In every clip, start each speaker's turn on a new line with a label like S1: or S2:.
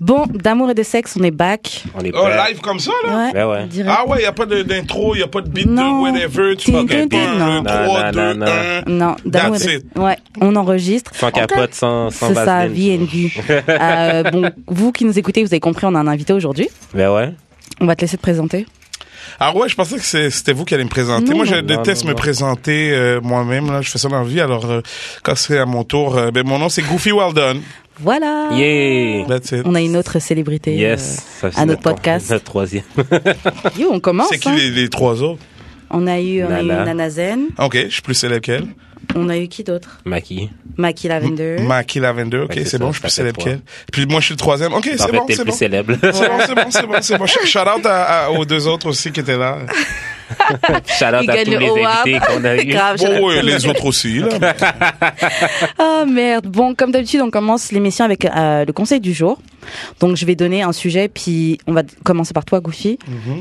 S1: Bon, d'amour et de sexe, on est back.
S2: On est
S3: Oh,
S2: prêt.
S3: live comme ça, là?
S1: Ouais,
S2: Ben ouais.
S1: direct.
S3: Ah ouais, y a pas de- d'intro, y a pas de beat,
S1: Non.
S3: de whatever, tu
S1: Tin, tin,
S3: fucking
S1: tin,
S3: un,
S1: non.
S3: un, trois,
S2: Non,
S3: deux,
S2: non, non,
S3: un.
S1: Non, d'amour et
S3: That's
S1: de- Ouais, on enregistre.
S2: Ah! Sans capote, sans, sans
S1: C'est ça,
S2: vaseline.
S1: vie and vie. Euh, bon, vous qui nous écoutez, vous avez compris, on a un invité aujourd'hui.
S2: Ben ouais.
S1: On va te laisser te présenter.
S3: Ah ouais, je pensais que c'est- c'était vous qui allez me présenter.
S1: Non,
S3: moi, je
S2: non,
S3: déteste
S2: non,
S3: me
S2: non.
S3: présenter euh, moi-même. Là, je fais ça dans la vie. Alors, euh, quand c'est à mon tour, euh, ben mon nom c'est Goofy Weldon.
S1: Voilà.
S2: Yeah.
S3: That's it.
S1: On a une autre célébrité.
S2: Yes. Ça, c'est
S1: Ah. euh, à notre
S2: notre
S1: podcast.
S2: Notre troisième.
S1: euh. Yo, on commence.
S3: C'est qui
S1: hein.
S3: les, les trois autres
S1: On a eu, on a eu
S2: Nana.
S1: Nana Zen.
S3: Ok, je suis plus célèbre qu'elle.
S1: On a eu qui d'autre
S2: Maquis.
S1: Maki Lavender.
S3: Maki Lavender. Ok,
S2: Ouais, c'est
S3: c'est
S2: ça,
S3: bon, je suis
S2: ça
S3: plus
S2: fait
S3: célèbre
S2: trois.
S3: qu'elle. Puis moi, je suis le troisième. Ok,
S2: En
S3: c'est
S2: fait,
S3: bon,
S2: t'es
S3: c'est
S2: le plus
S3: bon.
S2: célèbre.
S3: C'est bon, c'est bon, c'est bon, c'est bon. Shout out à, à- aux deux autres aussi qui étaient là.
S2: Shout out à tous
S1: Il gagne
S2: les
S1: le OAB.
S2: invités qu'on a eu.
S1: Grave,
S3: Bon,
S1: j'adore.
S3: Oh, ouais, les autres aussi. Là.
S1: Ah merde. Bon, comme d'habitude, on commence l'émission avec euh, le conseil du jour. Donc, je vais donner un sujet, puis on va d- commencer par toi, Goofy.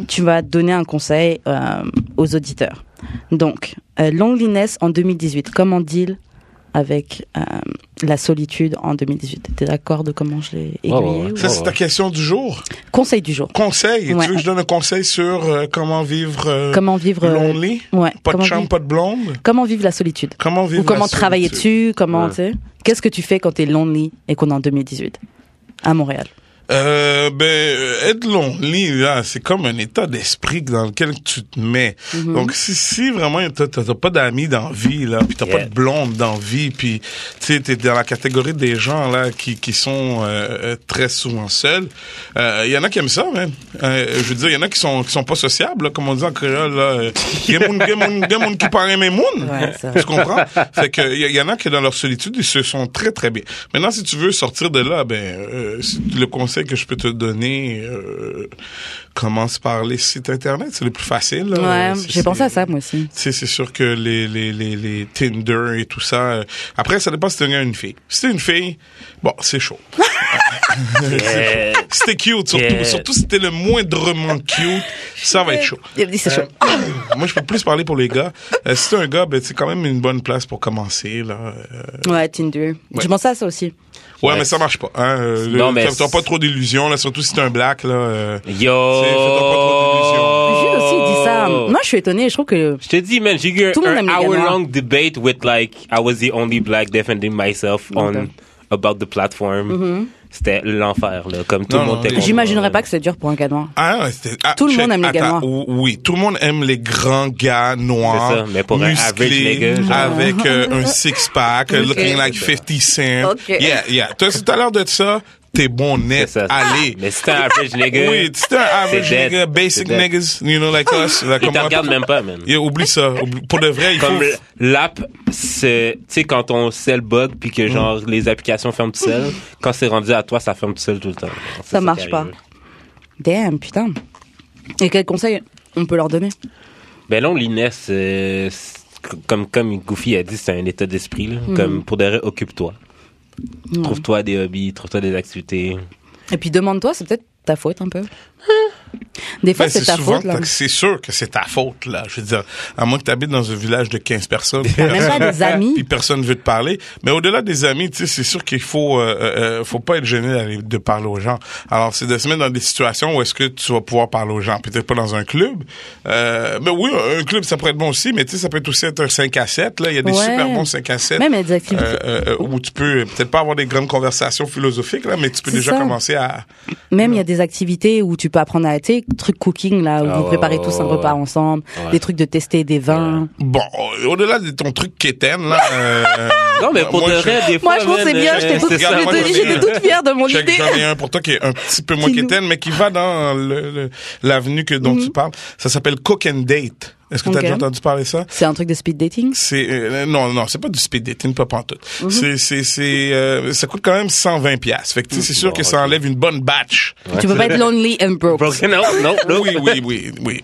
S1: Tu vas donner un conseil euh, aux auditeurs. Donc, euh, loneliness en 2018. Comment deal avec euh, la solitude en 2018 T'es d'accord de comment je l'ai aiguillé
S2: Ouais, ouais, ouais.
S1: ou-
S3: Ça, c'est ta question du jour.
S1: Conseil du jour.
S3: Conseil.
S1: Ouais.
S3: Tu veux que je donne un conseil sur euh, comment vivre euh,
S1: Comment vivre euh,
S3: lonely?
S1: Ouais.
S3: Pas de
S1: comment,
S3: chambre,
S1: vivre,
S3: pas de blonde?
S1: comment vivre la solitude
S3: Comment vivre
S1: Ou comment
S3: la
S1: travailler
S3: solitude?
S1: dessus Comment
S2: Ouais.
S1: tu sais Qu'est-ce que tu fais quand t'es lonely et qu'on est en 2018 à Montréal
S3: Euh, ben, euh, être lonely, là, c'est comme un état d'esprit dans lequel tu te mets.
S1: Mhm.
S3: Donc, si, si vraiment t'as- t'as t'as pas d'amis dans la vie, là, puis t'as
S2: Yeah.
S3: pas de blonde dans la vie, puis tu sais, t'es dans la catégorie des gens, là, qui, qui sont euh, euh, très souvent seuls, il y en a qui aiment ça, même. Euh, je veux dire, il y en a qui sont, qui sont pas sociables, là, comme on dit en créole, là. euh, Y'a moun- y'a moun- y'a moun qui paraît mes mounes.
S1: Ouais, c'est vrai.
S3: Tu comprends? Fait que y, y en a qui dans leur solitude, ils se sont très très bien. Maintenant, si tu veux sortir de là, ben euh, si- le conseil que je peux te donner, euh, commence par les sites internet, c'est le plus facile. là.
S1: Ouais,
S3: Euh, C'est-
S1: euh, j'ai pensé
S3: c'est-
S1: à ça moi aussi.
S3: tu sais, c'est sûr que les, les, les, les Tinder et tout ça. euh, Après, ça dépend si t'es un gars ou une fille. Si t'es une fille, bon, c'est chaud.
S2: Yeah.
S3: Si t'es cute, surtout,
S2: Yeah.
S3: surtout si t'es le moindrement cute, ça va être chaud.
S1: Il me dit c'est chaud.
S3: Euh, moi, je peux plus parler pour les gars. Euh, si t'es un gars, ben, c'est quand même une bonne place pour commencer, là. Euh,
S1: Ouais, Tinder.
S3: Ouais.
S1: Je pensais à ça aussi.
S3: Ouais,
S2: Ouais.
S3: mais ça marche pas. Hein. Euh,
S2: Non,
S3: le-
S2: mais
S3: t'as- T'as pas trop d'illusions, là, surtout si t'es un black, là. euh.
S2: Yo.
S3: C'est- fais-toi pas trop
S1: J'ai aussi dit ça.
S2: Oh.
S1: Moi, je suis étonnée. Je trouve que.
S2: Je te dis, man, j'ai eu
S1: Tout le monde
S2: un
S1: aime les gars noirs.
S2: hour-long debate with, like, I was the only black defending myself on,
S1: Ok.
S2: about the platform.
S1: Mm-hmm.
S2: C'était l'enfer, là, comme tout
S3: Non,
S2: le monde
S3: non,
S2: était
S3: mais-
S2: contre
S1: J'imaginerais
S2: moi,
S1: pas que c'est dur pour un gars noir.
S3: Ah, ouais, c'était- ah,
S1: Tout le
S3: check,
S1: monde aime les gars
S3: attends,
S1: noirs.
S3: ou- Oui, tout le monde aime les grands gars noirs.
S2: C'est ça, mais pour un
S3: musclés,
S2: average nigga, genre.
S3: Avec euh, un six-pack, euh,
S1: Ok.
S3: looking like 50 Cent.
S1: Ok.
S3: Yeah, yeah. Toi, si t'as l'air de ça, t'es bon net.
S2: C'est ça. Ah,
S3: Allez.
S2: Mais c'était un average nigga.
S3: Oui, c'était un average
S2: C'est dead.
S3: nigga,
S2: C'est
S3: basic
S2: dead.
S3: niggas, you know, like us. Like
S2: Il te
S3: moi.
S2: regarde même pas, man.
S3: Yeah, oublie ça. Oublie- Pour de vrai, il faut...
S2: Comme l- l'app, c'est, tu sais, quand on sell bug puis que genre les applications ferment tout seul, quand c'est rendu à toi, ça ferme tout seul tout le temps. C'est
S1: Ça
S2: qui
S1: marche pas.
S2: arrive.
S1: Damn, putain. Et quel conseil on peut leur donner
S2: Ben non, l'Inès, euh, c'est- comme, comme Goofy a dit, c'est un état d'esprit, là.
S1: Hmm.
S2: Comme, pour de vrai, occupe-toi. Trouve-toi des hobbies, trouve-toi des activités.
S1: Et puis demande-toi, c'est peut-être ta faute un peu. Des fois,
S3: Ben,
S1: c'est ta
S3: souvent
S1: faute. Là.
S3: que- C'est sûr que c'est ta faute, là. Je veux dire, à moins que tu habites dans un village de 15 personnes.
S1: T'as même pas des amis.
S3: Puis personne veut te parler. Mais au-delà des amis, tu sais, c'est sûr qu'il faut, euh, euh, euh, faut pas être gêné d'aller- de parler aux gens. Alors, c'est de se mettre dans des situations où est-ce que tu vas pouvoir parler aux gens. Peut-être pas dans un club. Euh, mais oui, un club, ça pourrait être bon aussi, mais tu sais, ça peut être aussi être un 5 à 7, là. Il y a des
S1: Ouais.
S3: super bons 5 à 7.
S1: Même il y a des activités.
S3: euh, euh, euh, où tu peux euh, peut-être pas avoir des grandes conversations philosophiques, là, mais tu peux
S1: C'est
S3: déjà
S1: ça.
S3: commencer à,
S1: Même il y a des activités où tu peux apprendre à, tu sais, trucs cooking là, où
S2: Ah
S1: vous
S2: ouais,
S1: préparez
S2: ouais,
S1: tous un
S2: ouais,
S1: repas
S2: ouais.
S1: ensemble,
S2: Ouais.
S1: des trucs de tester des vins.
S3: Bon, au-delà de ton truc quétaine, là. euh,
S2: Non, mais pour
S3: moi,
S2: de
S3: je-
S2: vrai, des fois.
S1: Moi, je pense que c'est
S2: man,
S1: bien.
S2: euh,
S1: J'étais
S2: c'est
S1: toute,
S2: ça.
S3: regarde, moi, j'en ai
S1: j'étais
S3: un.
S1: toute fière de mon
S3: check,
S1: idée.
S3: J'en ai un pour toi qui est un petit peu moins
S1: Dis-nous. Mhm.
S3: quétaine, mais qui va dans le, le- la venue que, dont tu parles. Ça s'appelle Cook and Date. Est-ce que tu as
S1: Ok.
S3: déjà entendu parler de ça?
S1: C'est un truc de speed dating.
S3: C'est euh, non non c'est pas du speed dating pas pantoute.
S1: Mhm.
S3: C'est c'est c'est euh, ça coûte quand même 120 pièces. Fait que tu sais, c'est sûr que ça enlève une bonne batch.
S1: Tu peux pas être lonely and broke.
S2: Bro, non, non, non.
S3: Oui oui oui oui. oui.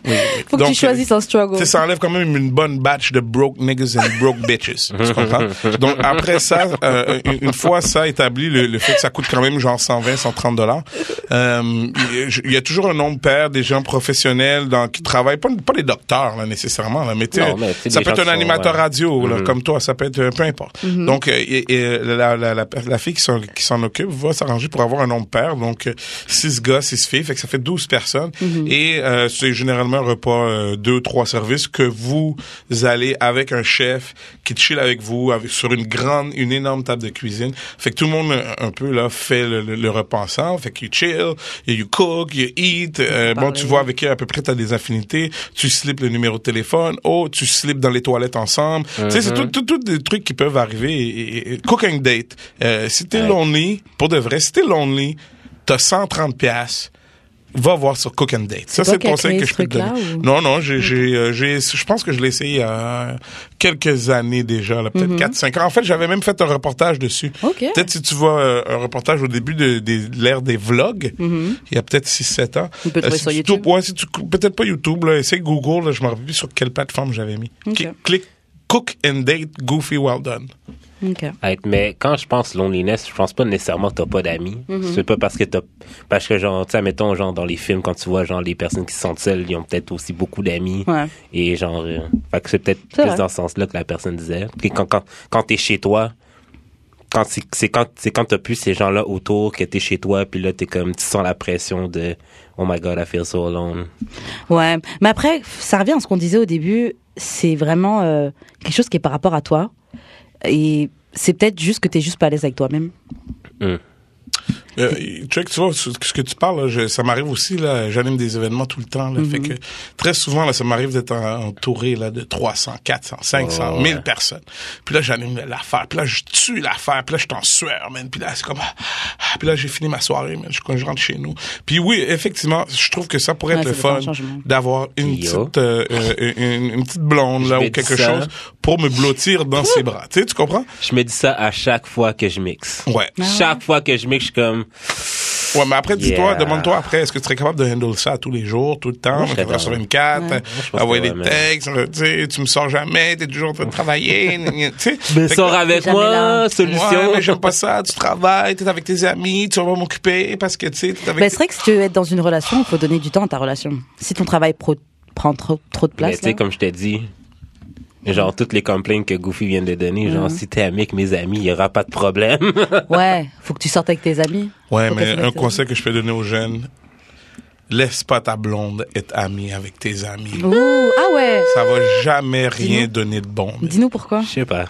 S1: Faut que
S3: Donc, euh,
S1: tu choisisses un struggle.
S3: Tu sais, ça enlève quand même une bonne batch de broke niggas and broke bitches. tu comprends? Donc, après ça, euh, une, une fois ça établi, le, le fait que ça coûte quand même genre 120, 130 dollars, euh, il y a- il y a toujours un nombre pair des gens professionnels dans, qui travaillent, pas, pas des docteurs, là, nécessairement, là, mais, tu sais,
S2: Non, mais, tu sais,
S3: ça
S2: des
S3: peut être
S2: gens
S3: un
S2: qui sont,
S3: animateur
S2: ouais.
S3: radio, là,
S2: Mhm.
S3: comme toi, ça peut être euh, peu importe. Donc, euh, et- et la, la, la, la fille qui s'en, qui s'en occupe va s'arranger pour avoir un nombre pair, donc euh, six gars, six filles, fait que ça fait 12 personnes. Et euh, c'est généralement un repas euh, deux, trois services que vous allez avec un chef qui chill avec vous avec, sur une grande, une énorme table de cuisine. Fait que tout le monde euh, un peu là fait le, le- le repas ensemble, fait que you chill, you cook, you eat. Euh, bon,
S4: parler.
S3: tu vois avec qui à peu près t'as des affinités, tu slips le numéro de téléphone, oh, tu slips dans les toilettes ensemble. Tu sais,
S4: Mm-hmm.
S3: c'est tout, tout, tout des trucs qui peuvent arriver. Et, et- et- cooking date. Euh, si t'es
S2: Ouais.
S3: lonely, pour de vrai, si t'es lonely, t'as 130 pièces. Va voir sur Cook and Date. Ça,
S4: toi
S3: c'est le
S4: qui as
S3: conseil
S4: créé
S3: que
S4: ce
S3: je peux te
S4: truc-là,
S3: donner.
S4: ou- Mm.
S3: Non, non, j'ai, j'ai, euh, j'ai, je pense que je l'ai essayé il y a quelques années déjà, là,
S4: Mm-hmm.
S3: peut-être 4-5 ans. En fait, j'avais même fait un reportage dessus.
S4: Ok.
S3: Peut-être si tu vois euh, un reportage au début de, des- de l'ère des vlogs, il y a peut-être 6-7 ans.
S4: Mm-hmm.
S3: Euh,
S4: On peut le trouver
S3: si
S4: sur
S3: tu
S4: YouTube.
S3: tapes- ouais, si tu cou- peut-être pas YouTube, là, essaye Google, là, je me rappelle plus sur quelle plateforme j'avais mis.
S4: Ok.
S3: Cli- Clique Cook and Date Goofy Well Done.
S4: Ok.
S2: Right, mais quand je pense loneliness, je pense pas nécessairement que t'as pas d'amis.
S4: Mhm.
S2: C'est pas parce que t'as, parce que genre, tu sais, mettons, genre, dans les films, quand tu vois, genre, les personnes qui se sentent seules, ils ont peut-être aussi beaucoup d'amis.
S4: Ouais.
S2: Et genre, euh, fait que c'est peut-être
S4: C'est
S2: plus
S4: vrai.
S2: dans ce sens-là que la personne disait. Puis quand, quand, quand t'es chez toi, quand c'est, c'est quand, c'est quand t'as plus ces gens-là autour que t'es chez toi, puis là, t'es comme, tu sens la pression de, oh my god, I feel so alone.
S4: Ouais, mais après, ça revient à ce qu'on disait au début, c'est vraiment euh, quelque chose qui est par rapport à toi. Et c'est peut-être juste que t'es juste pas à l'aise avec toi-même.
S3: Euh, check, tu vois, ce ce que tu parles, là, je- ça m'arrive aussi, là, j'anime des événements tout le temps, là, fait
S4: Mm-hmm.
S3: que très souvent, là, ça m'arrive d'être en- entouré, là, de 300, 400, 500,
S2: Oh, ouais.
S3: 1000 personnes. Puis là, j'anime l'affaire, puis là, je tue l'affaire, puis là, je t'en sueur, man, puis là, c'est comme, ah, ah, puis là, j'ai fini ma soirée, man, je, quand je rentre chez nous. Puis oui, effectivement, je trouve que ça pourrait
S4: Ouais, ça
S3: être
S4: doit
S3: le
S4: faire
S3: fun
S4: un changement.
S3: d'avoir une
S2: Yo.
S3: petite, euh, euh, une, une petite blonde, là,
S2: Je
S3: ou
S2: vais dire
S3: quelque
S2: ça.
S3: chose pour me blottir dans ses bras. Tu sais, tu comprends?
S2: Je me dis ça à chaque fois que je mixe.
S3: Ouais.
S4: Ah
S2: Chaque fois que je mixe, je suis comme,
S3: Ouais, mais après, dis-toi,
S2: Yeah.
S3: demande-toi après, est-ce que tu serais capable de handle ça tous les jours, tout le temps,
S2: Moi, je serais
S3: 24 heures sur
S2: capable.
S3: 24,
S4: Ouais.
S2: je pense
S3: envoyer
S2: que
S3: des
S2: ouais,
S3: textes, euh, tu sais, tu me sors jamais, t'es toujours en train de travailler, gna, gna, tu sais.
S2: mais
S3: Fait que-
S2: sors avec
S4: Jamais
S2: moi,
S4: là.
S2: solution.
S3: Ouais, mais j'aime pas ça, tu travailles, t'es avec tes amis, tu vas m'occuper parce que, tu sais, t'es avec...
S4: Mais Bah, c'est vrai que si tu veux être dans une relation, il faut donner du temps à ta relation. Si ton travail pro- prend trop, trop de
S2: Mais
S4: place,
S2: tu sais,
S4: là,
S2: comme je t'ai dit, genre, toutes les complaintes que Goofy vient de donner, genre,
S4: Mhm.
S2: si t'es ami avec mes amis, il y aura pas de problème.
S4: ouais, faut que tu sortes avec tes amis.
S3: Ouais,
S4: Faut que tu
S3: mais un
S4: restes-
S3: conseil que je peux donner aux jeunes, laisse pas ta blonde être amie avec tes amis.
S4: Ouh, ah ouais,
S3: Ça va jamais rien
S4: Dis-nous.
S3: donner de bon. mais-
S4: dis-nous pourquoi.
S2: Je sais pas.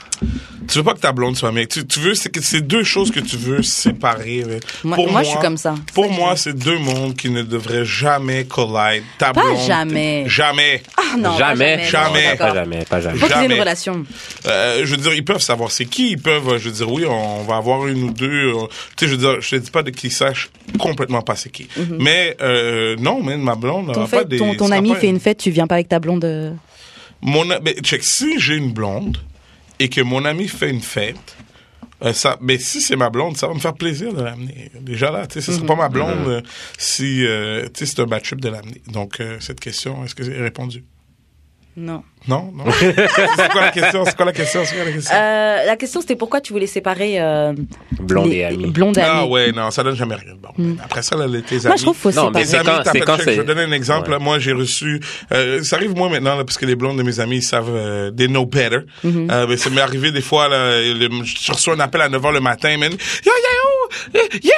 S3: Tu veux pas que ta blonde soit mec. Tu, tu veux, c'est que c'est deux choses que tu veux séparer. mais
S4: Moi- moi, je suis comme ça.
S3: Pour moi, c'est deux mondes qui ne devraient jamais collide. Ta
S4: Pas
S3: blonde,
S4: jamais.
S3: Jamais.
S4: Ah non, pas
S2: jamais,
S3: Jamais.
S2: Non,
S4: d'accord.
S2: Pas jamais, pas jamais.
S4: Faut que tu aies une
S3: Jamais.
S4: relation.
S3: Euh, je veux dire, ils peuvent savoir c'est qui. Ils peuvent, euh, je veux dire, oui, on va avoir une ou deux. euh, tu sais, je veux dire, je te dis pas de qu'ils sachent complètement pas c'est qui. Mais euh, non, mais ma blonde. elle
S4: Mhm. Ton,
S3: va
S4: fait-
S3: pas des-
S4: ton, ton
S3: sera
S4: ami
S3: pas-
S4: fait une fête, tu viens pas avec ta blonde. euh,
S3: Mon, a- ben, check, si j'ai une blonde et que mon ami fait une fête, euh, ça, mais si c'est ma blonde, ça va me faire plaisir de l'amener. Déjà là, tu sais, ce ne sera pas ma blonde euh, si euh, tu sais, c'est un match-up de l'amener. Donc, euh, cette question, est-ce que c'est répondu?
S4: Non.
S3: Non? Non? c'est quoi la question? C'est quoi la question? C'est quoi la question?
S4: Euh, la question c'était pourquoi tu voulais séparer euh,
S2: Blonde
S4: les-
S2: et amis.
S4: Blonde et
S3: ah
S4: amis.
S3: ouais, non, ça donne jamais rien de bon. Après ça, là, les- tes amis...
S4: Hmm. Moi, je trouve qu'il faut
S2: Non,
S4: séparer.
S2: mais
S3: Mes
S2: c'est
S3: amis
S2: quand- c'est
S3: t'appellent
S2: quand
S3: check. Je vais
S2: c'est-
S3: donner un exemple.
S2: Ouais.
S3: Moi, j'ai reçu. euh, ça arrive moi maintenant là, parce que les blondes de mes amis ils savent euh, they know better.
S2: Mm-hmm.
S3: Euh, mais ça m'est arrivé des fois là, le- je reçois un appel à 9h le matin, man. Yo yo yo, yo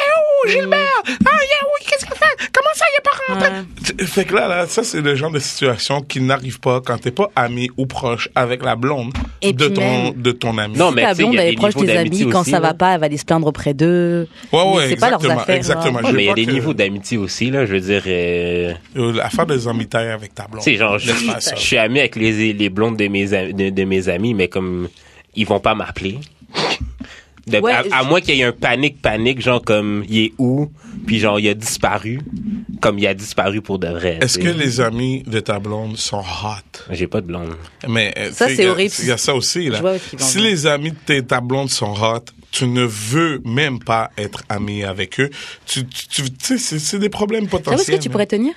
S3: Gilbert,
S2: Mm.
S3: ah yo, qu'est-ce que tu fais Comment ça, il est pas rentré Tu- Fait que là, là, ça c'est le genre de situation qui n'arrive pas quand t'es pas ami ou proche avec la blonde
S4: Et
S3: de
S4: puis
S3: ton
S4: même-
S3: de ton ami.
S2: Non,
S4: Si ta
S2: tu sais, il
S4: blonde
S2: y a
S4: elle est
S2: des
S4: proche
S2: niveaux
S4: des
S2: d'amitié
S4: amis, quand
S2: aussi, hein.
S4: ça
S2: là.
S4: va pas, elle va aller se plaindre auprès d'eux.
S3: Ouais,
S4: Mais
S3: ouais,
S4: c'est pas leurs
S3: exactement,
S4: affaires.
S3: exactement.
S4: hein.
S3: Je
S2: Ouais, mais il y a
S3: veux
S2: des
S3: pas que-
S2: niveaux d'amitié aussi, là. Je veux dire, euh,
S3: Euh, Affaire des amitiés avec ta blonde.
S2: tu sais, genre, je,
S3: Laisse faire ça.
S2: je suis ami avec les, les blondes de mes, am- de, de mes amis, mais comme, ils vont pas m'appeler. De-
S4: Ouais,
S2: à, à
S4: je-
S2: moins qu'il y ait un panique, panique, genre, comme, il est où? Puis genre, il a disparu. Comme il a disparu pour de vrai.
S3: Est-ce
S2: tu
S3: que
S2: sais.
S3: les amis de ta blonde sont hot?
S2: J'ai pas de blonde.
S3: Mais euh,
S4: Ça,
S3: tu sais,
S4: c'est
S3: y a-
S4: horrible.
S3: Il y a ça aussi là.
S4: Je vois où ils vont
S3: si
S4: venir.
S3: les amis de tes- ta blonde sont hot, tu ne veux même pas être ami avec eux. Tu, tu, tu tu sais, c'est- c'est des problèmes
S4: Tu
S3: potentiels.
S4: ce que tu pourrais tenir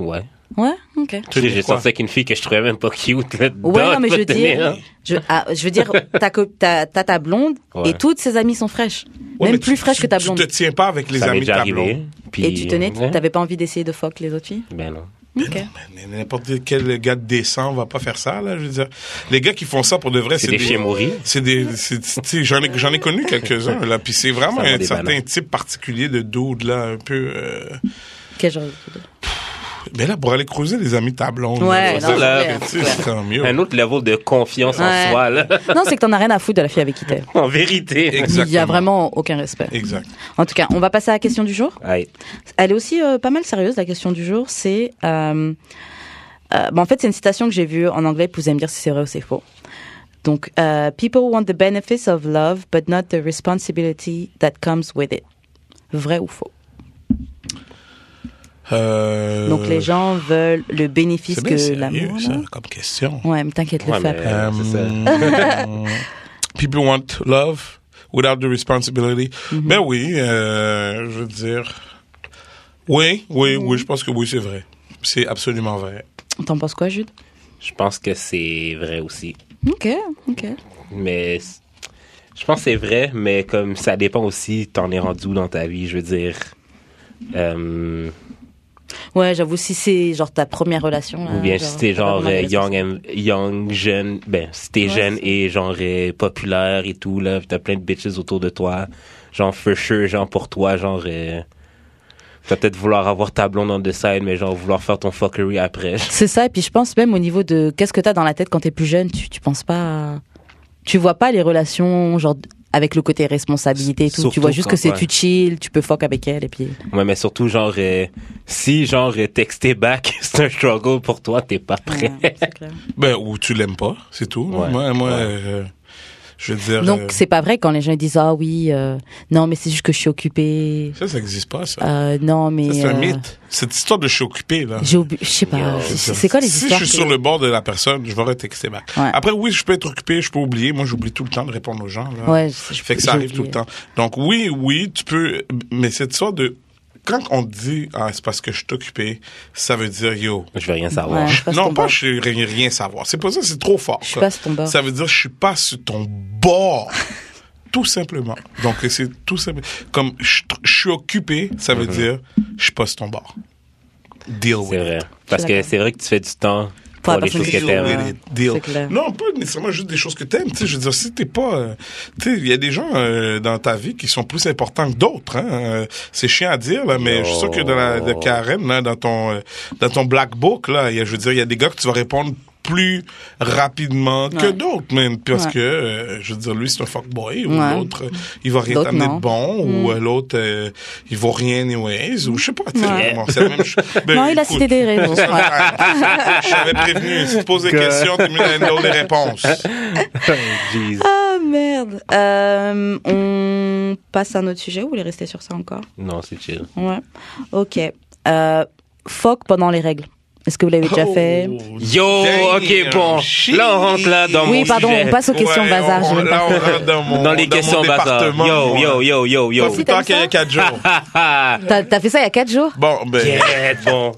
S2: Ouais.
S4: Ouais, ok.
S2: Tu sais, j'ai
S3: Pourquoi?
S2: sorti avec une fille que je trouvais même pas cute. Là,
S4: Ouais,
S2: dedans,
S4: non, mais je
S2: peux
S4: veux
S2: te hein.
S4: dire, je, ah, je veux dire, ta co- ta- t'as ta blonde
S2: Ouais.
S4: et toutes ses amies sont fraîches,
S3: Ouais, mais
S4: même
S3: tu-
S4: plus fraîches
S3: tu-
S4: que ta blonde.
S3: Tu te tiens pas avec les
S2: Ça m'est
S3: amis de
S2: déjà
S3: ta blonde.
S2: arrivé. Puis,
S4: Et tu tenais,
S2: ouais.
S4: t'avais pas envie d'essayer de fuck les autres filles
S2: Ben non.
S1: Ok.
S3: Mais N'importe quel gars de décent va pas faire ça, là, je veux dire. Les gars qui font ça pour de vrai,
S2: C'est des chiens mouris.
S3: C'est des, c'est- c'est- tu sais, j'en ai, j'en ai connu quelques-uns, là, puis c'est vraiment
S2: Ça va
S3: un
S2: des
S3: certain
S2: bananes.
S3: type particulier de dude, là, un peu, euh,
S1: Quel genre de-
S3: mais là, pour aller creuser les amis tablons.
S1: Ouais,
S2: non, c'est
S1: clair, c'est
S3: c'est quand même mieux.
S2: Un autre level de confiance
S1: Ouais.
S2: en soi, là.
S1: Non, c'est que t'en as rien à foutre de la fille avec qui t'es.
S2: en vérité.
S3: Exactement.
S1: Il y a vraiment aucun respect.
S3: Exact.
S1: En tout cas, on va passer à la question du jour.
S2: Aïe.
S1: Elle est aussi euh, pas mal sérieuse, la question du jour. C'est. euh, euh, bah, en fait, c'est une citation que j'ai vue en anglais, puis vous allez me dire si c'est vrai ou c'est faux. Donc, euh, People want the benefits of love, but not the responsibility that comes with it. Vrai ou faux
S3: Euh,
S1: Donc, les gens veulent le bénéfice
S3: c'est bien
S1: que
S3: sérieux,
S1: l'amour.
S3: ça,
S1: là.
S3: comme question.
S1: Ouais, mais t'inquiète, le
S2: Ouais,
S1: fait
S2: mais-
S1: après.
S2: Euh,
S3: Euh, People want love without the responsibility.
S1: Mm-hmm.
S3: Ben oui, euh, je veux dire. Oui, oui,
S1: Mm-hmm.
S3: oui, je pense que oui, c'est vrai. C'est absolument vrai.
S1: T'en penses quoi, Jude
S2: Je pense que c'est vrai aussi.
S1: Ok, ok.
S2: Mais c- je pense que c'est vrai, mais comme ça dépend aussi, t'en es rendu où dans ta vie, je veux dire. Euh,
S1: Ouais, j'avoue, si c'est genre ta première relation. là,
S2: ou bien si t'es
S1: t'as pas
S2: genre
S1: vraiment
S2: euh,
S1: de
S2: young, and- young, jeune, ben, si t'es
S1: Ouais,
S2: jeune
S1: c'est-
S2: et genre euh, populaire et tout, là, pis t'as plein de bitches autour de toi, genre for sure, genre pour toi, genre. euh, T'as peut-être vouloir avoir ta blonde on the side, mais genre vouloir faire ton fuckery après.
S1: C'est ça, et puis je pense même au niveau de qu'est-ce que t'as dans la tête quand t'es plus jeune, tu, tu penses pas. à- Tu vois pas les relations, genre, avec le côté responsabilité et tout.
S2: Surtout
S1: tu vois juste que
S2: quand-
S1: c'est
S2: ouais.
S1: tu chill, tu peux fuck avec elle, et puis.
S2: Ouais, mais surtout, genre, euh, si, genre, euh, texter back, c'est un struggle pour toi, t'es pas prêt.
S1: Ouais, c'est clair.
S3: Ben, ou tu l'aimes pas, c'est tout.
S2: Ouais,
S3: moi, moi
S2: ouais.
S3: euh, je veux dire. euh,
S1: Donc, c'est pas vrai quand les gens disent Ah oui, euh, non, mais c'est juste que je suis occupée.
S3: ça, ça n'existe pas, ça.
S1: Euh, non, mais.
S3: Ça, c'est un
S1: euh,
S3: mythe. Cette histoire de je suis occupé, là.
S1: J'ai oublié. Je sais pas.
S2: Yo.
S1: c'est- C'est c'est quoi les
S3: si
S1: histoires
S3: je suis
S1: que-
S3: sur le bord de la personne, je vais retexter back.
S1: Ouais.
S3: Après, oui, je peux être occupé, je peux oublier. Moi, j'oublie tout le temps de répondre aux gens. Là.
S1: Ouais, je- je-
S3: fait que ça
S1: j'ai
S3: arrive tout
S1: oublié.
S3: le temps. Donc, oui, oui, tu peux. Mais cette sorte de. Quand on dit, ah, c'est parce que je suis occupé, ça veut dire, yo.
S2: Je veux rien savoir.
S1: Ouais, je passe
S3: Non,
S1: ton
S3: pas
S1: bord.
S3: je sais rien, rien savoir. C'est pas ça, c'est trop fort.
S1: Je
S3: ça.
S1: passe ton bord.
S3: Ça veut dire, je suis pas sur ton bord. tout simplement. Donc, c'est tout simple. Comme je, je suis occupé, ça veut dire, je suis pas sur ton bord. Deal with
S2: C'est
S3: it.
S2: vrai. Parce que
S1: d'accord.
S2: c'est vrai que tu fais du temps
S1: Pour
S2: pour,
S1: la
S2: les
S1: personne
S2: choses que
S1: qui joue,
S2: t'aimes.
S1: ouais.
S3: Deal.
S1: C'est clair.
S3: Non, pas nécessairement juste des choses que t'aimes. Tu sais, je veux dire, si t'es pas, euh, tu sais, il y a des gens euh, dans ta vie qui sont plus importants que d'autres. hein. Euh, C'est chiant à dire là, mais je suis sûr que dans la de Karen, là, dans ton, euh, dans ton black book là, il y a, je veux dire, il y a des gars que tu vas répondre plus rapidement que
S1: Ouais.
S3: d'autres, même parce
S1: Ouais.
S3: que, euh, je veux dire, lui c'est un fuckboy ou
S1: Ouais.
S3: l'autre, euh, il va rien
S1: D'autres,
S3: t'amener
S1: non. Mm.
S3: de bon ou euh, l'autre, euh, il vaut rien anyways ou je sais pas. tu sais,
S1: Ouais.
S3: bon, c'est la même chose. Ben,
S1: Non, il a
S3: écoute.
S1: cité des raisons.
S3: Ça,
S1: ouais.
S3: ah, Je t'avais prévenu, si tu poses des
S2: Que-
S3: questions, tu me donnes des réponses.
S2: Jeez.
S1: Ah merde. Euh, on passe à un autre sujet ou vous voulez rester sur ça encore
S2: Non, c'est chill.
S1: Ouais. Ok. Euh, fuck pendant les règles. Est-ce que vous l'avez
S3: Oh.
S1: déjà fait
S2: Yo,
S3: Damn,
S2: ok, bon.
S3: shit.
S2: Là, on rentre là dans
S1: Oui,
S2: mon
S1: pardon,
S2: sujet.
S1: on passe aux questions
S3: Ouais,
S1: bazar.
S3: on-
S1: je vais
S3: là,
S1: pas-
S3: on rentre dans mon,
S2: Dans les
S3: dans mon
S2: questions bazar.
S3: département,
S2: Yo,
S3: moi.
S2: yo, yo, yo,
S3: Pas
S2: yo.
S3: plus
S1: t'aimes
S3: tard qu'il y a
S1: ça?
S3: quatre jours.
S2: Ah,
S1: T'as t'as fait ça il y a 4 jours
S3: Bon, ben,
S2: yeah, bon.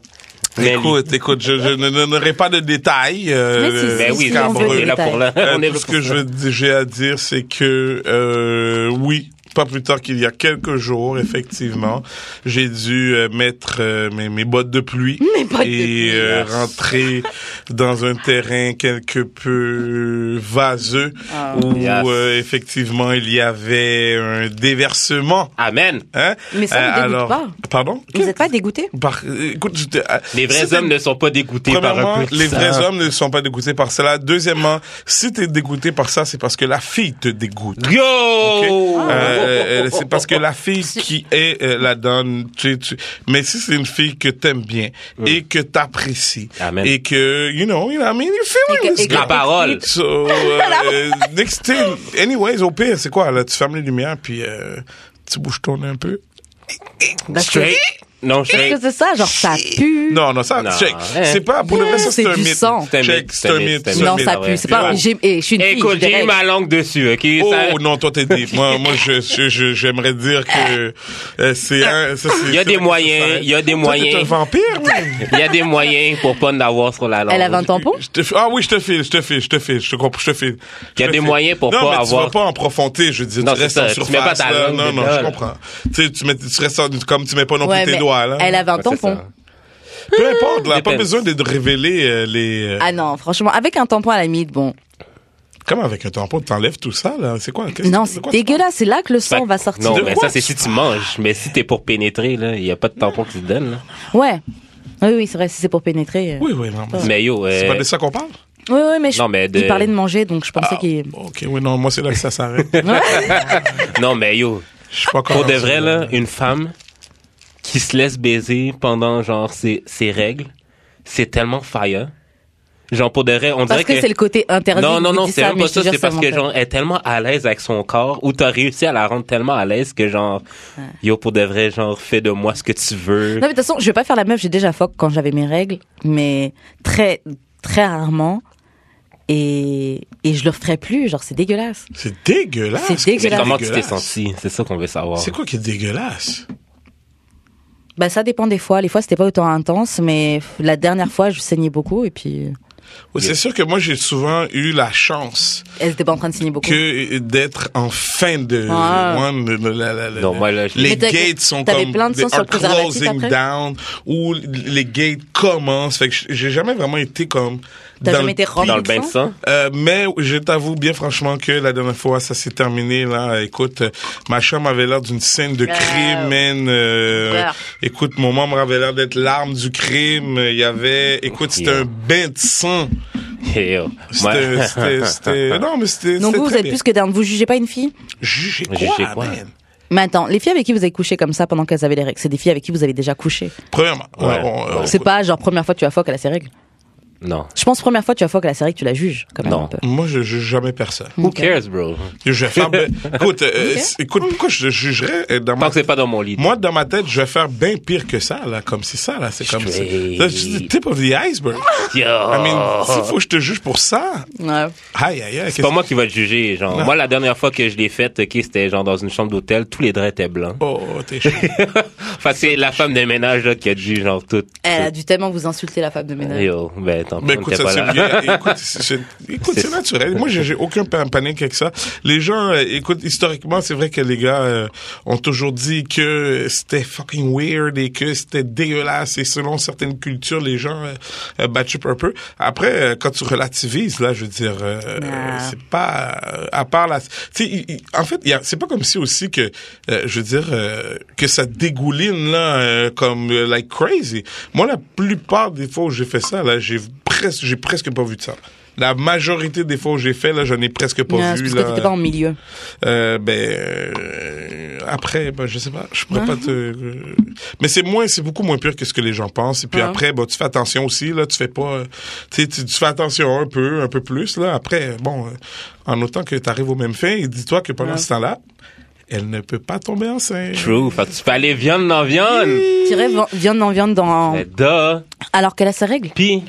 S2: Mais,
S3: écoute, écoute, je, je ne donnerai pas de détails. euh,
S1: Mais si,
S2: mais oui,
S1: si, on veut
S2: on est là
S1: détails.
S2: pour là.
S3: Euh,
S2: On est
S3: tout
S2: là
S3: ce
S2: pour
S3: que je veux- j'ai à dire, c'est que euh, oui, pas plus tard qu'il y a quelques jours, effectivement, j'ai dû euh, mettre euh, mes, mes bottes de pluie
S1: Mes bottes de
S3: et
S1: pluie.
S3: euh, rentrer dans un terrain quelque peu vaseux
S1: Ah.
S3: où
S2: Yes.
S3: euh, effectivement il y avait un déversement.
S2: Amen.
S3: Hein?
S1: Mais ça ne dégoûte
S3: alors,
S1: pas.
S3: Pardon
S1: Vous n'êtes pas dégoûté
S3: Par- écoute, je te- euh,
S2: Les
S3: si
S2: vrais
S3: t'es-
S2: hommes ne sont pas dégoûtés par
S3: Premièrement,
S2: un peu de
S3: les
S2: sang.
S3: vrais hommes ne sont pas dégoûtés par cela. Deuxièmement, si t'es dégoûté par ça, c'est parce que la fille te dégoûte.
S2: Yo!
S3: ok?
S1: Ah.
S3: Euh, euh, c'est parce que la fille qui est euh, là-dedans, tu, tu- mais si c'est une fille que t'aimes bien et que t'apprécies
S2: Amen.
S3: et que, you know, you know, I mean, you're feeling
S1: Et que-
S3: this
S1: et que-
S2: La
S3: guy.
S2: parole.
S3: So, euh, next thing, anyways, au pire, c'est quoi, là, tu fermes les lumières puis euh, tu bouges ton nez un peu.
S1: Parce que-
S2: Straight? Non,
S1: Qu'est-ce
S2: straight.
S1: que c'est ça Genre ça pue
S3: Non, non, ça,
S2: Non,
S3: check.
S2: hein.
S3: C'est pas, pour le vrai, ça,
S1: Mm. C'est
S3: c'est un
S1: du
S3: mythe.
S1: sang.
S2: C'est un
S3: Check,
S2: mythe,
S3: c'est un mythe. c'est un
S1: Non,
S3: mythe.
S1: ça
S2: ouais.
S1: pue. C'est pas.
S3: Ouais.
S1: j'ai- eh, Je suis une fille.
S2: Écoute,
S1: je
S2: j'ai eu
S1: dirais.
S2: ma langue dessus, ok?
S3: Oh
S2: Ça-
S3: non, toi t'es deep. Moi, moi, je, je- je- j'aimerais dire que euh, c'est un. ça, c'est-
S2: Il y a des
S3: c'est vrai que
S2: moyens,
S3: ça s'arrête.
S2: il y a des
S3: Toi,
S2: moyens.
S3: T'es un vampire, man.
S2: Il y a des moyens pour pas en avoir sur la langue.
S1: Elle avait un tampon
S3: Je te f- ah oui, je te file, je te file, je te file, je te comprends, je te file.
S2: Il y a
S3: Je
S2: des
S3: te file.
S2: moyens pour
S3: non,
S2: pas
S3: mais
S2: avoir-
S3: Tu vas pas en profondeur, je dis.
S2: Non,
S3: tu
S2: c'est
S3: restes
S2: ça,
S3: en
S2: tu
S3: surface.
S2: mets pas ta
S3: là.
S2: langue
S3: Non, non,
S2: dedans,
S3: je
S2: là.
S3: comprends. Tu sais, tu, mets, tu restes en- comme tu mets pas non plus
S1: Ouais,
S3: tes
S1: mais
S3: doigts là.
S1: Elle avait un
S2: Ouais, c'est
S1: tampon.
S2: ça.
S3: Peu importe, là, pas
S2: Dépêche.
S3: besoin de de révéler euh, les. euh,
S1: Ah non, franchement, avec un tampon à la limite, bon.
S3: Comment avec un tampon, t'enlèves tout ça, là? C'est quoi? Qu'est-ce-
S1: Non,
S3: de
S1: c'est
S3: quoi tu
S1: dégueulasse. C'est là que le
S2: Fait
S1: sang
S2: que-
S1: va sortir.
S2: Non,
S3: De
S2: mais ça,
S3: quoi
S2: c'est
S3: tu
S2: si tu manges. Mais si t'es pour pénétrer, là, il n'y a pas de tampon qui te donne, là.
S1: Ouais. Oui, oui, c'est vrai, si c'est pour pénétrer. euh.
S3: Oui, oui, non. mais c'est-
S2: Mais yo,
S3: C'est
S2: euh,
S3: pas de ça qu'on parle?
S1: Oui, oui, mais, je-
S2: Non, mais de-
S1: il parlait de manger, donc je
S3: Ah.
S1: pensais qu'il.
S3: Ok, oui, non, moi, c'est là que ça s'arrête.
S2: non, mais yo,
S3: Je suis pas
S2: pour
S3: convaincu,
S2: de vrai, là, une femme qui se laisse baiser pendant, genre, ses, ses règles, c'est tellement fire. Genre, pour de vrai, on
S1: Parce
S2: dirait
S1: que, c'est le côté interdit.
S2: Non, non,
S1: qui
S2: non,
S1: dit
S2: c'est
S1: ça,
S2: même
S1: mais
S2: pas
S1: je te
S2: ça.
S1: jure,
S2: C'est parce que,
S1: mental.
S2: genre, elle est tellement à l'aise avec son corps, ou t'as réussi à la rendre tellement à l'aise que, genre, yo, pour de vrai, genre, fais de moi ce que tu veux.
S1: Non, mais de toute façon, je vais pas faire la meuf, j'ai déjà foc quand j'avais mes règles, mais très, très rarement. Et, et je le referai plus, genre, c'est dégueulasse.
S3: C'est dégueulasse.
S1: C'est
S2: Mais
S1: dégueulasse.
S2: comment tu t'es senti? C'est ça qu'on veut savoir.
S3: C'est quoi qui est dégueulasse?
S1: Bah, ça dépend des fois. Les fois, c'était pas autant intense, mais la dernière fois, je saignais beaucoup et puis. euh,
S3: Oui, C'est sûr que moi, j'ai souvent eu la chance
S1: Elle était pas en train de saigner beaucoup.
S3: que d'être en fin de...
S1: Ah.
S3: One, le- le- la- la- la-
S2: Non, moi, là, je-
S3: les
S1: Mais t'as-
S3: gates sont
S1: t'avais
S3: comme...
S1: plein de
S3: they
S1: sens sur
S3: are
S1: le préservatif
S3: closing
S1: après?
S3: down, ou les gates commencent. Fait que j'ai jamais vraiment été comme...
S1: T'as
S3: dans
S1: jamais
S3: le
S1: été rempli
S2: Dans le bain de sang?
S3: Euh, mais je t'avoue bien franchement que la dernière fois, ça s'est terminé là. Écoute, euh, ma chambre avait l'air d'une scène de
S1: Ah.
S3: crime, man. Euh,
S1: Ah.
S3: écoute, mon membre avait l'air d'être l'arme du crime. Il y avait, écoute, c'était
S2: Yeah.
S3: un bain de sang.
S2: Hey, yo.
S3: C'était,
S2: Moi-
S3: c'était, c'était- non, mais c'était,
S1: Donc
S3: c'était
S1: vous, vous
S3: très
S1: êtes
S3: bien.
S1: plus que d'un. Vous jugez pas une fille
S3: Jugez quoi,
S2: Jugez quoi?
S3: man?
S1: Mais attends, les filles avec qui vous avez couché comme ça pendant qu'elles avaient les règles, c'est des filles avec qui vous avez déjà couché.
S3: Premièrement, on-
S2: Ouais.
S3: on- on-
S1: C'est pas genre première fois tu as foc, elle a ses règles.
S2: Non.
S1: Je pense première fois tu as foc, elle a ses règles, tu la juges quand même
S2: Non.
S1: un peu.
S3: moi, je juge jamais personne.
S2: Who
S1: Ok.
S2: cares, bro?
S3: Je vais faire, ben- écoute, euh, c- écoute, pourquoi je jugerais euh, dans
S2: Tant
S3: ma
S2: que c'est pas dans mon lit.
S3: Moi, dans ma tête, je vais faire bien pire que ça, là, comme c'est ça, là, c'est comme ça.
S2: Straight.
S3: That's just the tip of the iceberg.
S2: Yo.
S3: I mean, s'il faut que je te juge pour ça,
S1: Ouais.
S3: aïe, aïe, aïe.
S2: C'est pas moi qui va te juger, genre.
S3: Non.
S2: Moi, la dernière fois que je l'ai faite, ok, c'était genre dans une chambre d'hôtel, tous les draps étaient blancs.
S3: Oh, t'es chaud.
S2: Enfin, c'est la femme de ménage, là, qui a dit, genre, tout.
S1: Elle a dû tellement vous insulter la femme de ménage.
S2: Yo, ben, tant pis,
S3: Mais
S2: on
S3: écoute,
S2: était
S3: ça,
S2: pas
S3: c'est
S2: là.
S3: bien. Écoute, c'est- c'est- écoute, c'est
S2: C'est-
S3: naturel. Moi, j'ai j'ai aucun pa- panique avec ça. Les gens, euh, écoute, historiquement, c'est vrai que les gars euh, ont toujours dit que c'était fucking weird et que c'était dégueulasse. Et selon certaines cultures, les gens euh, euh, battent up un peu. Après, euh, quand tu relativises, là, je veux dire, euh,
S1: Ah.
S3: c'est pas euh, à part la. Tu sais, il- il- en fait, il y a- c'est pas comme si aussi que, euh, je veux dire, euh, que ça dégouline là euh, comme euh, like crazy. Moi, la plupart des fois où j'ai fait ça, là, j'ai presque, j'ai presque pas vu de ça. La majorité des fois où j'ai fait, là, j'en ai presque pas
S1: Non, c'est
S3: vu.
S1: parce
S3: Là,
S1: que t'étais pas en milieu.
S3: Euh, ben, euh, après, ben, je sais pas, je pourrais pas te. euh, Mais c'est moins, c'est beaucoup moins pire que ce que les gens pensent. Et puis
S1: Ah.
S3: après, ben, tu fais attention aussi, là, tu fais pas. euh, Tu, sais, tu, tu fais attention un peu, un peu plus, là. Après, euh, bon, euh, en autant que tu arrives aux mêmes fins, et dis-toi que pendant
S1: Ah.
S3: ce temps-là, elle ne peut pas tomber enceinte.
S2: True. Fait que tu peux aller viande dans viande.
S1: Tirer vi- viande en viande dans.
S2: Mais duh.
S1: Alors qu'elle a ses règles.
S2: Pis,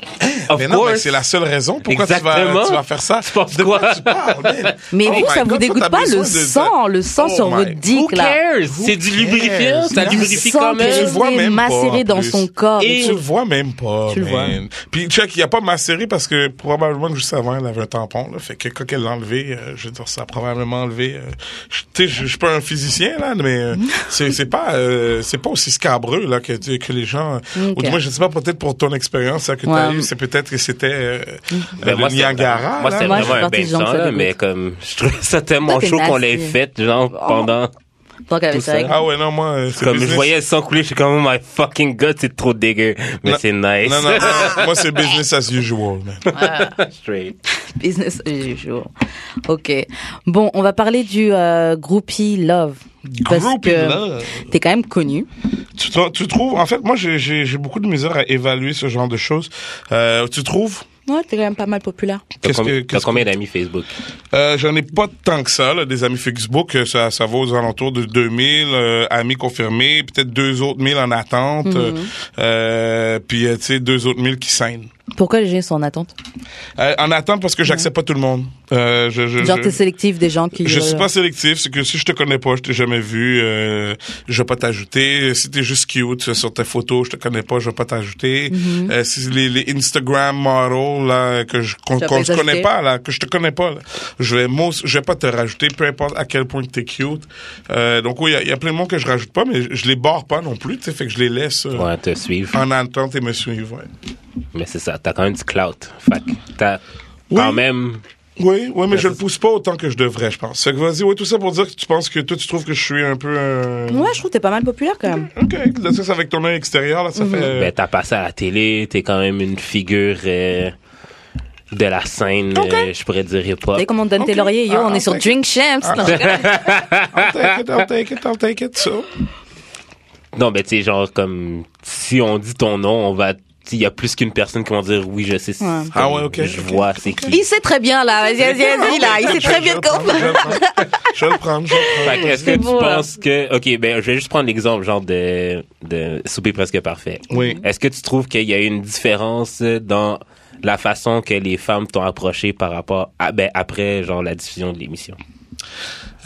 S2: of
S3: Mais non, mais
S2: course.
S3: c'est la seule raison pourquoi tu
S2: Exactement.
S3: vas, tu vas faire ça.
S2: Tu penses
S3: De quoi
S2: quoi?
S3: tu parles, man?
S1: Mais
S3: Oh
S1: vous,
S3: my
S1: ça vous
S3: God, toi,
S1: dégoûte
S3: t'as
S1: pas
S3: besoin
S1: le
S3: de-
S1: sang, le sang
S3: Oh
S1: sur
S3: my-
S1: votre
S2: Who
S1: dick là.
S2: cares? C'est du
S3: cares?
S2: lubrifiant. Ça
S3: Du
S1: Du
S2: lubrifie
S1: sang
S2: quand
S1: que
S3: Bah, Tu le
S2: même.
S3: vois
S1: j'ai
S3: même pas, en
S1: macéré dans
S3: plus.
S1: son corps.
S2: Et-
S3: Tu le vois même pas,
S1: Tu le
S3: man. Puis check, il a pas macéré parce que probablement que juste avant, elle avait un tampon. Là, fait que quand elle l'a enlevé, euh, je veux dire, ça a probablement enlevé... euh, je- tu sais, je je suis pas un physicien, là, mais euh, c'est c'est pas, euh, c'est pas aussi scabreux là, que, que les gens... Ou du moins, je sais pas, peut-être pour ton expérience là, que t'as
S1: Ouais. Mm-hmm.
S3: eu, c'est peut-être que c'était euh,
S2: Ben,
S3: euh,
S2: moi,
S3: le
S2: c'était-
S3: Niagara.
S2: Moi,
S3: là.
S2: c'était
S1: Moi, je
S2: vraiment
S1: suis
S2: un
S1: partie
S2: bain de
S1: du genre que
S2: sang,
S1: ça
S2: là,
S1: dégoûte.
S2: mais comme, je trouvais ça tellement
S1: Toi, t'es
S2: chaud qu'on l'ait
S1: nasty. Oh.
S2: fait, genre, pendant.
S1: Donc elle avait
S2: Tout
S1: ses
S2: ça.
S1: règles.
S3: Ah ouais, non, moi, euh, c'est
S2: Comme
S3: business.
S2: je voyais le sang couler, je suis comme, oh my fucking god, c'est trop dégueu. Mais
S3: Non.
S2: c'est nice.
S3: Non, non, non, moi, c'est business as usual, man.
S2: Straight.
S1: Business du jour. Ok. Bon, on va parler du euh, groupie love. Parce
S3: Groupie
S1: que
S3: love.
S1: T'es quand même connu.
S3: Tu, trou- tu trouves, en fait, moi, j'ai- j'ai j'ai beaucoup de misère à évaluer ce genre de choses. Euh, tu trouves
S1: Ouais, t'es quand même pas mal populaire.
S2: T'as
S3: Qu'est-ce que-
S2: combien, t'as
S3: qu'est-ce
S2: combien d'amis Facebook?
S3: Euh, J'en ai pas tant que ça, là, des amis Facebook. euh, Ça, ça va aux alentours de 2000 euh, amis
S4: Mhm.
S3: confirmés, peut-être deux autres mille en attente, euh, euh, puis euh, tu sais deux autres mille qui saignent.
S4: Pourquoi les gens sont en attente
S3: Euh, en attente parce que j'accepte pas tout le monde. Euh, je, je,
S4: Mhm. Genre,
S3: je-
S4: t'es sélectif des gens qui.
S1: euh,
S3: Je suis pas sélectif, c'est que si je te connais pas, je t'ai jamais vu, euh, je vais pas t'ajouter. Si t'es juste cute euh, sur tes photos, je te connais pas, je vais pas t'ajouter.
S4: Mhm.
S3: Euh, si les, les Instagram models là que je qu'on
S4: Tu vas
S3: qu'on
S4: pas les
S3: se connaît
S4: ajouter.
S3: pas là, que je te connais pas, là, je vais mos- je vais pas te rajouter, peu importe à quel point que t'es cute. Euh, donc oui, il y a- il y, a plein de monde que je rajoute pas, mais je, je les barre pas non plus, tu sais, fait que je les laisse euh,
S2: Ouais, te suivre.
S3: en attente et me suivre. ouais.
S2: Mais c'est ça, t'as quand même du clout. Fait que t'as
S3: Oui.
S2: quand même.
S3: Oui, oui, mais je le pousse pas autant que je devrais, je pense. Fait que vas-y, ouais, tout ça pour dire que tu penses que toi, tu trouves que je suis un peu. euh,
S4: Ouais, je trouve que t'es pas mal populaire quand même.
S3: Ok, là, ça, c'est avec ton œil extérieur, là, ça fait.
S2: Ben, t'as passé à la télé, t'es quand même une figure euh, de la scène,
S3: Ok.
S2: euh, je pourrais dire hip-hop.
S4: Dès qu'on donne
S3: Ok.
S4: tes lauriers, yo,
S3: Ah,
S4: on est
S3: ah,
S4: sur
S3: ok. Ah.
S4: Drink Champs. Non, je rigole.
S3: I'll take it, I'll take it, I'll take it, so.
S2: Non, mais tu sais, genre, comme, si on dit ton nom, on va. Il y a plus qu'une personne qui va dire oui, je sais. c'est-
S4: Ouais.
S3: Ah ouais, ok,
S2: Je
S3: ok,
S2: vois,
S3: ok.
S2: c'est qui.
S4: Il sait très bien là, vas-y, vas-y, vas-y là, il sait très bien de quoi on
S3: Je vais
S4: parle.
S3: le prendre, je vais le prendre, je vais le
S2: Fait
S3: prendre.
S2: que Est-ce que
S4: C'est
S2: tu
S4: beau, là.
S2: penses que. Ok, ben, je vais juste prendre l'exemple, genre, de, de Souper presque parfait.
S3: Oui.
S2: Est-ce que tu trouves qu'il y a une différence dans la façon que les femmes t'ont approché par rapport à. Ben, après, genre, la diffusion de l'émission?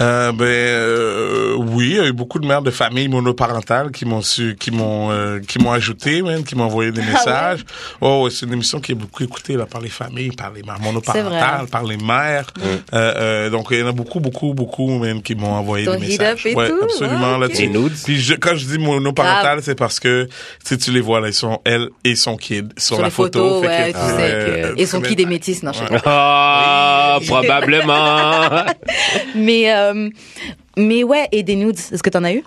S3: Euh, ben euh, oui, il y a eu beaucoup de mères de famille monoparentales qui m'ont su, qui m'ont, euh, qui m'ont ajouté, même, qui m'ont envoyé
S4: Ah
S3: des messages. Oh, c'est une émission qui est beaucoup écoutée là par les familles, par les mères monoparentales, par les mères.
S2: Mm.
S3: Euh, euh, donc il y en a beaucoup, beaucoup, beaucoup même qui m'ont envoyé
S4: Ton
S3: des
S4: hit
S3: messages.
S4: up et
S3: ouais,
S4: tout,
S3: absolument
S4: ah, ok.
S3: là-dessus.
S2: Les nudes?
S3: Puis je- quand je dis monoparentale,
S4: Grave.
S3: c'est parce que tu sais, tu les vois là, ils sont elle et son kid sur,
S4: Sur
S3: la
S4: les photos,
S3: photo.
S4: ouais,
S3: fait que,
S4: tu
S3: euh,
S2: sais.
S3: euh,
S4: Et son
S3: très
S4: qui
S3: bien.
S4: des métis, non, je rigole.
S2: Ah, probablement.
S4: Mais, euh, mais ouais, et des nudes, est-ce que t'en as eu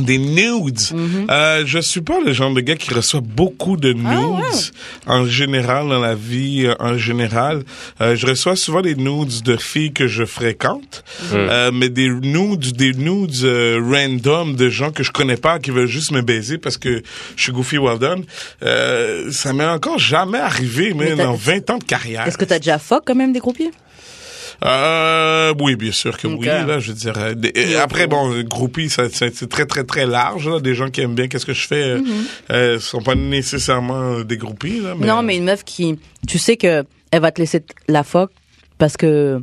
S3: Des nudes.
S4: Mhm.
S3: euh, je suis pas le genre de gars qui reçoit beaucoup de
S4: Ah,
S3: nudes en général dans la vie euh, en général. Euh, je reçois souvent des nudes de filles que je fréquente,
S4: Mhm.
S3: euh, mais des nudes, des nudes euh, random de gens que je connais pas qui veulent juste me baiser parce que je suis goofy well done. Euh, ça m'est encore jamais arrivé, mais,
S4: Mais t'as-
S3: dans 20 ans de carrière.
S4: Est-ce que t'as déjà fuck quand même des groupiers
S3: Euh, oui, bien sûr que
S4: Ok.
S3: oui. Là, je dirais. Des- euh, après, bon, euh, groupie, ça, ça- c'est très, très, très large. Là. Des gens qui aiment bien qu'est-ce que je fais euh, euh, sont pas nécessairement euh, des groupies. Là,
S4: Mhm.
S3: mais,
S4: Non, mais une meuf qui, tu sais que elle va te laisser t- la fuck parce que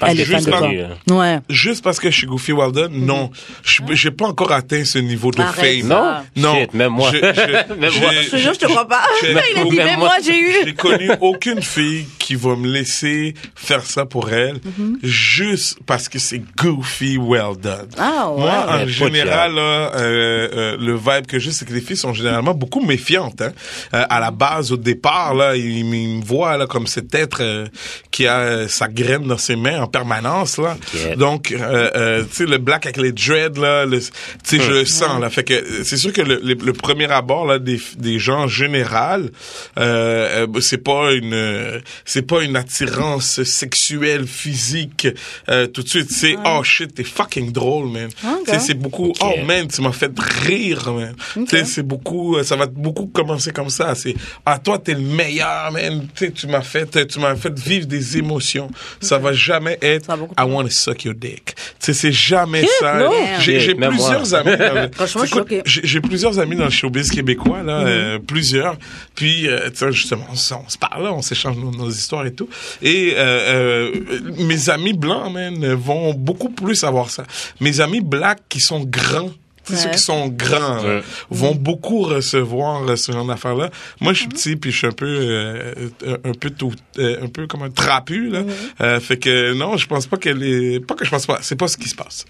S2: Parce
S4: elle
S2: que
S4: est
S2: hein.
S4: fan
S2: juste
S4: de
S2: quand-
S4: toi. Ouais.
S3: Juste parce que je suis Goofy Walden, non, je j'ai pas encore atteint ce niveau de
S4: Mhm. Arrête
S3: fame.
S4: ça.
S2: Non, Shit, même moi.
S3: Je, je-
S2: Même
S3: j'ai-
S2: moi.
S4: Je te jure, je te crois pas.
S3: j'ai-
S4: Il a dit,
S2: Même
S4: mais
S2: moi.
S4: moi, j'ai eu.
S3: J'ai connu aucune fille qui va me laisser faire ça pour elle,
S4: Mhm.
S3: juste parce que c'est goofy well done.
S4: Ah, ouais.
S3: Moi,
S2: Mais
S3: en
S2: pas
S3: général, là, euh, euh, le vibe que j'ai, c'est que les filles sont généralement beaucoup méfiantes. Hein. Euh, à la base, au départ, là, ils, ils me voient là, comme cet être euh, qui a euh, sa graine dans ses mains en permanence. Là.
S2: Ok.
S3: Donc, euh, euh, tu sais, le black avec les dreads, là, le- tu sais, je le sens. Là. Fait que euh, c'est sûr que le, le- le premier abord là, des, des gens en général, euh, euh, c'est pas une euh, c'est pas une attirance sexuelle, physique. euh, tout de suite, c'est oh shit, t'es fucking drôle, man. Tu sais, C'est beaucoup
S2: Ok.
S3: oh man, tu m'as fait rire, man. Tu sais, c'est beaucoup, euh, ça va beaucoup commencer comme ça. C'est ah toi t'es le meilleur, man. Tu sais, tu m'as fait, euh, tu m'as fait vivre des émotions. Ça va jamais être
S4: Ça va beaucoup
S3: I want to suck your dick. Tu sais, c'est jamais ça.
S4: non.
S3: J'ai j'ai
S2: Shit, même moi.
S3: plusieurs amis. dans le-
S4: Franchement, je suis
S3: Écoute,
S4: choquée.
S3: j'ai j'ai plusieurs amis dans le showbiz québécois là,
S4: Mhm.
S3: euh, plusieurs. Puis euh, tu sais, justement, on, s- on se parle, là, on s'échange nos, nos histoires et tout. Et euh, euh, mes amis blancs, man, vont beaucoup plus avoir ça. Mes amis blacks qui sont grands. tu
S4: Ouais.
S3: sais,
S4: Mhm.
S3: Ceux qui sont grands là,
S2: Ouais.
S3: vont beaucoup recevoir euh, ce genre d'affaires-là. Moi, je suis petit, puis je suis un peu, euh, euh, un peu tout, euh, un peu comme un trapu
S4: Mhm.
S3: là. Euh, fait que non, je pense pas que les, pas que je pense pas, c'est pas ce qui se passe.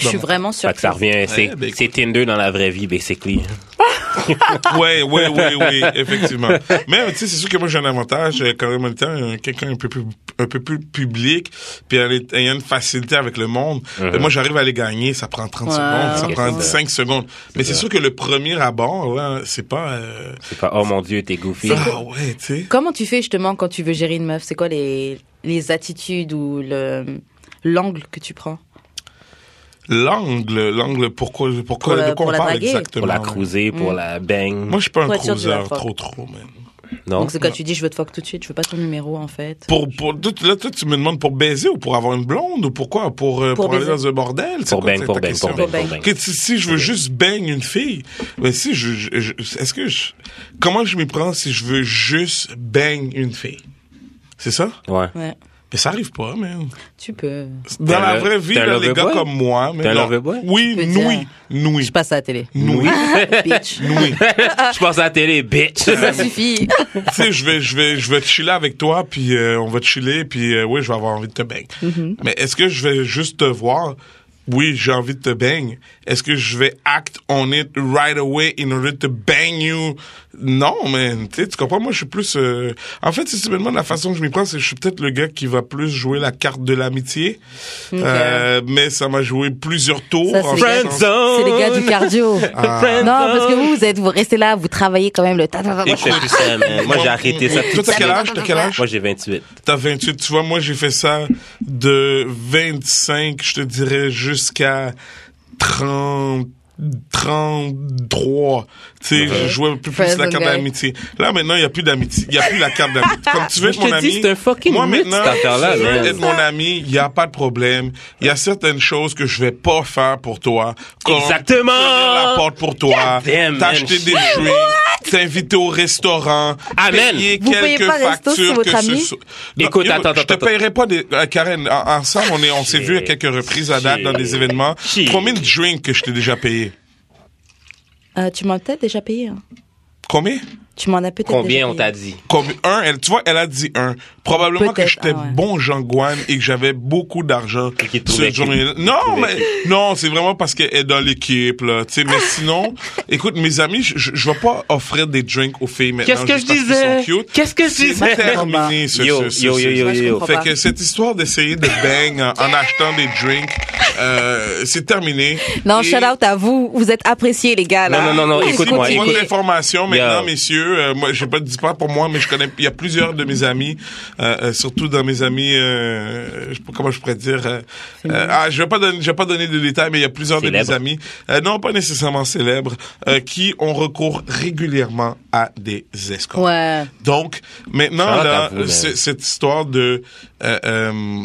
S4: Je suis
S3: Dans-
S4: vraiment sûre.
S2: Fait que ça revient, c'est
S3: Ouais, ben, écoute.
S2: c'est Tinder dans la vraie vie, basically.
S4: Ah!
S3: Ouais, ouais, ouais, oui, effectivement. Mais tu sais, c'est sûr que moi j'ai un avantage euh, quand même en même temps, euh, quelqu'un un peu plus un peu plus public, puis elle est- ayant une facilité avec le monde. Euh, Moi j'arrive à les gagner, ça prend 30
S4: Uh-huh. Ouais.
S3: secondes, ça
S2: Ok,
S3: prend
S2: c'est ça.
S3: 5 secondes. Mais c'est
S2: ça.
S3: sûr que le premier abord là, c'est pas euh,
S2: C'est pas, oh mon dieu, t'es goofy.
S3: ah ouais, tu sais.
S4: Comment tu fais justement quand tu veux gérer une meuf C'est quoi les, les attitudes ou le l'angle que tu prends
S3: L'angle, l'angle pourquoi pourquoi
S4: Pour la-
S3: de
S4: pour
S3: quoi on
S4: la
S3: parle
S4: draguer.
S3: exactement
S2: Pour la
S3: là?
S4: Mm.
S2: cruiser, pour la bang.
S3: Moi je suis pas un
S4: Pour être sûr de la
S3: cruiseur
S4: frappe.
S3: trop trop même.
S2: Non.
S4: Donc c'est quand tu dis je veux te fuck tout de suite, je veux pas ton numéro en fait.
S3: Pour, pour, tout- là, toi, tu me demandes pour baiser ou pour avoir une blonde ou pourquoi? Pour, euh,
S4: Pour
S3: pour, aller
S4: baiser.
S3: dans un bordel? C'est
S2: Pour
S3: quoi
S2: bang,
S3: ta-
S2: pour
S3: ta
S2: bang,
S3: question?
S2: pour bang, pour
S4: Pour
S2: bang.
S3: Que si, si je veux juste bang une fille, mais si je, je- je- est-ce que je, comment je m'y prends si je veux juste bang une fille? C'est ça?
S2: Ouais.
S4: Ouais,
S3: Mais ça arrive pas, man.
S4: tu peux.
S3: Dans
S2: T'es un
S3: la
S2: lo-
S3: vraie vie,
S2: t'es un
S3: là, les gars
S2: loverboy?
S3: comme moi, mais
S2: T'es un
S3: non.
S2: loverboy?
S3: Oui,
S4: Je veux
S3: oui,
S4: dire-
S3: oui,
S4: Je passe à la télé.
S3: oui,
S4: Bitch.
S3: oui.
S2: Je pense à la télé, bitch.
S4: Ça suffit.
S3: tu sais, je vais, je vais, je vais chiller avec toi, puis euh, on va chiller, puis euh, oui, je vais avoir envie de te bang.
S1: Mm-hmm.
S3: Mais est-ce que je vais juste te voir? Oui, j'ai envie de te bang. Est-ce que je vais act on it right away in order to bang you? Non, man. Tu sais, tu comprends? Moi, je suis plus... euh, En fait, c'est simplement la façon que je m'y prends, c'est que je suis peut-être le gars qui va plus jouer la carte de l'amitié. Euh, mais ça m'a joué plusieurs tours.
S1: Ça, c'est-
S3: en fait.
S2: Friend zone.
S1: C'est les gars du cardio.
S3: Ah.
S2: Friend
S1: Non,
S2: zone.
S1: parce que vous, vous êtes, vous restez là, vous travaillez quand même le ta ta ta ta.
S2: Et je fais plus ça, man. Moi, j'ai arrêté ça.
S3: Toi, t'as quel âge? T'as quel âge?
S2: Moi, j'ai 28.
S3: T'as 28. Tu vois, moi, j'ai fait ça de 25, je te dirais, jusqu'à 30. 33. Tu sais, je jouais plus, plus la
S1: Friends
S3: carte
S1: and guy.
S3: d'amitié. Là, maintenant, il n'y a plus d'amitié. Il n'y a plus la carte d'amitié. Comme tu veux
S2: Mais je
S3: être mon
S2: te dis,
S3: ami.
S2: c'est un fucking
S3: moi,
S2: mythe,
S3: maintenant,
S2: cette affaire-là,
S3: tu veux
S2: man.
S3: être mon ami, il n'y a pas de problème. Il y a certaines choses que je vais pas faire pour toi. Comme
S2: Exactement.
S3: ouvrir la porte pour toi.
S2: God damn,
S3: T'acheter
S2: man.
S3: des drinks. T'inviter au restaurant.
S2: Amen.
S3: Payer
S1: Vous payez
S3: quelques
S1: pas resto, c'est
S3: factures
S1: votre
S3: que ce
S1: ami?
S3: soit. Non,
S2: Écoute,
S3: yo,
S2: attends,
S3: Je te
S2: attends,
S3: paierai pas des, euh, Karen, en- ensemble, on est, on s'est vu à quelques reprises à date dans des événements.
S2: Shit.
S3: Combien de drinks que je t'ai déjà payé?
S4: Euh, tu m'as peut-être déjà payé. hein.
S3: Combien?
S4: Tu m'en as peut-être déjà
S2: Combien on
S4: payé.
S2: t'a dit?
S3: Comme un, elle, tu vois, elle a dit un. Probablement que
S4: Peut-être,
S3: j'étais
S4: ah ouais.
S3: bon Jean-Guan et que j'avais beaucoup d'argent
S2: qu'il te trouvait
S3: cette journée-là.
S2: cute.
S3: Non,
S2: trouvait
S3: mais, non, c'est vraiment parce qu'elle est dans l'équipe, là. Tu sais, mais
S4: Ah.
S3: sinon, écoute, mes amis, je- je je vais pas offrir des drinks aux filles maintenant.
S2: Qu'est-ce que
S3: juste
S2: je
S3: parce qu'ils sont
S2: disais?
S3: cute.
S2: Qu'est-ce que je
S3: C'est
S2: disais?
S3: terminé, ce,
S2: Yo,
S3: ce-
S2: yo,
S3: ce-
S2: yo, yo,
S4: Moi, je
S2: yo.
S4: comprends
S3: Fait
S4: pas.
S3: que cette histoire d'essayer de bang en, en achetant des drinks, euh, c'est terminé.
S1: Non,
S3: Et-
S1: shout out à vous. Vous êtes appréciés, les gars. Là.
S2: Non, non, non, non,
S1: Vous
S2: écoute-moi,
S1: continuez.
S3: Moi,
S2: écoute.
S3: l'information maintenant,
S2: Yo.
S3: messieurs. euh, moi, je ne dis pas pour moi, mais je connais. Il y a plusieurs de mes amis, euh, euh, surtout dans mes amis. Euh, je sais pas comment je pourrais dire. euh, euh, ah, je vais pas donner, je vais pas donner de détails, mais il y a plusieurs de
S2: Célèbres.
S3: mes amis, euh, non pas nécessairement célèbres, euh, qui ont recours régulièrement à des escortes.
S1: Ouais.
S3: Donc, maintenant,
S2: Charlotte,
S3: là,
S2: à vous, là.
S3: c'est- cette histoire de euh, euh,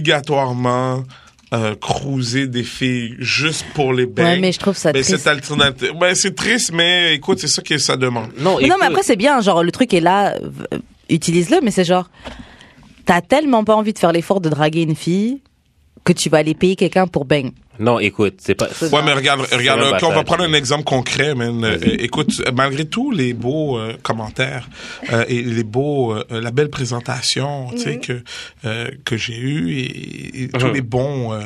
S3: obligatoirement euh, cruiser des filles juste pour les bangs.
S1: Ouais, mais je trouve ça
S3: Ben,
S1: triste.
S3: cette alternative. Ben, c'est triste, mais écoute, c'est ça que ça demande.
S2: Non,
S1: Mais non, mais
S2: écoute.
S1: après, c'est bien. Genre, le truc est là, euh, utilise-le, mais c'est genre, t'as tellement pas envie de faire l'effort de draguer une fille que tu vas aller payer quelqu'un pour bang.
S2: Non, écoute, c'est pas.
S3: Ouais, mais regarde,
S2: C'est
S3: regarde,
S2: un
S3: euh,
S2: bâtard,
S3: on va prendre
S2: lui.
S3: un exemple concret, man. Euh, euh, écoute, euh, malgré tous les beaux euh, commentaires euh, et les beaux, euh, euh, la belle présentation, tu sais que euh, que j'ai eue et, et tous
S2: Mhm.
S3: les bons, euh, euh,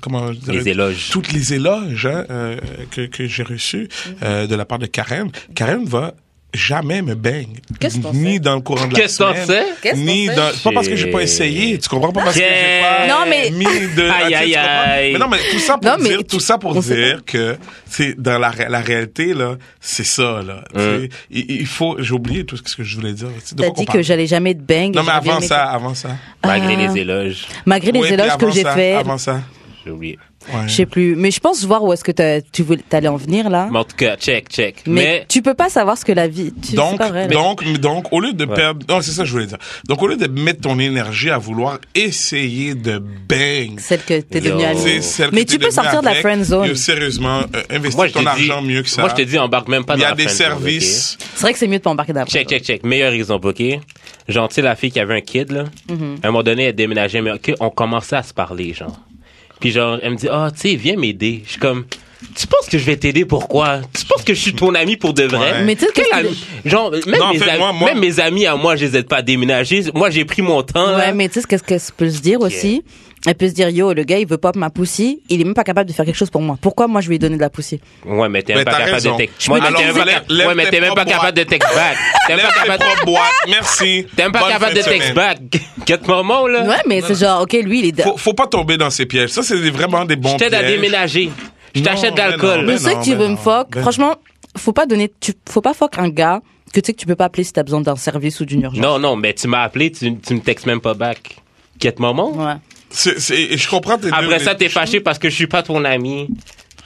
S3: comment je dirais,
S2: Les éloges.
S3: toutes les éloges hein, euh, que que j'ai reçus
S1: Mhm.
S3: euh, de la part de Karen. Karen va jamais me baigne,
S4: Qu'est-ce que t'en
S3: ni dans le courant de la
S2: Qu'est-ce que t'en
S3: semaine,
S2: sais?
S1: Qu'est-ce que
S3: ni
S1: t'en sais?
S3: dans, pas parce que j'ai pas essayé, tu comprends pas parce que j'ai pas
S1: Non, mais-
S3: mis de,
S2: Aïe,
S3: Ah, tu sais,
S2: aïe,
S3: tu comprends?
S2: aïe.
S3: Mais non, mais tout ça pour
S1: Non, mais
S3: dire,
S1: tu-
S3: tout ça pour
S1: on sait
S3: dire que c'est dans la, ré- la réalité là, c'est ça là. Tu
S2: Hum.
S3: sais, Il, il faut, j'ai oublié tout ce que je voulais dire. Tu sais, de
S1: T'as
S3: quoi qu'on
S1: dit
S3: parle?
S1: que j'allais jamais te bang. et
S3: Non mais
S1: j'aurais bien
S3: avant
S1: aimé-
S3: ça, avant ça.
S2: Malgré
S1: Ah.
S2: les éloges,
S1: Malgré
S3: Ouais,
S1: les
S3: puis
S1: éloges que
S3: avant
S1: j'ai
S3: ça,
S1: faits,
S3: Avant ça.
S2: j'ai oublié.
S3: Ouais.
S1: je sais plus. Mais je pense voir où est-ce que t'as- tu voulais, t'allais en venir, là.
S2: Mais en tout cas, check, check.
S1: Mais,
S2: Mais,
S1: tu peux pas savoir ce que la vie. Tu, c'est
S3: Donc,
S1: pas vrai, là.
S3: donc, donc, au lieu de
S2: Ouais.
S3: perdre, non, c'est ça que je voulais dire. Donc, au lieu de mettre ton énergie à vouloir essayer de bang,
S1: Celle que t'es
S2: Yo.
S1: devenue
S2: C'est-
S1: amie.
S3: c'est celle que
S1: Mais
S3: t'es
S1: tu peux
S3: devenue
S1: sortir de la
S3: avec.
S1: friend zone.
S3: Yo, Sérieusement, euh, investis
S2: moi, je te
S3: ton
S2: dis.
S3: argent mieux que ça.
S2: Moi, je te dis, embarque même pas
S3: Il
S2: dans
S3: y
S2: la
S3: a des
S2: friend zone, ok?
S3: services.
S1: C'est vrai que c'est mieux de pas embarquer dans la friend
S2: Check, check, check. Meilleur exemple, OK? Genre, tu sais, la fille qui avait un kid, là,
S1: Mhm.
S2: à un moment donné, elle déménageait, mais OK, on commençait à se parler, genre. Puis genre, elle me dit, ah, tu sais, viens m'aider. Je suis comme, tu penses que je vais t'aider, pourquoi? Tu penses que je suis ton ami pour de vrai?
S3: Ouais.
S1: Mais tu sais
S2: Quel
S1: qu'est-ce
S2: ami-
S1: que-
S2: Genre, même,
S3: Non, en
S2: mes
S3: fait,
S2: amis,
S3: moi, moi-
S2: même mes amis à moi, je les aide pas à déménager. Moi, j'ai pris mon temps. là.
S1: Ouais, mais tu sais ce qu'est-ce qu'elle peut se dire aussi Elle peut se dire yo, le gars il veut pas ma poussie, il est même pas capable de faire quelque chose pour moi. Pourquoi moi je vais lui donner de la poussie
S2: Ouais, mais t'es même
S3: Mais
S2: pas
S3: t'as
S2: capable
S3: raison.
S2: de tech.
S3: Je
S2: Moi,
S3: peux
S2: mais t'es
S3: t'en
S2: même pas
S3: dire,
S2: capable-
S3: lève
S2: Ouais, mais
S3: tes
S2: t'es même pas
S3: propres
S2: capable de tech back. T'es même
S3: Lève
S2: pas
S3: tes
S2: capable
S3: propres boîtes. Merci.
S2: t'es même pas
S3: Bonne
S2: capable
S3: fin
S2: de text
S3: semaine.
S2: back. Quatre moments, là.
S1: Ouais, mais c'est genre ok, lui il est.
S3: Faut, faut pas tomber dans ces pièges. Ça, c'est des- vraiment des bons
S2: Je t'aide
S3: pièges.
S2: à déménager. Je
S3: Non,
S2: t'achète de
S3: mais non,
S2: l'alcool.
S1: Mais
S3: mais
S1: ceux
S3: non,
S1: que tu
S3: mais
S1: veux
S3: non,
S1: me fuck,
S3: mais non.
S1: franchement, faut pas donner, tu, faut pas fuck un gars que tu sais que tu peux pas appeler si t'as besoin d'un service ou d'une urgence.
S2: Non, non, mais tu m'as appelé, tu, tu me textes même pas back. Quête moment.
S1: Ouais.
S3: C'est- c'est- je comprends tes deux-
S2: Après ça,
S3: les-
S2: t'es fâché parce que je suis pas ton ami.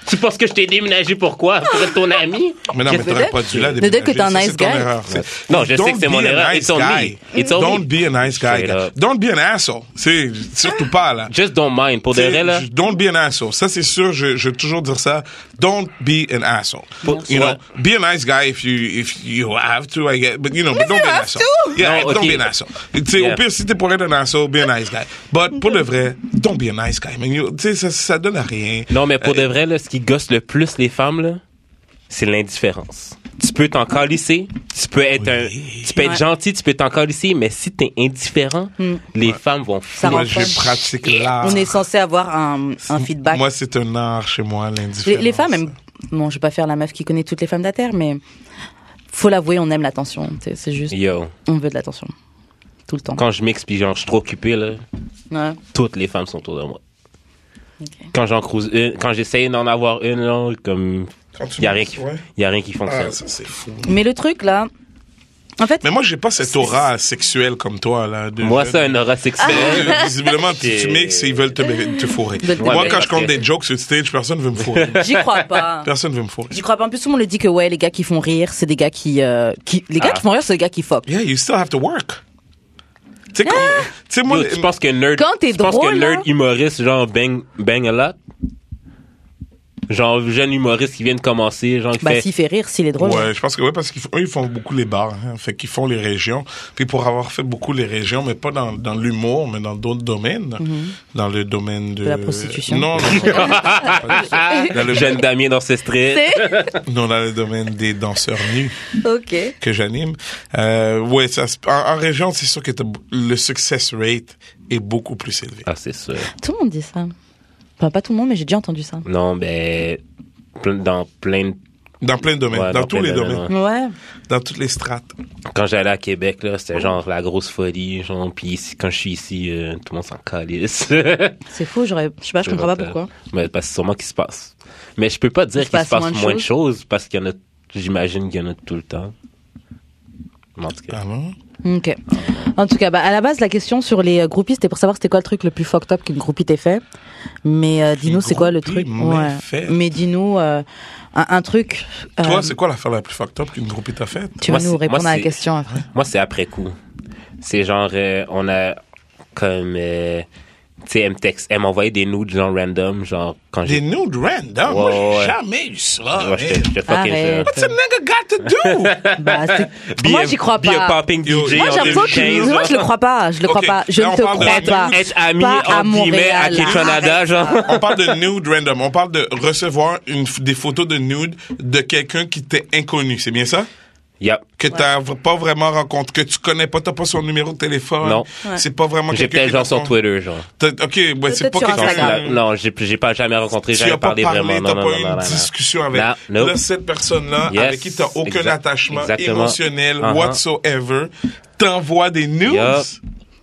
S2: Tu penses que je t'ai déménagé pourquoi? Pour être ton ami?
S3: Mais non, mais
S2: Qu'est-ce que-
S3: t'aurais pas dû la
S1: de dire que t'es un
S3: déménager,
S1: nice
S3: ça, c'est ton
S1: guy.
S3: erreur, tu sais.
S2: Non, je sais
S3: Don't
S2: que c'est
S3: be
S2: mon
S3: a
S2: erreur.
S3: nice
S2: It's on
S3: guy.
S2: me. It's on
S3: Don't
S2: me.
S3: be a nice guy.
S2: Straight
S3: gars.
S2: up.
S3: Don't be an asshole. C'est surtout pas là.
S2: Just don't mind. Pour de vrai, là.
S3: T'sais, Don't be an asshole. Ça, c'est sûr, je, je vais toujours dire ça. Don't be an asshole.
S2: Pour-
S3: you
S2: ouais.
S3: know, be a nice guy if you, if you have to, I guess. But, you know, but don't be an asshole. Yeah,
S2: Non,
S3: don't
S2: ok.
S3: be an asshole. T'sais,
S2: Yeah.
S3: Au pire, si t'es pour être un asshole, be a nice guy. But pour le vrai, don't be a nice guy. Man, you, t'sais, ça, ça donne à rien.
S2: Non, mais pour de
S3: Euh,
S2: vrai, là, ce qui gosse le plus les femmes, là, c'est l'indifférence. Tu peux t'en calisser, tu peux être un, tu peux être
S4: Ouais. Hmm.
S2: gentil, tu peux t'en calisser, mais si t'es indifférent, les femmes vont
S4: Ça rend
S2: fuir.
S3: Moi, je
S4: fun.
S3: pratique l'art.
S4: On est censé avoir un, un feedback.
S3: Ah. Moi, hein, c'est un art chez moi, l'indifférence.
S4: les, les femmes aiment. Bon, je vais pas faire la meuf qui connaît toutes les femmes de la terre, mais faut l'avouer, on aime l'attention. tu sais, C'est juste,
S2: Yo,
S4: on veut de l'attention. Tout le temps.
S2: quand je m'explique, genre, je suis trop occupé, là,
S4: Ouais.
S2: toutes les femmes sont autour de moi. Quand j'en croise une, quand j'essaye d'en avoir une, là, comme,
S3: Quand tu
S2: y a
S3: me
S2: rien
S3: dis,
S2: qui,
S3: ouais.
S2: y a rien qui fonctionne.
S3: Ah, ça, c'est fou.
S4: Mais le truc, là. En fait,
S3: Mais moi, j'ai pas cette aura sexuelle comme toi, là. de-
S2: moi,
S3: de-
S2: c'est un aura
S4: Ah,
S2: sexuel.
S3: Ouais, Visiblement, tu, tu
S2: Shit.
S3: mixes et ils veulent te, te fourrer.
S4: Ils veulent te
S3: Moi,
S2: fourrer.
S3: quand je compte des jokes sur le stage, personne ne veut me fourrer.
S4: j'y crois pas.
S3: Personne ne veut me fourrer.
S4: J'y crois pas. En plus, tout le monde le dit que ouais, les gars qui font rire, c'est des gars qui, euh, qui- les gars
S2: Ah.
S4: qui font rire, c'est des gars qui fuck.
S3: Yeah, you still have to work. Tu sais, comme-
S4: Ah!
S3: tu sais, moi,
S2: Yo, tu penses que nerd,
S4: Quand t'es
S2: tu penses
S4: drôle,
S2: que nerd
S4: là-
S2: humoriste genre bang bang a lot, genre jeune humoriste qui vient de commencer, genre qui
S4: Bah,
S2: fait
S4: s'il fait rire, s'il est drôle.
S3: Ouais, je pense que ouais parce qu'ils font- eux, ils font beaucoup les bars, hein. fait qu'ils font les régions. Puis pour avoir fait beaucoup les régions, mais pas dans, dans l'humour, mais dans d'autres domaines, dans le domaine de,
S4: Mm-hmm. De la prostitution.
S3: Non, non, non.
S2: ah,
S3: Dans le-
S2: le jeune Damien dans ses streets.
S3: Non, dans le domaine des danseurs nus.
S4: Ok.
S3: que j'anime. Euh, ouais, ça, se- en, en région, c'est sûr que t'as b- le success rate est beaucoup plus élevé.
S2: Ah c'est sûr.
S4: Tout le monde dit ça. Enfin, pas tout le monde, mais j'ai déjà entendu ça.
S2: Non ben plein- dans plein de-
S3: Dans plein de domaines,
S2: ouais,
S3: dans, tous
S2: plein
S3: les
S2: de-
S3: domaines,
S2: ouais.
S4: Ouais.
S3: dans toutes les strates.
S2: Quand j'allais à Québec là, c'était genre la grosse folie, genre puis ici- quand je suis ici, euh, tout le monde s'en calisse.
S4: C'est fou, j'aurais. Je sais pas, je comprends pas pourquoi.
S2: Mais parce que sûrement qu'il se passe. Mais je peux pas dire
S4: Il se
S2: qu'il se
S4: passe
S2: passe
S4: moins de
S2: moins de choses parce qu'il y en a j'imagine qu'il y en a tout le temps. Mais En tout cas.
S3: Alors,
S4: Ok. En tout cas, bah, à la base, la question sur les euh, groupies, c'était pour savoir c'était quoi le truc le plus fucked up qu'une groupie t'ait fait. Mais euh, dis-nous, c'est quoi le
S3: groupie
S4: truc
S3: m'ait fait.
S4: Mais dis-nous euh, un, un truc. euh,
S3: Toi, c'est quoi l'affaire la plus fucked up qu'une groupie t'a faite?
S4: tu
S2: Moi,
S4: vas nous
S2: c'est-
S4: répondre
S2: moi,
S4: à la
S2: c'est-
S4: question
S3: Ah.
S4: après.
S2: Moi, c'est après coup. C'est genre, euh, on a comme. euh, tu sais, elle me texte, elle m'envoyait des nudes, genre random, genre quand
S3: Des
S2: j'ai.
S3: nudes Ah, random.
S2: Ouais,
S3: Moi, j'ai
S2: ouais.
S3: jamais eu ça,
S2: Ouais, j'étais-
S3: man.
S2: j'étais fucking
S4: Arrête.
S2: genre,
S3: What's a nigga got to do?
S4: Bah, c'est-
S2: be
S4: moi,
S2: a-
S4: j'y crois
S2: Be a
S4: pas.
S2: popping
S3: Yo,
S2: DJ
S4: Moi,
S3: moi,
S2: en
S4: j'avoue
S2: 2015.
S4: que moi, je le
S2: genre.
S4: crois pas. Je le crois
S3: hein. Ok,
S4: pas. Je
S3: là,
S4: ne
S3: on
S4: te
S3: parle de
S4: crois
S3: être-
S4: pas.
S2: Être ami
S4: Pas Ah. à
S2: entre guillemets à
S4: Montréal.
S2: Kitchenada, genre.
S3: On parle de nude random. On parle de recevoir une f- des photos de nude de quelqu'un qui t'est inconnu. C'est bien ça?
S2: Yep.
S3: que t'as v- pas vraiment rencontré, que tu connais pas, t'as pas son numéro de téléphone.
S2: Non.
S3: C'est pas vraiment
S2: J'ai
S3: quelqu'un
S2: peut-être
S3: qui
S2: genre
S3: te
S2: sur
S3: rend-
S2: Twitter, genre.
S3: T'as- Ok, ouais, c'est
S4: Peut-être
S3: pas
S4: sur
S3: quelqu'un
S4: Instagram.
S2: Non, non, j'ai j'ai pas jamais rencontré,
S3: Tu as
S2: jamais
S3: pas
S2: parlé
S3: parlé,
S2: vraiment.
S3: t'as
S2: Non, non,
S3: pas eu
S2: non, non,
S3: une
S2: non, non.
S3: discussion avec
S2: Non, nope.
S3: Là, cette personne-là,
S2: Yes.
S3: avec qui t'as aucun
S2: Exact-
S3: attachement
S2: exactement.
S3: émotionnel
S2: Uh-huh.
S3: whatsoever, t'envoies des news.
S2: Yup.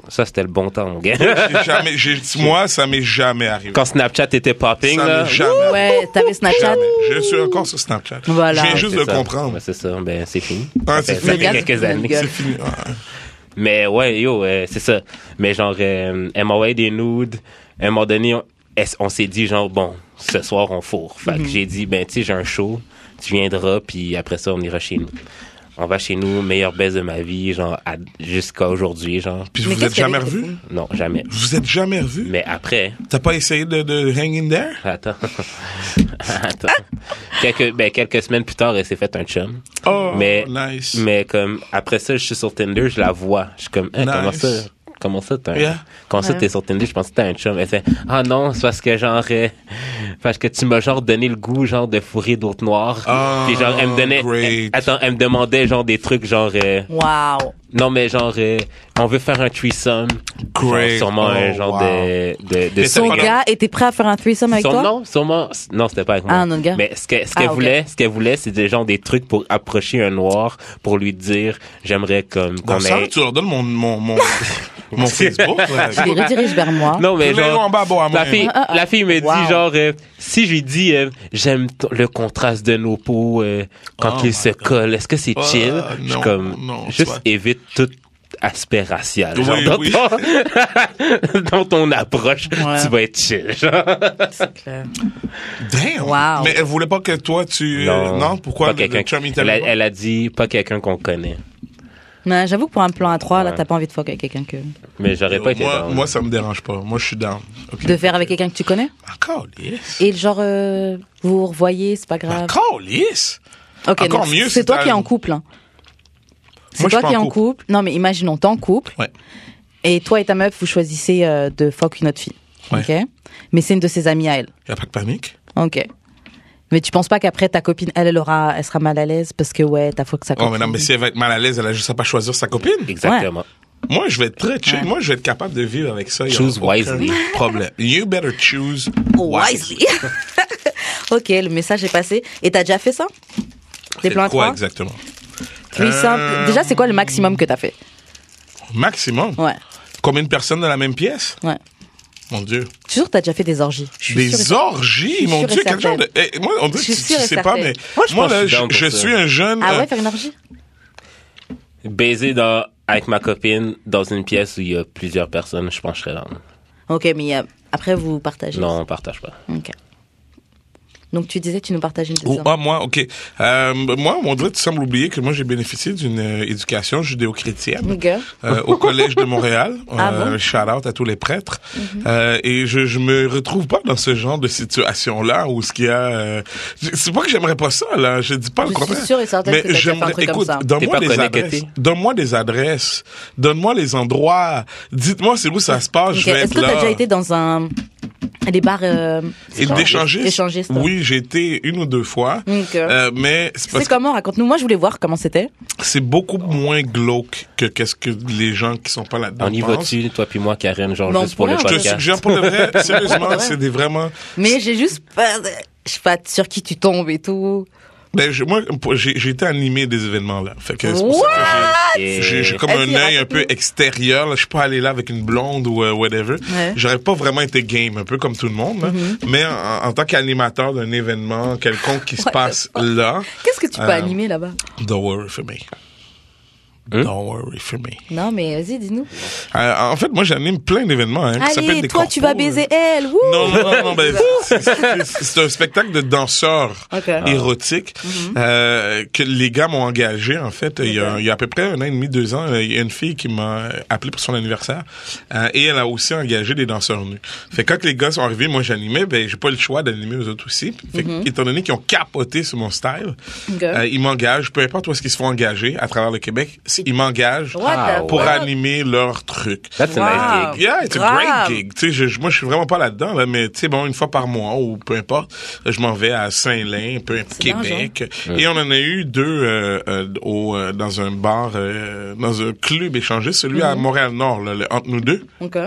S2: Ça, c'était le bon temps, mon gars.
S3: J'ai jamais, j'ai- moi, ça m'est jamais arrivé.
S2: Quand Snapchat était popping,
S3: ça
S2: là.
S3: m'est jamais arrivé.
S4: Ouais, t'avais Snapchat.
S3: Jamais. Je suis encore sur Snapchat.
S4: Voilà.
S3: Je viens
S2: Ouais,
S3: juste
S2: c'est
S3: de
S2: ça.
S3: comprendre.
S2: Ouais, c'est ça, ben c'est fini.
S3: Ah,
S2: Ça
S3: c'est
S2: fait- ça
S3: fini.
S2: fait quelques
S4: Le
S2: années.
S4: gars-
S3: C'est fini. Ah.
S2: Mais ouais, yo, euh, c'est ça. Mais genre, euh, elle m'a envoyé des nudes. À un moment donné, on, elle- on s'est dit, genre, bon, ce soir, on fourre. Fait que j'ai dit, ben, tu sais, j'ai un show. Tu viendras, puis après ça, on ira chez nous. On va chez nous, meilleure baisse de ma vie, genre, à- jusqu'à aujourd'hui, genre.
S3: Puis
S4: Mais
S3: vous
S4: qu'est-ce
S3: êtes
S4: qu'il y
S3: jamais
S4: avait de
S3: revus?
S4: cool?
S2: Non, jamais.
S3: Vous êtes jamais revus?
S2: Mais après,
S3: T'as pas essayé de, de hang in there?
S2: attends. attends. Quelques, ben, quelques semaines plus tard, elle s'est faite un chum.
S3: Oh,
S2: mais,
S3: nice.
S2: mais comme après ça, je suis sur Tinder, je la vois. Je suis comme, Hein, comment
S3: Nice.
S2: ça? Comment ça, t'as un-
S3: Yeah.
S2: comment ça, t'es sur Tinder? Je pensais que t'as un chum. Elle fait, ah non, c'est parce que genre, euh, parce que tu m'as genre donné le goût, genre, de fourrer d'autres noirs.
S3: Ah,
S2: Puis genre, elle me donnait,
S3: great.
S2: elle- attends, elle me demandait genre des trucs genre, euh,
S4: Waouh.
S2: non mais genre, euh, on veut faire un threesome.
S3: Great.
S2: Genre, sûrement un
S3: Oh,
S2: genre
S3: wow.
S2: de, de, de-
S3: Mais
S4: Ton
S3: Pardon.
S4: gars était prêt à faire un threesome avec
S2: Sûrement-
S4: toi
S2: Non, sûrement, non, c'était pas avec moi.
S4: Ah, un autre gars.
S2: Mais ce que- ce qu'elle
S4: Ah, ok.
S2: voulait, ce qu'elle voulait, c'est des gens des trucs pour approcher un noir, pour lui dire, j'aimerais comme
S3: Dans
S2: qu'on
S3: ça,
S2: ait-
S3: tu leur donnes mon, mon, mon, mon Facebook. là.
S4: Je les redirige vers moi.
S2: Non, mais
S3: Tous les noms en
S2: genre,
S3: bas, bon, à moi.
S2: la fille,
S4: Ah, ah,
S2: la fille me dit
S4: Wow.
S2: genre, euh, si je lui dis, euh, j'aime t- le contraste de nos peaux euh, quand
S3: Oh
S2: ils
S3: my
S2: se
S3: God.
S2: collent, est-ce que c'est
S3: Ah,
S2: chill? je suis
S3: non,
S2: comme,
S3: non, tu
S2: juste
S3: vois.
S2: évite toute aspect racial.
S3: Oui,
S2: genre, dans,
S3: oui.
S2: ton, dans ton approche, tu vas être chill. genre.
S3: Damn!
S1: Wow.
S3: Mais elle voulait pas que toi, tu... euh, Non, pourquoi
S2: pas
S3: le-
S2: quelqu'un
S3: le chum, il
S2: elle, a-
S3: t'aimait pas?
S2: elle a dit pas quelqu'un qu'on connaît.
S1: Mais j'avoue que pour un plan à trois, là,
S2: Ouais.
S1: t'as pas envie de fuck avec quelqu'un que.
S2: Mais j'aurais pas été
S3: Euh, moi,
S2: down.
S3: moi, ça me dérange pas. Moi, je suis down. OK.
S1: De faire avec quelqu'un que tu connais.
S3: Encore lisse.
S1: Et euh, genre, euh, vous vous revoyez, c'est pas grave.
S3: Encore lisse.
S1: Ok,
S3: Encore
S1: donc
S3: mieux
S1: C'est
S3: si
S1: toi
S3: t'as-
S1: qui es en couple. hein. C'est
S3: Moi, je
S1: toi
S3: suis pas
S1: qui es
S3: en
S1: en couple. Non, mais imaginons, t'es en couple.
S3: Ouais.
S1: Et toi et ta meuf, vous choisissez euh, de fuck une autre fille.
S3: Ouais.
S1: Ok. Mais c'est une de ses amies à elle.
S3: Y a pas de panique?
S1: Ok. Mais tu penses pas qu'après ta copine, elle, elle aura, elle sera mal à l'aise parce que ouais, t'as fuck sa
S3: Oh,
S1: copine.
S3: mais non, mais si elle va être mal à l'aise, elle a juste à pas choisir sa copine.
S2: Exactement.
S3: Moi, je vais être très chill. Moi, je vais être capable de vivre avec ça. Y aura
S2: Choose
S3: aucun
S2: wisely.
S3: Problème. You better choose wisely.
S1: Wisely. ok, le message est passé. Et t'as déjà fait ça Des
S3: C'est
S1: plans à
S3: quoi
S1: trois
S3: exactement?
S1: Threesome.
S3: Euh,
S1: Déjà, c'est quoi le maximum que t'as fait
S3: Maximum.
S1: Ouais,
S3: Combien de personnes dans la même pièce?
S1: ouais.
S3: Mon Dieu.
S1: Je suis sûre que t'as déjà fait des orgies. Je suis sûre et
S3: Des
S1: certaine.
S3: orgies,
S1: suis
S3: mon
S1: sûre et
S3: Dieu, quel genre de. Eh, moi, on dirait
S1: Je
S3: que tu,
S1: suis
S3: tu
S1: sûre et
S3: sais pas,
S1: certaine.
S3: mais.
S2: Moi, je pense que
S3: là,
S2: je suis
S3: je,
S2: down pour
S3: je
S2: ça.
S3: suis un jeune.
S1: Ah
S3: euh,
S1: ouais, faire une orgie
S2: Baiser dans, avec ma copine dans une pièce où il y a plusieurs personnes, je pense que je serais down.
S1: Ok, mais euh, après, vous partagez.
S2: Non, on partage pas.
S1: Ok. Donc, tu disais, tu nous partages une
S3: Oh,
S1: deuxième.
S3: ah, moi, OK. Euh, moi, on dirait que tu sembles oublier que moi, j'ai bénéficié d'une euh, éducation judéo-chrétienne
S1: Ok.
S3: euh, au Collège de Montréal. Euh,
S1: Ah bon? Mm-hmm.
S3: Shout-out à tous les prêtres. Euh, et je, je me retrouve pas dans ce genre de situation-là où ce qu'il y a... euh, je- c'est pas que j'aimerais pas ça, là. Je dis pas le
S1: Je suis
S3: contraire.
S1: sûre et certaine que t'as déjà fait un
S3: j'aimerais-
S1: truc comme
S3: écoute,
S1: ça.
S3: Donne-moi
S2: T'es
S3: les
S2: pas
S3: adresses.
S2: connecté?
S3: Donne-moi les adresses. Donne-moi les endroits. Dites-moi c'est où ça se passe.
S1: Ok.
S3: Je vais
S1: Est-ce
S3: être
S1: que
S3: là.
S1: t'as déjà été dans un. Des bars. euh,
S3: Et d'échanger.
S1: Échangiste.
S3: Oui, j'ai été une ou deux fois.
S1: Ok.
S3: Euh, mais c'est
S1: Mm.
S3: parce
S1: C'est comment Raconte-nous. Moi, je voulais voir comment c'était.
S3: c'est beaucoup moins glauque que qu'est-ce que les gens qui sont pas là-dedans
S2: On y
S3: pensent.
S2: va-tu, toi puis moi, Karen, genre
S1: Mais on
S2: juste pour le
S1: pourrait,
S3: Je te
S2: podcast?
S3: suggère pour le vrai, sérieusement, c'est des vraiment.
S1: Mais j'ai juste pas. Je sais pas sur qui tu tombes et tout.
S3: Ben, je- moi, pour- j'ai j'ai été animé des événements là. Fait que c'est pour ça que j'ai-
S2: Yeah.
S3: j'ai j'ai comme un
S1: Vas-y,
S3: œil un
S1: raconte-nous.
S3: peu extérieur. là. Je suis pas allé là avec une blonde ou euh, whatever.
S1: Ouais. Mm-hmm.
S3: J'aurais pas vraiment été game, un peu comme tout le monde. là. Mais en, en tant qu'animateur d'un événement quelconque qui se
S1: What the
S3: passe là,
S1: Qu'est-ce que tu peux
S3: Euh,
S1: animer là-bas
S3: don't worry for me.
S2: Hein?
S3: Don't worry for me.
S1: Non, mais vas-y, dis-nous.
S3: Euh, en fait, moi, j'anime plein d'événements. Hein, qui s'appellent
S1: Allez,
S3: des
S1: toi, tu
S3: corpos,
S1: vas
S3: là.
S1: baiser elle. Wouh
S3: Non, non, non, non, ben, c'est- c'est c'est un spectacle de danseurs
S1: Ok. Mm-hmm.
S3: érotiques euh, que les gars m'ont engagé, en fait. Il y, a, il y a à peu près un an et demi, deux ans, euh, il y a une fille qui m'a appelé pour son anniversaire euh, et elle a aussi engagé des danseurs nus. Fait que quand les gars sont arrivés, moi j'animais, ben j'ai pas le choix d'animer aux autres aussi. Fait que, étant donné qu'ils ont capoté sur mon style,
S1: Mm-hmm. Ok.
S3: euh, ils m'engagent, peu importe où est-ce qu'ils se font engager à travers le Québec, ils m'engagent
S1: What
S2: Ah,
S1: the
S3: pour
S1: fuck?
S3: animer leur truc.
S2: That's a
S1: Wow.
S2: nice gig.
S3: Yeah, it's a
S1: Ah, Grave.
S3: great gig. Tu sais, je- je- moi, je suis vraiment pas là-dedans, là, mais tu sais, bon, une fois par mois ou peu importe, je m'en vais à Saint-Lin, peu importe,
S1: C'est dingue,
S3: Québec. Et on en a eu deux euh, euh, au, euh, dans un bar, euh, dans un club échangé, celui
S1: Mhm.
S3: à Montréal-Nord, là, le- entre nous deux.
S1: Ok.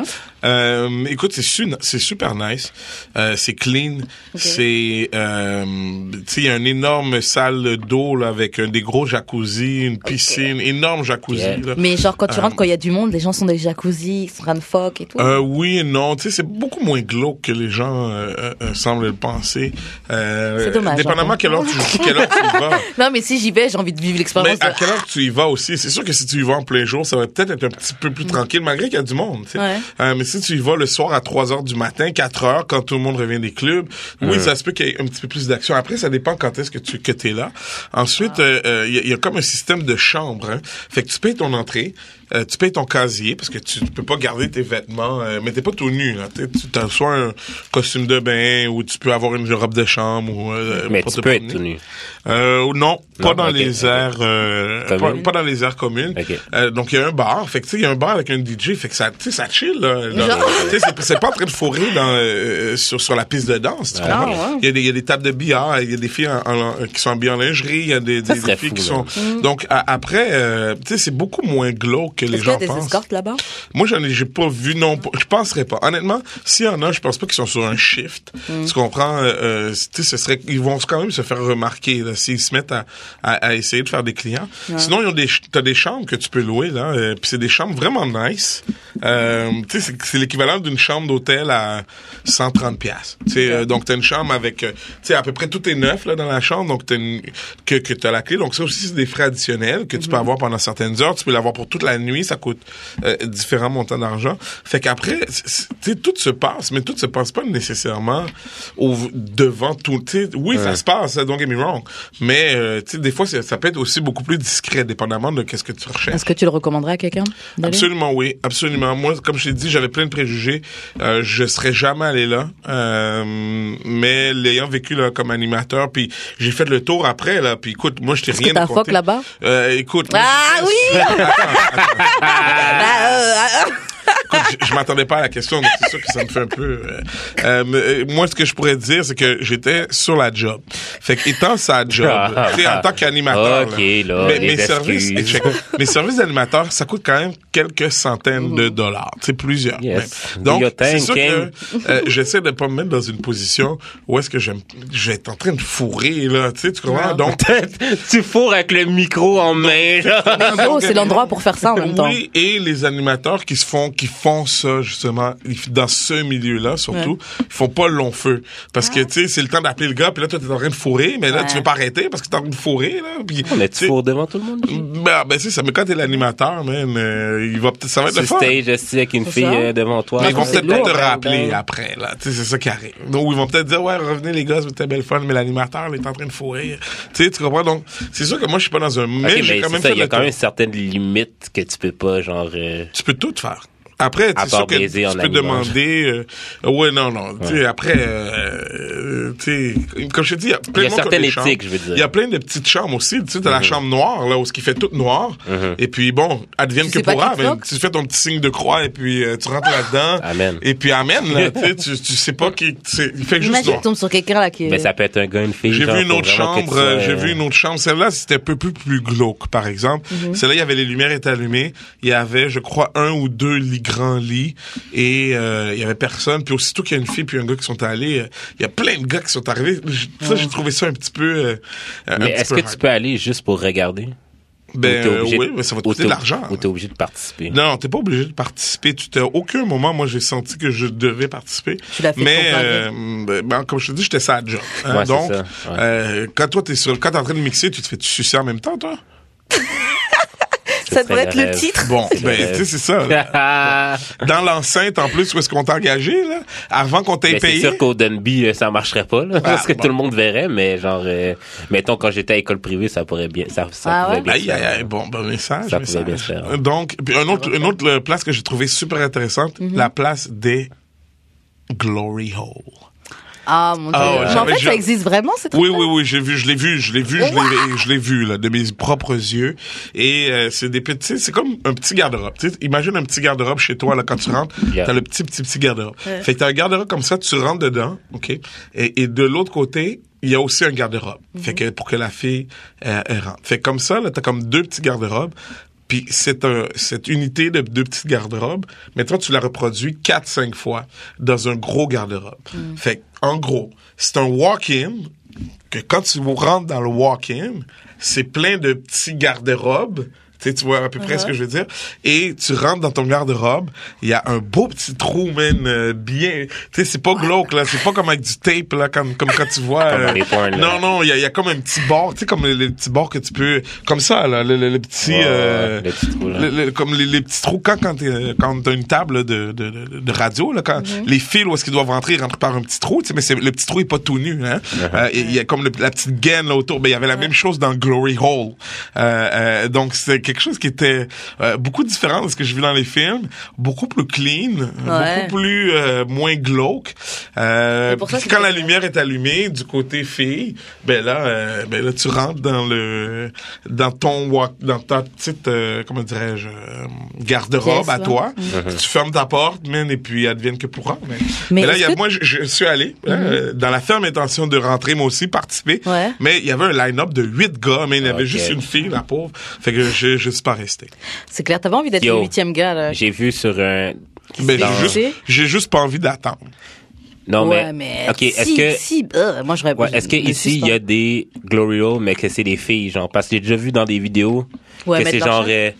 S3: Euh, écoute, c'est su- c'est super nice, Euh, c'est clean, c'est euh, tu sais, il y a une énorme salle d'eau là avec euh, des gros jacuzzi, une piscine, énorme jacuzzi.
S2: Yeah.
S3: Là.
S1: Mais genre, quand tu
S3: Euh,
S1: rentres, quand il y a du monde, les gens sont dans les jacuzzi, ils sont en train de fuck et tout.
S3: Euh, oui et non, tu sais, c'est beaucoup moins glauque que les gens euh, euh, euh, semblent le penser. Euh,
S1: C'est dommage,
S3: Dépendamment
S1: hein,
S3: quelle heure tu, quelle heure tu y vas.
S1: Non, mais si j'y vais, j'ai envie de vivre l'expérience.
S3: Mais à
S1: de-
S3: quelle heure tu y vas aussi? C'est sûr que si tu y vas en plein jour, ça va peut-être être un petit peu plus tranquille, malgré qu'il y a du monde. tu sais.
S1: Mm. Ouais.
S3: Euh, mais si tu y vas le soir à 3 heures du matin, 4 heures, quand tout le monde revient des clubs, oui, ça se peut qu'il y ait un petit peu plus d'action. Après, ça dépend quand est-ce que tu que es là.
S1: Ah.
S3: Ensuite, euh, euh, il y, a- il y a comme un système de chambre. hein. Fait que tu payes ton entrée, euh, tu payes ton casier, parce que tu, tu peux pas garder tes vêtements, euh, mais t'es pas tout nu. Là. T'es- Tu as soit un costume de bain, ou tu peux avoir une robe de chambre. Ou, euh,
S2: Mais
S3: pour
S2: tu
S3: te
S2: peux être
S3: promener.
S2: tout nu.
S3: Euh, non, pas
S2: Non,
S3: dans
S2: ok.
S3: les airs, euh, pas,
S2: Communes?
S3: pas dans les airs communes.
S2: Ok.
S3: Euh, donc il y a un bar, fait que tu sais, il y a un bar avec un DJ, fait que ça, tu sais, ça chill. Là, Dans-
S1: Genre-
S3: tu sais, c'est- c'est pas en train de fourrer dans, euh, sur sur la piste de danse. tu comprends?
S1: Ah, ouais.
S3: Il y a des il y a des tables de billard, il y a des filles en- en- en- qui sont habillées en lingerie, il y a des, des,
S2: Ça serait
S3: des filles
S2: fou,
S3: qui
S2: là.
S3: sont. Donc à- après, euh, tu sais, c'est beaucoup moins glauque que les
S1: Est-ce qu'il y
S3: gens
S1: a des
S3: pensent.
S1: escortes là-bas
S3: Moi, j'en ai, j'ai pas vu, non, pas- je penserais pas. Honnêtement, s'il y en a, je pense pas qu'ils sont sur un shift. Tu comprends? Euh, euh, tu sais, ce serait, ils vont quand même se faire remarquer, là, s'ils se mettent à, à, à essayer de faire des clients. Sinon, ils ont des, ch- t'as des chambres que tu peux louer, là, euh, puis c'est des chambres vraiment nice. Euh, tu sais, c'est, c'est l'équivalent d'une chambre d'hôtel à 130 pièces. Tu sais, euh, donc t'as une chambre avec, euh, tu sais, à peu près tout est neuf, là, dans la chambre, donc t'as une, que, que t'as la clé. Donc ça aussi, c'est des frais additionnels que tu peux avoir pendant certaines heures, tu peux l'avoir pour toute la nuit, ça coûte euh, différents montants d'argent. Fait qu'après, c'est- c'est- tout se passe, mais tout se passe pas nécessairement au, devant tout. tu sais, Oui, ça se passe, hein, don't get me wrong, mais euh, tu sais, des fois, c'est- ça peut être aussi beaucoup plus discret, dépendamment de qu'est-ce que tu recherches.
S1: Est-ce que tu le recommanderais à quelqu'un d'aller
S3: Absolument, oui. Absolument. Moi, comme je t'ai dit, j'avais plein de préjugés. Euh, je serais jamais allé là. Euh, mais l'ayant vécu là, comme animateur, puis j'ai fait le tour après, là. Puis écoute, moi, je t'ai rien
S1: que t'as
S3: raconté.
S1: fuck là-bas?
S3: Euh, écoute.
S1: Ah oui! Bah, euh, ah, ah.
S3: Écoute, je, je m'attendais pas à la question, donc c'est sûr que ça me fait un peu. euh, euh, mais, euh, moi, ce que je pourrais dire, c'est que j'étais sur la job. Fait que étant sa job, tu sais, en tant qu'animateur,
S2: Ah, Ok, là,
S3: là, mes,
S2: les
S3: mes services,
S2: excuses.
S3: check, mes services d'animateur, ça coûte quand même quelques centaines de dollars, tu sais, plusieurs.
S2: Yes.
S3: même.
S2: Do your
S3: Donc, c'est
S2: thing,
S3: sûr
S2: Ken.
S3: que euh, j'essaie de pas me mettre dans une position où est-ce que j'aime, je vais être en train de fourrer là, tu sais, tu comprends? Donc,
S2: tu fourres avec le micro en main, là.
S1: Mais gros, Oh, c'est l'endroit pour faire ça en même temps.
S3: oui, et les animateurs qui se font, qui font ça justement ils- dans ce milieu-là surtout, ils font pas le long feu parce que tu sais c'est le temps d'appeler le gars puis là toi t'es en train de fourrer mais là tu veux pas arrêter parce que t'es en train de fourrer là puis
S2: Mais
S3: tu sais,
S2: tu fourres devant tout le monde.
S3: ben, ben, c'est ça mais quand t'es l'animateur man, euh, il va peut-être ça va être
S2: Sur
S3: le fun.
S2: stage, assis avec une fille
S1: ça. hein,
S2: euh, devant toi.
S3: Mais ils vont
S2: C'est
S3: peut-être pas
S2: lourd,
S3: te
S2: ben,
S3: rappeler
S2: ben.
S3: après, là. Tu sais, c'est ça qui arrive. Donc, ils vont peut-être dire, ouais, revenez les gars, c'était belle fun, mais l'animateur, il est en train de fourrer. Tu sais, tu comprends? Donc, c'est sûr que moi, je suis pas dans un, mais
S2: Ok,
S3: j'ai
S2: mais
S3: quand
S2: c'est
S3: même
S2: ça,
S3: fait
S2: il y a
S3: le
S2: quand
S3: tour.
S2: même certaines limites que tu peux pas, genre... euh,
S3: tu peux tout faire. Après,
S2: À
S3: c'est sûr
S2: part
S3: que tu
S2: baiser en
S3: peux
S2: animal.
S3: demander. euh, ouais, non, non. tu sais, Après, euh, tu sais, comme je te dis, il y a plein
S2: Il y a
S3: de monde qui
S2: certaines
S3: des chambres.
S2: éthiques, euh. Mm-hmm. je veux dire.
S3: Il y a plein de petites chambres aussi. Tu sais, t'as la chambre noire, là, où ce qui fait tout noir.
S2: Mm-hmm.
S3: Et puis, bon, advienne
S1: Tu
S3: que
S1: sais pas
S3: pourra.
S1: qui te
S3: mais
S1: fuck?
S3: Tu fais ton petit signe de croix et puis euh, tu rentres là-dedans.
S2: Amen.
S3: Et puis, amen, là. Tu sais, tu- tu sais pas qui. tu sais, Il fait juste
S1: Imagine, tu
S3: noir.
S1: tombes sur quelqu'un là qui.
S2: Mais ça peut être un gars, une fille.
S3: J'ai
S2: genre,
S3: vu une
S2: faut
S3: autre
S2: vraiment que tu
S3: chambre,
S2: sois,
S3: euh, j'ai
S2: euh,
S3: vu une autre chambre. Celle-là, c'était un peu plus, plus glauque, par exemple. Celle-là, il y avait les lumières étaient allumées. Il y avait, je crois, un ou deux lits, grands lits. Et euh, il y avait personne. Puis aussitôt qu'il y a une fille puis un gars qui sont allés, euh, il y a plein de gars qui sont arrivés. J- Ça, j'ai trouvé ça un petit peu... euh, un
S2: Mais
S3: petit
S2: est-ce
S3: peu
S2: que tu
S3: hard.
S2: peux aller juste pour regarder? Ou
S3: Ben
S2: t'es
S3: euh,
S2: obligé
S3: oui,
S2: de-
S3: mais ça va te
S2: ou
S3: coûter
S2: t'es-
S3: de l'argent.
S2: Ou t'es obligé de participer?
S3: Non, non, t'es pas obligé de participer. Tu t'as aucun moment, moi, j'ai senti que je devais participer.
S1: Tu l'as fait
S3: Mais,
S1: pour
S3: euh, ben, comme je te dis, j'étais ça à job. hein.
S2: Ouais, c'est
S3: Donc,
S2: ça, ouais.
S3: euh, quand toi, t'es sur, quand t'es en train de mixer, tu te fais sucer en même temps, toi?
S1: Ça
S2: devrait être le rêve.
S1: titre.
S3: Bon,
S2: C'est
S3: ben,
S2: vrai.
S3: tu sais, c'est ça. là.
S2: Mais
S3: Dans l'enceinte, en plus, où est-ce qu'on t'a engagé, là? Avant qu'on t'ait
S2: Ben, c'est
S3: payé. Ah, bah.
S2: sûr qu'au Denby, euh, ça marcherait pas, là, parce que
S3: bon.
S2: tout le monde verrait, mais genre, euh, mettons, quand j'étais à école privée, ça pourrait bien, ça, ça
S1: Ah
S2: pourrait
S1: ouais?
S2: bien se
S3: Aïe, aïe,
S2: faire.
S3: aïe, bon, ben, message,
S2: Ça pouvait
S3: message.
S2: bien se faire, hein.
S3: Donc, puis un autre, une autre euh, place que j'ai trouvée super intéressante, la place des Glory Hole.
S1: Ah mon dieu.
S3: Ah ouais,
S1: mais en
S3: j'avais
S1: fait,
S3: jamais-
S1: ça existe vraiment, c'est
S3: Oui, oui, oui, j'ai vu, je l'ai vu, je l'ai vu, je l'ai, je l'ai vu, là, de mes propres yeux. Et euh, c'est des petits, c'est comme un petit garde-robe. Tu sais, Imagine un petit garde-robe chez toi, là, quand tu rentres,
S2: Yeah.
S3: t'as le petit, petit, petit garde-robe. Fait que t'as un garde-robe comme ça, tu rentres dedans, OK? Et, et de l'autre côté, il y a aussi un garde-robe. Fait que pour que la fille, euh, elle rentre. Fait que comme ça, là, t'as comme deux petits garde-robes. Puis c'est un, cette unité de deux petites garde-robes, mais toi, tu la reproduis quatre, cinq fois dans un gros garde-robe. Fait que, en gros, c'est un walk-in que quand tu rentres dans le walk-in, c'est plein de petits garde-robes. Tu sais, tu vois à peu près ce que je veux dire. Et tu rentres dans ton garde-robe, il y a un beau petit trou, man, euh, bien... Tu sais, c'est pas glauque, là. C'est pas comme avec du tape, là, comme, comme quand tu vois... euh,
S2: Comme dans les porn, là.
S3: non, non, il y a, il y a comme un petit bord, tu sais, comme le, le petit bord que tu peux... Comme ça, là, le, le- le petit...
S2: Ouais, ouais,
S3: euh,
S2: le petit trou, là.
S3: le- le- comme les, les petits trous quand quand t'es- quand t'as une table de, de, de, de radio là quand
S1: Mhm.
S3: les fils où est-ce qu'ils doivent rentrer ils rentrent par un petit trou tu sais mais c'est le petit trou est pas tout nu hein Euh, il y a comme le- la petite gaine là autour mais il y avait la même chose dans Glory Hole Euh, euh, donc c'est quelque chose qui était euh, beaucoup différent de ce que j'ai vu dans les films beaucoup plus clean
S1: Ouais.
S3: beaucoup plus euh, moins glauque euh,
S1: Et pour ça,
S3: puis
S1: c'est
S3: quand la
S1: très-
S3: lumière est allumée du côté fille ben là euh, ben là tu rentres dans le dans ton walk, dans ta petite euh, comment dirais-je euh, garde-robe
S1: Pièce,
S3: à
S1: là. Mhm.
S3: toi
S2: Mhm.
S3: tu fermes ta porte man, et puis advienne que pourra man.
S1: Mais
S3: mais là
S1: est-ce
S3: il y a-
S1: que- Mhm.
S3: moi je, je suis allé hein, euh, dans la ferme intention de rentrer moi aussi participer
S1: Ouais.
S3: mais il y avait un line-up de huit gars mais il y avait
S2: Ok.
S3: juste une fille la pauvre fait que je je suis pas resté
S1: C'est clair, t'avais envie d'être
S2: Yo.
S1: le huitième gars là.
S2: J'ai vu sur un...
S3: ben,
S2: dans-
S3: j'ai juste
S1: J'ai-
S3: j'ai juste pas envie d'attendre
S2: Non,
S1: ouais,
S2: mais...
S1: mais.
S2: Ok, est-ce
S1: si,
S2: que...
S1: si, euh, moi j'aurais.
S2: Ouais, est-ce que
S1: je me
S2: ici il
S1: suspends.
S2: y a des glory hole mais que c'est des filles genre parce que j'ai déjà vu dans des vidéos
S1: Ouais,
S2: que
S1: mettre
S2: c'est
S1: leur
S2: genre
S1: chaîne.
S2: euh,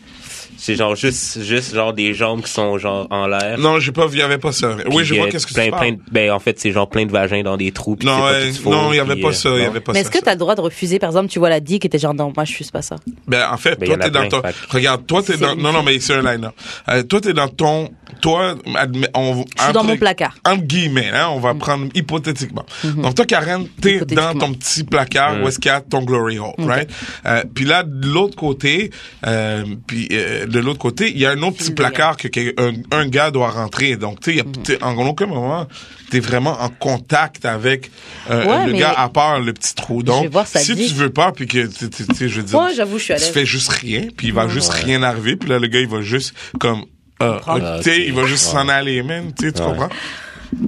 S2: C'est genre juste, juste genre des jambes qui sont genre en l'air.
S3: Non, j'ai pas vu, il y avait pas ça.
S2: Puis
S3: Oui, je
S2: il y a
S3: vois qu'est-ce que
S2: plein,
S3: tu
S2: plein
S3: parles.
S2: de- ben, en fait, c'est genre plein de vagins dans des trous. puis
S3: Non,
S2: c'est pas
S3: ouais,
S2: tout faux,
S3: non, il y avait
S2: puis,
S3: pas
S2: euh,
S3: ça, il y
S2: non.
S3: avait pas
S1: Mais
S3: ça.
S1: est-ce que t'as le droit de refuser, par exemple, tu vois la dick et t'es genre, non, moi je suis pas ça.
S3: Ben, en fait,
S2: Ben,
S3: toi,
S2: y en a
S3: t'es dans
S2: plein,
S3: ton.
S2: fait que-
S3: Regarde, toi, t'es
S1: C'est
S3: dans.
S1: une
S3: Non, non, mais c'est un line-up. Euh, toi, t'es dans ton. Toi, admet- on.
S1: Je suis dans mon placard.
S3: Entre guillemets, hein, on va prendre hypothétiquement. Donc, toi, Karen, t'es
S1: Mm. Mm-hmm. Hypothétiquement.
S3: dans ton petit
S2: Mm.
S3: placard où est-ce qu'il y a ton glory hole, right? Euh, puis là, de l'autre côté, euh, puis euh, de l'autre côté, il y a un autre petit placard que, que un, un gars doit rentrer. Donc, tu sais, il y a-
S1: Mm-hmm.
S3: t'es- en aucun moment, t'es vraiment en contact avec euh,
S1: Ouais,
S3: le
S1: mais-
S3: gars à part le petit trou. Donc,
S1: vais voir sa
S3: si
S1: dick.
S3: tu veux pas, puis que, tu tu- tu sais, je veux dire,
S1: Moi, j'avoue, je suis à
S3: tu
S1: l'aise.
S3: fais juste rien, puis il va juste rien arriver, puis là, le gars, il va juste comme. ah,
S1: Prendre.
S3: ok, tu sais, il va juste
S2: Ouais.
S3: s'en aller, man. Tu sais, tu
S2: Ouais.
S3: comprends?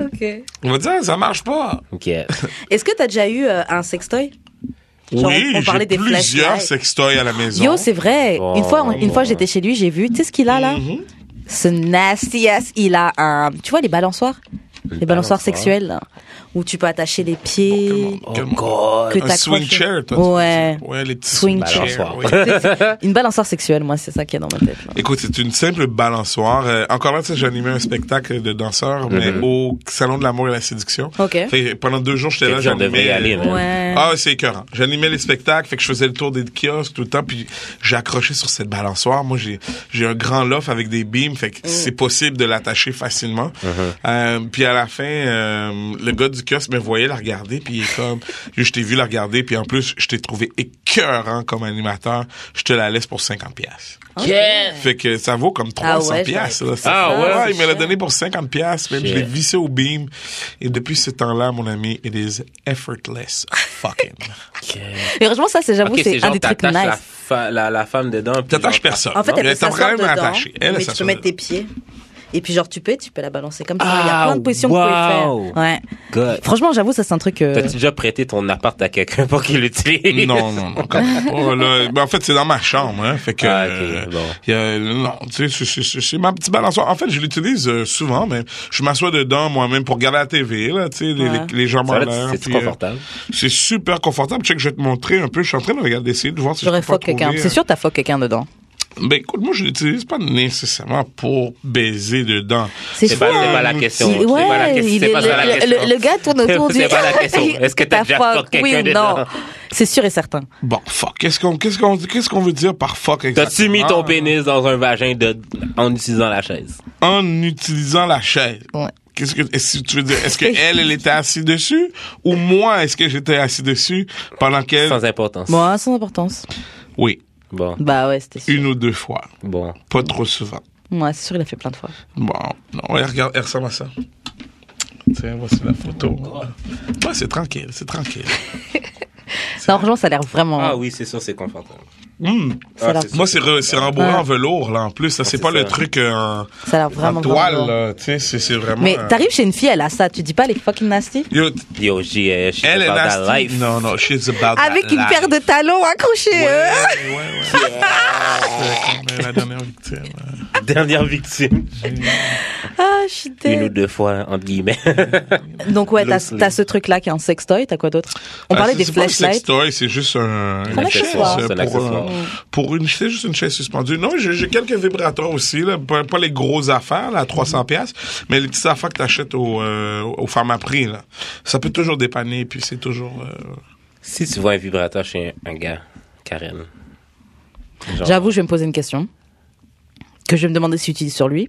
S1: Ok. Est-ce
S3: On va dire, ça marche pas.
S2: Ok.
S1: que t'as déjà eu euh, un sextoy Genre,
S3: oui,
S1: on parlait des
S3: j'ai plusieurs
S1: flashlights.
S3: sextoys à la maison.
S1: Yo, c'est vrai.
S2: Oh,
S1: une fois, une
S2: ouais.
S1: fois, j'étais chez lui, j'ai vu. Tu sais ce qu'il a là
S3: Mhm.
S1: Ce nasty ass, il a un. Tu vois les balançoires Les balançoires
S2: balançoires.
S1: sexuels, là, où tu peux attacher les pieds.
S2: Oh God.
S1: que
S3: un swing
S1: t'accroches.
S3: chair, toi. tu veux
S1: Ouais.
S3: dire. Ouais, les petits
S1: Swing
S3: swing
S2: chair.
S3: chairs. oui.
S1: Une balançoire sexuelle, moi, c'est ça qui est dans ma tête. là.
S3: Écoute, c'est une simple balançoire. Euh, encore là, tu sais, j'animais un spectacle de danseurs, mais
S2: Mm-hmm.
S3: au Salon de l'amour et la séduction.
S1: Ok.
S3: Fait que pendant deux jours, j'étais là,
S2: Peut-être qu'on devrait y
S3: j'animais.
S2: aller, man.
S1: Ouais.
S3: Ah ouais, c'est écœurant. J'animais les spectacles, fait que je faisais le tour des kiosques tout le temps, puis j'ai accroché sur cette balançoire. Moi, j'ai j'ai un grand loft avec des beams, fait que
S1: Mm.
S3: c'est possible de l'attacher facilement.
S2: Mm-hmm.
S3: Euh, puis à la fin, euh, le gars du kiosque me voyait la regarder, puis il est comme, je t'ai vu la regarder, puis en plus, je t'ai trouvé écœurant comme animateur. Je te la laisse pour 50 pièces. Euh. Fait que ça vaut comme
S1: Ah ouais,
S3: 300 pièces.
S1: j'aurais
S3: là.
S1: pris
S3: Ça-
S2: ça. Ah ouais,
S3: il me l'a
S1: cher.
S3: donné pour 50 pièces. Même je
S2: Shit.
S3: l'ai vissé au beam. Et depuis ce temps-là, mon ami, it is effortless Ah, fucking.
S1: Et heureusement, ça, c'est j'avoue,
S2: Ok,
S1: c'est un des trucs
S2: t'attaches la,
S1: nice.
S2: fa- la, la femme dedans. puis
S3: T'attaches
S2: genre,
S3: personne.
S1: En fait,
S3: Non,
S1: elle
S3: mais
S1: peut
S3: t'as
S1: s'asseoir
S3: vraiment
S1: dedans,
S3: attaché. Elle,
S1: mais
S3: ça
S1: tu peux
S3: sort
S1: mettre
S3: dedans.
S1: tes pieds. Et puis genre tu peux, tu peux la balancer comme ça. Il y a
S2: Ah,
S1: plein de positions que vous pouvez
S2: wow.
S1: faire. Ouais.
S2: God.
S1: Franchement, j'avoue, ça c'est un truc. euh,
S2: T'as-tu déjà prêté ton appart à quelqu'un pour qu'il l'utilise?
S3: Non, non, non. quand même pas, là. Ben, en fait, c'est dans ma chambre. Hein, fait que,
S2: Ah, ok,
S3: euh,
S2: bon.
S3: y a- non, tu sais, c'est- c'est- c'est- c'est ma petite balançoire. En fait, je l'utilise euh, souvent, mais je m'assois dedans moi-même pour regarder la TV, là, tu sais, les,
S1: Ouais.
S3: les, les jambes
S2: Ça
S3: en
S2: va,
S3: l'air.
S2: c'est
S3: puis, euh,
S2: confortable.
S3: C'est super confortable. Check, je vais te montrer un peu. Je suis en train de regarder, essayer de voir si
S1: J'aurais
S3: je peux pas
S1: fuck quelqu'un.
S3: trouver,
S1: C'est
S3: euh,
S1: sûr, t'as fuck quelqu'un dedans.
S3: Ben écoute, moi je l'utilise pas nécessairement pour baiser dedans.
S1: C'est
S2: C'est
S1: fou.
S2: pas, c'est
S1: hein.
S2: pas la question.
S1: Il-
S2: C'est pas la
S1: Ouais,
S2: question.
S1: il
S2: C'est
S1: est-
S2: pas ça la
S1: le-
S2: question.
S1: le- le gars tourne autour du.
S2: C'est pas la question. Est-ce que t'as déjà fuck quelqu'un
S1: Oui,
S2: dedans?
S1: non. C'est sûr et certain.
S3: Bon, fuck. Qu'est-ce qu'on qu'est-ce qu'on qu'est-ce qu'on veut dire par fuck exactement
S2: T'as-tu mis ton pénis dans un vagin de, en utilisant la chaise?
S3: en utilisant la chaise
S1: Ouais.
S3: Qu'est-ce que est-ce que tu veux dire Est-ce que elle elle était assise dessus ou moi est-ce que j'étais assis dessus pendant qu'elle
S2: Sans importance.
S1: Bon, sans importance.
S3: Oui,
S2: Bon.
S1: Bah ouais, c'était sûr.
S3: une ou deux fois,
S2: Bon.
S3: pas trop souvent.
S1: Ouais, c'est sûr, il a fait plein de fois.
S3: Bon, non, elle regarde, elle ressemble à ça. Tiens, voici la photo. Ouais, c'est tranquille, c'est tranquille.
S1: Non, franchement, ça a l'air vraiment.
S2: Ah oui, c'est sûr, c'est confortable.
S3: Hmm.
S2: Ah,
S1: Ça a l'air-
S3: Moi, c'est re- c'est rembourré en velours, là, en plus. Ça, c'est
S2: c'est
S3: pas le
S2: ça.
S3: truc euh, en,
S1: Ça a l'air
S3: en
S1: vraiment,
S3: toile,
S1: vraiment
S3: là. Tu sais, c'est c'est vraiment...
S1: Mais
S3: euh,
S1: t'arrives chez une fille, elle a ça. Tu dis pas les fucking nasty
S3: yo, t-
S2: Yo, j'ai, euh, she's
S3: elle est
S2: about that
S3: nasty.
S2: life.
S3: Non, non, she's about
S1: Avec
S3: that
S1: une
S3: life.
S1: paire de talons accrochés.
S3: Ouais,
S1: euh.
S3: ouais, ouais. C'est comme euh, la dernière victime. hein.
S2: Dernière victime.
S1: Ah, je suis
S2: Une ou
S1: dead.
S2: deux fois, entre guillemets.
S1: Donc ouais, t'as
S3: L'autre-
S1: t'as ce truc-là qui est en sextoy. T'as quoi d'autre On
S3: Ah,
S1: parlait
S3: c'est-
S1: des
S3: c'est pas un
S1: flashlights.
S3: sextoy, C'est juste un, une
S1: un accessoire.
S3: chaise,
S2: C'est un
S3: euh, pour,
S2: accessoire.
S3: euh, pour une, c'est juste une chaise suspendue. Non, j'ai j'ai quelques vibrateurs aussi, là, pas, pas les grosses affaires, là, à 300 pièces, mais les petites affaires que t'achètes au, euh, au Pharmaprix, là. Ça peut toujours dépanner, puis c'est toujours. euh,
S2: si tu vois un vibrateur chez un, un gars, Karen. genre-
S1: J'avoue, je vais me poser une question que je vais me demander si tu utilises sur lui.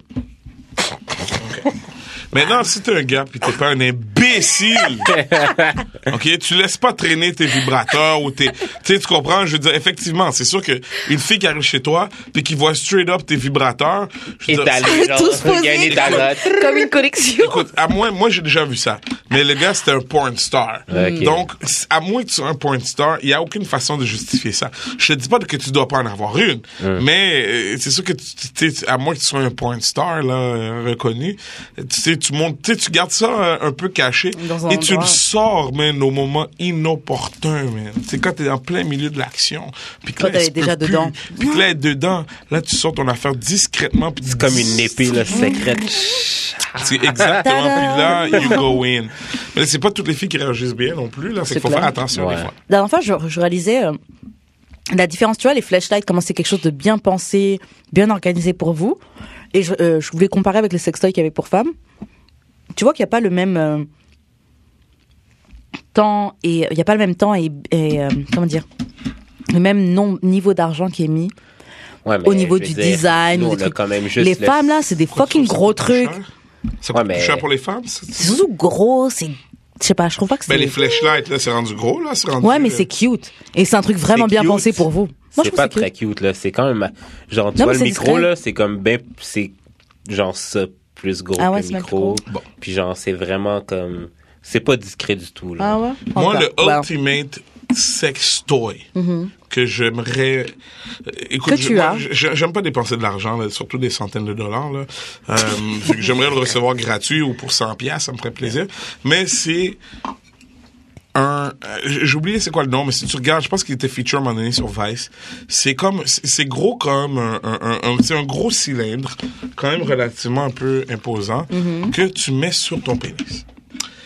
S3: Maintenant, si t'es un gars puis t'es pas un imbécile, ok, tu laisses pas traîner tes vibrateurs ou tes, tu sais, tu comprends Je veux dire, effectivement, c'est sûr que une fille qui arrive chez toi puis qui voit straight up tes vibrateurs, je veux dire,
S2: Étalé, genre.
S1: Tous posés.
S2: Gagner ta note.
S1: Comme une collection.
S3: Écoute, à moins, moi j'ai déjà vu ça. Mais le gars, c'était un porn star.
S2: Ouais, ok.
S3: Donc, c- à moins que tu sois un porn star, il n'y a aucune façon de justifier ça. Je te dis pas que tu dois pas en avoir une,
S2: Hein.
S3: mais euh, c'est sûr que tu, tu- tu- à moins que tu sois un porn star là, euh, reconnu, tu sais, tu montes, tu sais, tu gardes ça euh, un peu caché
S1: Dans un
S3: et tu le
S1: endroit.
S3: sors, man, au moment inopportun, man. C'est quand t'es en plein milieu de l'action, puis que
S1: Quand
S3: là, elle
S1: elle
S3: se
S1: est déjà
S3: peut
S1: dedans.
S3: plus, puis que là, elle est dedans, là, tu sors ton affaire discrètement, puis tu-
S2: Comme une épée, là, secrète.
S3: c'est exactement.
S1: Tadam!
S3: Puis là, you go in. Mais c'est pas toutes les filles qui réagissent bien non plus. Là,
S1: C'est
S3: c'est qu'il faut
S1: clair.
S3: faire attention
S2: Ouais.
S3: des fois.
S1: La dernière fois, je, je réalisais, euh,
S4: la différence, tu vois, les flashlights, comment c'est quelque chose de bien pensé, bien organisé pour vous. Et je, euh, je voulais comparer avec les sextoys qu'il y avait pour femmes. Tu vois qu'il n'y a pas le même euh, temps et il n'y a pas le même temps et, et, euh, comment dire le même nom- niveau d'argent qui est mis
S2: Ouais, mais
S4: au niveau
S2: je veux
S4: du
S2: dire,
S4: design.
S2: nous,
S4: ou
S2: on
S4: des
S2: a
S4: trucs.
S2: quand même juste
S4: les
S2: le-
S4: femmes là, c'est des fucking gros
S3: hein.
S4: trucs.
S3: Ça coûte
S2: Ouais,
S3: plus
S2: mais-
S3: cher pour les femmes. ça?
S4: C'est surtout gros, c'est je sais pas, je trouve pas que c'est
S3: Ben, les flashlights, là, c'est rendu gros, là. c'est rendu,
S4: Ouais, mais
S3: euh,
S4: c'est cute et c'est un truc vraiment
S3: C'est
S4: bien
S3: cute.
S4: pensé pour vous. Moi je
S2: c'est
S4: trouve
S2: pas
S4: que c'est
S2: très
S4: cute.
S2: cute. là. C'est quand même. Genre, tu
S4: Non,
S2: vois,
S4: mais
S2: le
S4: c'est
S2: micro,
S4: discret.
S2: là, c'est comme ben. C'est genre ça plus gros
S4: Ah ouais,
S2: que
S4: c'est
S2: le micro.
S4: micro.
S3: Bon.
S2: Puis genre, c'est vraiment comme. C'est pas discret du tout, là.
S4: Ah ouais.
S3: Moi,
S4: Encore.
S3: le
S4: Wow. Mm-hmm.
S3: ultimate sex toy que j'aimerais. euh, Écoute,
S4: Que
S3: je-
S4: tu
S3: moi,
S4: as.
S3: je- j'aime pas dépenser de l'argent, là, surtout des centaines de dollars. Là. Euh, fait que j'aimerais le recevoir gratuit ou pour 100 pièces, ça me ferait plaisir. Mais c'est un. euh, j- J'ai oublié c'est quoi le nom, mais si tu regardes, je pense qu'il était feature à un moment donné sur Vice. C'est comme. C'est c'est gros comme un, un, un- un- c'est un gros cylindre, quand même relativement un peu imposant,
S4: Mm-hmm.
S3: que tu mets sur ton pénis.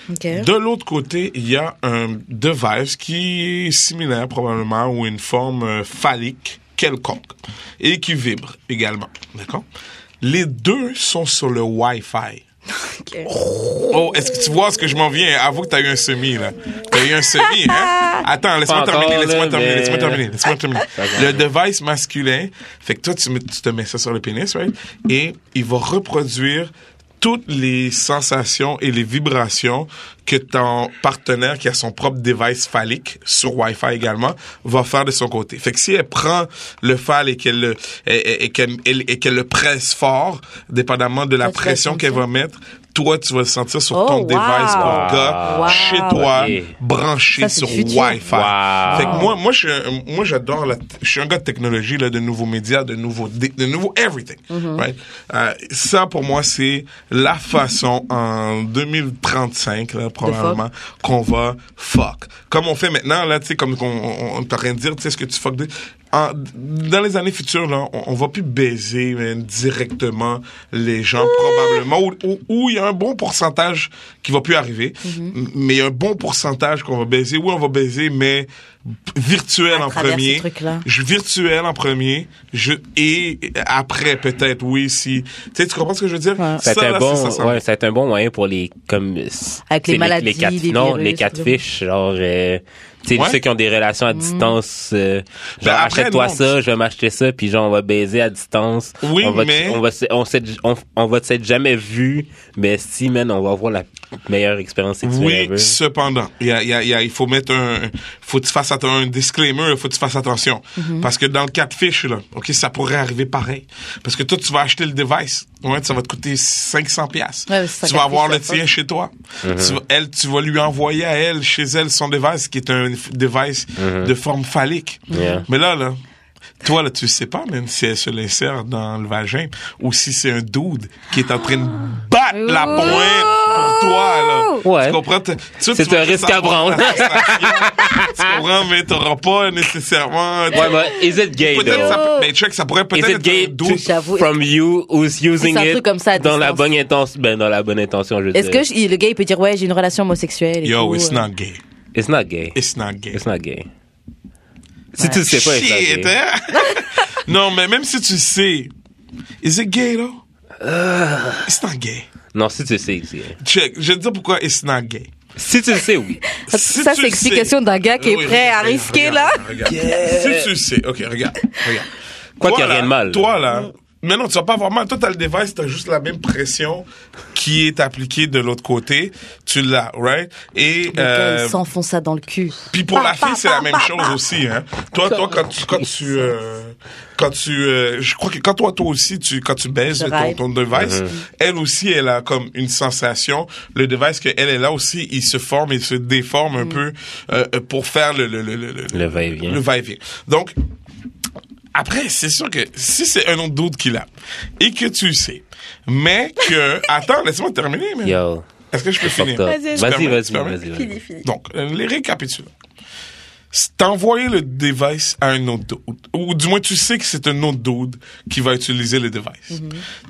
S4: OK.
S3: De l'autre côté, il y a un device qui est similaire probablement ou une forme euh, phallique quelconque et qui vibre également. D'accord? Les deux sont sur le Wi-Fi. Oh, est-ce que tu vois ce que je m'en viens? Avoue que t'as eu un semi, là. T'as eu un semi, hein? Attends, laisse-moi
S2: Pas
S3: terminer,
S2: encore,
S3: laisse-moi
S2: là,
S3: terminer,
S2: mais-
S3: laisse-moi terminer, laisse-moi terminer.
S2: va.
S3: Le device masculin, fait que toi, tu, mets- tu te mets ça sur le pénis, right? Et il va reproduire toutes les sensations et les vibrations que ton partenaire qui a son propre device phallique sur Wi-Fi également va faire de son côté. Fait que si elle prend le phal et qu'elle le, et, et- et qu'elle, elle- et qu'elle le presse fort, dépendamment de la
S4: Ça, tu vas
S3: pression qu'elle va mettre, toi, tu vas le sentir sur
S4: Oh,
S3: ton
S4: wow.
S3: device mon gars,
S4: Wow.
S3: chez toi,
S2: Ok.
S3: branché
S4: Ça, c'est
S3: sur
S4: le futur.
S3: Wi-Fi.
S2: Wow.
S3: Fait que moi, moi, je, suis un- moi, j'adore la, je suis un gars de technologie, là, de nouveaux médias, de nouveaux, dé- de nouveaux everything. right? Euh, ça, pour moi, c'est la façon en 2035, là, probablement, qu'on va fuck. Comme on fait maintenant, là, tu sais, comme qu'on- on, on t'a rien dire, tu sais, ce que tu fuck de- en- dans les années futures, là, on, on va plus baiser man, directement les gens, probablement, ou- ou ou il y a un bon pourcentage qui va plus arriver,
S4: Mm-hmm.
S3: m- mais il y a un bon pourcentage qu'on va baiser. Oui, on va baiser, mais virtuel
S4: À
S3: en
S4: travers
S3: premier.
S4: ces trucs-là.
S3: Je- virtuel en premier, je, et après, peut-être, oui, si. Tu sais, tu comprends ce que je veux dire?
S4: Ouais.
S2: C'est un
S3: là,
S2: bon,
S3: ça, ça
S2: ouais, c'est un bon moyen pour les comme
S4: Avec
S2: c'est
S4: les maladies,
S2: quatre,
S4: les
S2: non,
S4: virus,
S2: les quatre
S4: tout ça. Mm.
S2: fiches, genre euh, tu sais
S3: Ouais. Ben,
S2: ceux qui ont des relations à distance, euh, genre
S3: après,
S2: achète-toi
S3: non.
S2: ça, je vais m'acheter ça, puis genre on va baiser à distance.
S3: Oui,
S2: on va,
S3: mais-
S2: on va se- on s'est- on, on va s'être jamais vu, mais si man, on va avoir la meilleure expérience sexuelle
S3: Oui,
S2: ever.
S3: cependant, il, y a- il y a- il y a- il faut mettre un, faut que tu fasses atten- un disclaimer, il faut que tu fasses attention,
S4: Mhm.
S3: parce que dans le cas de fiche là, ok, ça pourrait arriver pareil, parce que toi tu vas acheter le device, ouais, ça va te coûter 500 pièces,
S4: Ouais, mais c'est ça,
S3: tu vas
S4: quatre
S3: avoir le
S4: fiches, ça
S3: tien chez toi, tu, vas- elle, tu vas lui envoyer à elle, chez elle son device qui est un f- device
S4: Mhm.
S3: de forme phallique,
S2: Yeah.
S3: mais là là. Toi, là, tu sais pas, même si elle se l'insère dans le vagin ou si c'est un dude qui est en train de battre la pointe pour toi, là.
S2: Ouais.
S3: Tu comprends? T'as- tu sais,
S2: C'est
S3: tu vas
S2: un risque à
S3: savoir
S2: prendre.
S3: la sensation. tu comprends, mais t'auras pas nécessairement.
S2: Ouais, mais is it gay
S3: Peut-être
S2: though?
S3: ça peut- mais check, ça pourrait
S2: Is
S3: peut-être
S2: it
S3: être
S2: gay
S3: un dude.
S2: to-
S4: J'avoue.
S2: from you who's using
S4: C'est un
S2: it
S4: truc comme ça à
S2: dans la
S4: distance.
S2: bonne intention, ben dans la bonne intention, je veux
S4: Est-ce
S2: dire.
S4: que je- le gars il peut dire ouais, j'ai une relation homosexuelle et
S3: Yo,
S4: tout,
S3: it's
S4: euh.
S3: not gay.
S2: It's not gay.
S3: It's not gay.
S2: It's not gay. Si tu le sais pas, it's not
S3: Shit,
S2: gay.
S3: hein? non, mais même si tu sais, is it gay, though?
S2: Euh.
S3: It's not gay.
S2: Non, si tu le sais, c'est gay.
S3: Check, je vais te dire pourquoi it's not gay.
S2: Si tu le sais, oui.
S3: Si
S4: ça
S3: tu
S4: c'est
S3: le
S4: l'explication
S3: sais- Ah
S4: d'un gars qui est
S3: Oui,
S4: prêt à
S3: regarde,
S4: risquer
S3: regarde,
S4: là.
S3: regarde. Si tu le sais, ok, regarde, regarde.
S2: Quoi qu'il
S3: Toi,
S2: y a
S3: là,
S2: rien de mal.
S3: Toi, là, mais non, tu vas pas avoir mal. Toi, t'as le device, t'as juste la même pression qui est appliquée de l'autre côté. Tu l'as, right? Et,
S4: Le gars,
S3: euh,
S4: il s'enfonce ça dans le cul.
S3: puis pour
S4: Pa,
S3: la
S4: pa,
S3: fille, c'est
S4: pa,
S3: la même
S4: pa,
S3: chose
S4: pa.
S3: aussi, hein. Toi, toi, quand tu, quand tu, euh, quand tu, euh, je crois que quand toi, toi aussi, tu, quand tu baises
S4: Je
S3: ton,
S4: rêve.
S3: ton device,
S2: Uh-huh.
S3: elle aussi, elle a comme une sensation. Le device que elle est là aussi, il se forme, il se déforme
S4: Mm.
S3: un peu euh, euh, pour faire le le le le, le-
S2: Le va-et-vient.
S3: Le va-et-vient. Donc après, c'est sûr que si c'est un autre doute qu'il a et que tu le sais, mais que attends, laisse-moi terminer. man.
S2: Yo,
S3: Est-ce que je peux
S2: fucked
S3: finir?
S2: up.
S3: Tu
S2: Vas-y,
S3: permets?
S2: vas-y,
S3: Tu
S2: vas-y.
S3: permets?
S2: vas-y.
S3: Donc, euh, les récapitulons. C'est T'envoyer le device à un autre dude. Ou du moins, tu sais que c'est un autre dude qui va utiliser le device.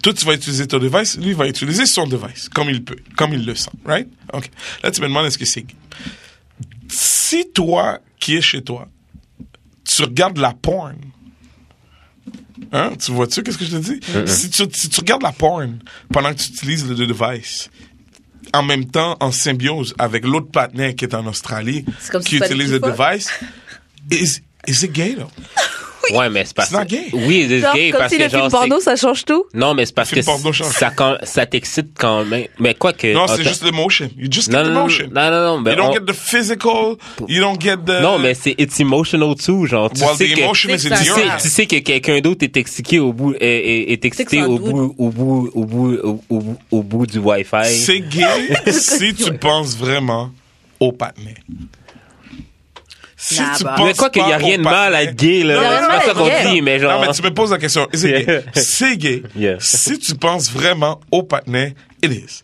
S3: Toi, tu vas utiliser ton device, lui va utiliser son device, comme il peut, comme il le sent, right? OK. Là, tu me demandes est-ce que c'est gay. Si toi, qui es chez toi, tu regardes la porn. Hein? Tu vois-tu qu'est-ce que je te dis? Si, tu, si tu regardes la porn pendant que tu utilises le device, en même temps, en symbiose avec l'autre partenaire qui est en Australie,
S1: C'est comme si
S3: qui
S1: tu fallait
S3: utilise le
S1: qu'il faut.
S3: device, is, is it gay, though?
S2: Ouais, mais c'est parce
S3: It's not gay.
S2: que. Oui, c'est
S1: Genre,
S2: gay
S1: comme
S2: parce
S1: si
S2: que
S1: le
S2: genre.
S1: film porno, ça change tout.
S2: c'est- Non, mais c'est parce
S3: Le
S2: que
S3: film porno change.
S2: ça, quand- ça t'excite quand même. Mais quoi que.
S3: Non,
S2: attends.
S3: c'est juste l'émotion. You just
S2: Non,
S3: get the
S2: non, non,
S3: motion.
S2: non, non, non, mais
S3: you don't
S2: on-
S3: get the physical, you don't get the...
S2: Non, mais c'est it's emotional too, genre. Tu
S3: Well,
S2: sais
S3: the
S2: que,
S3: emotion is in
S1: Tu
S2: tu
S3: your
S2: sais,
S3: hand.
S2: tu sais que quelqu'un d'autre est excité au bout, est, est- est
S4: C'est
S2: excité
S4: que c'est un
S2: au bout, au bout, au bout, au, au bout- au bout du Wi-Fi.
S3: C'est gay si tu penses vraiment au patinet. Si
S1: Nah,
S3: tu
S1: bah.
S3: penses
S2: Mais quoi qu'il y a
S3: pas
S2: rien
S3: au
S2: de mal à
S3: patinet-
S2: être gay,
S1: Non,
S2: là.
S1: non,
S2: C'est pas
S1: non,
S2: ça qu'on
S1: yeah.
S2: dit, mais
S3: Non,
S2: genre.
S3: mais tu me poses la question. Is it gay?
S2: Yeah.
S3: C'est gay.
S2: Yeah.
S3: Si tu penses vraiment au patinet, it is.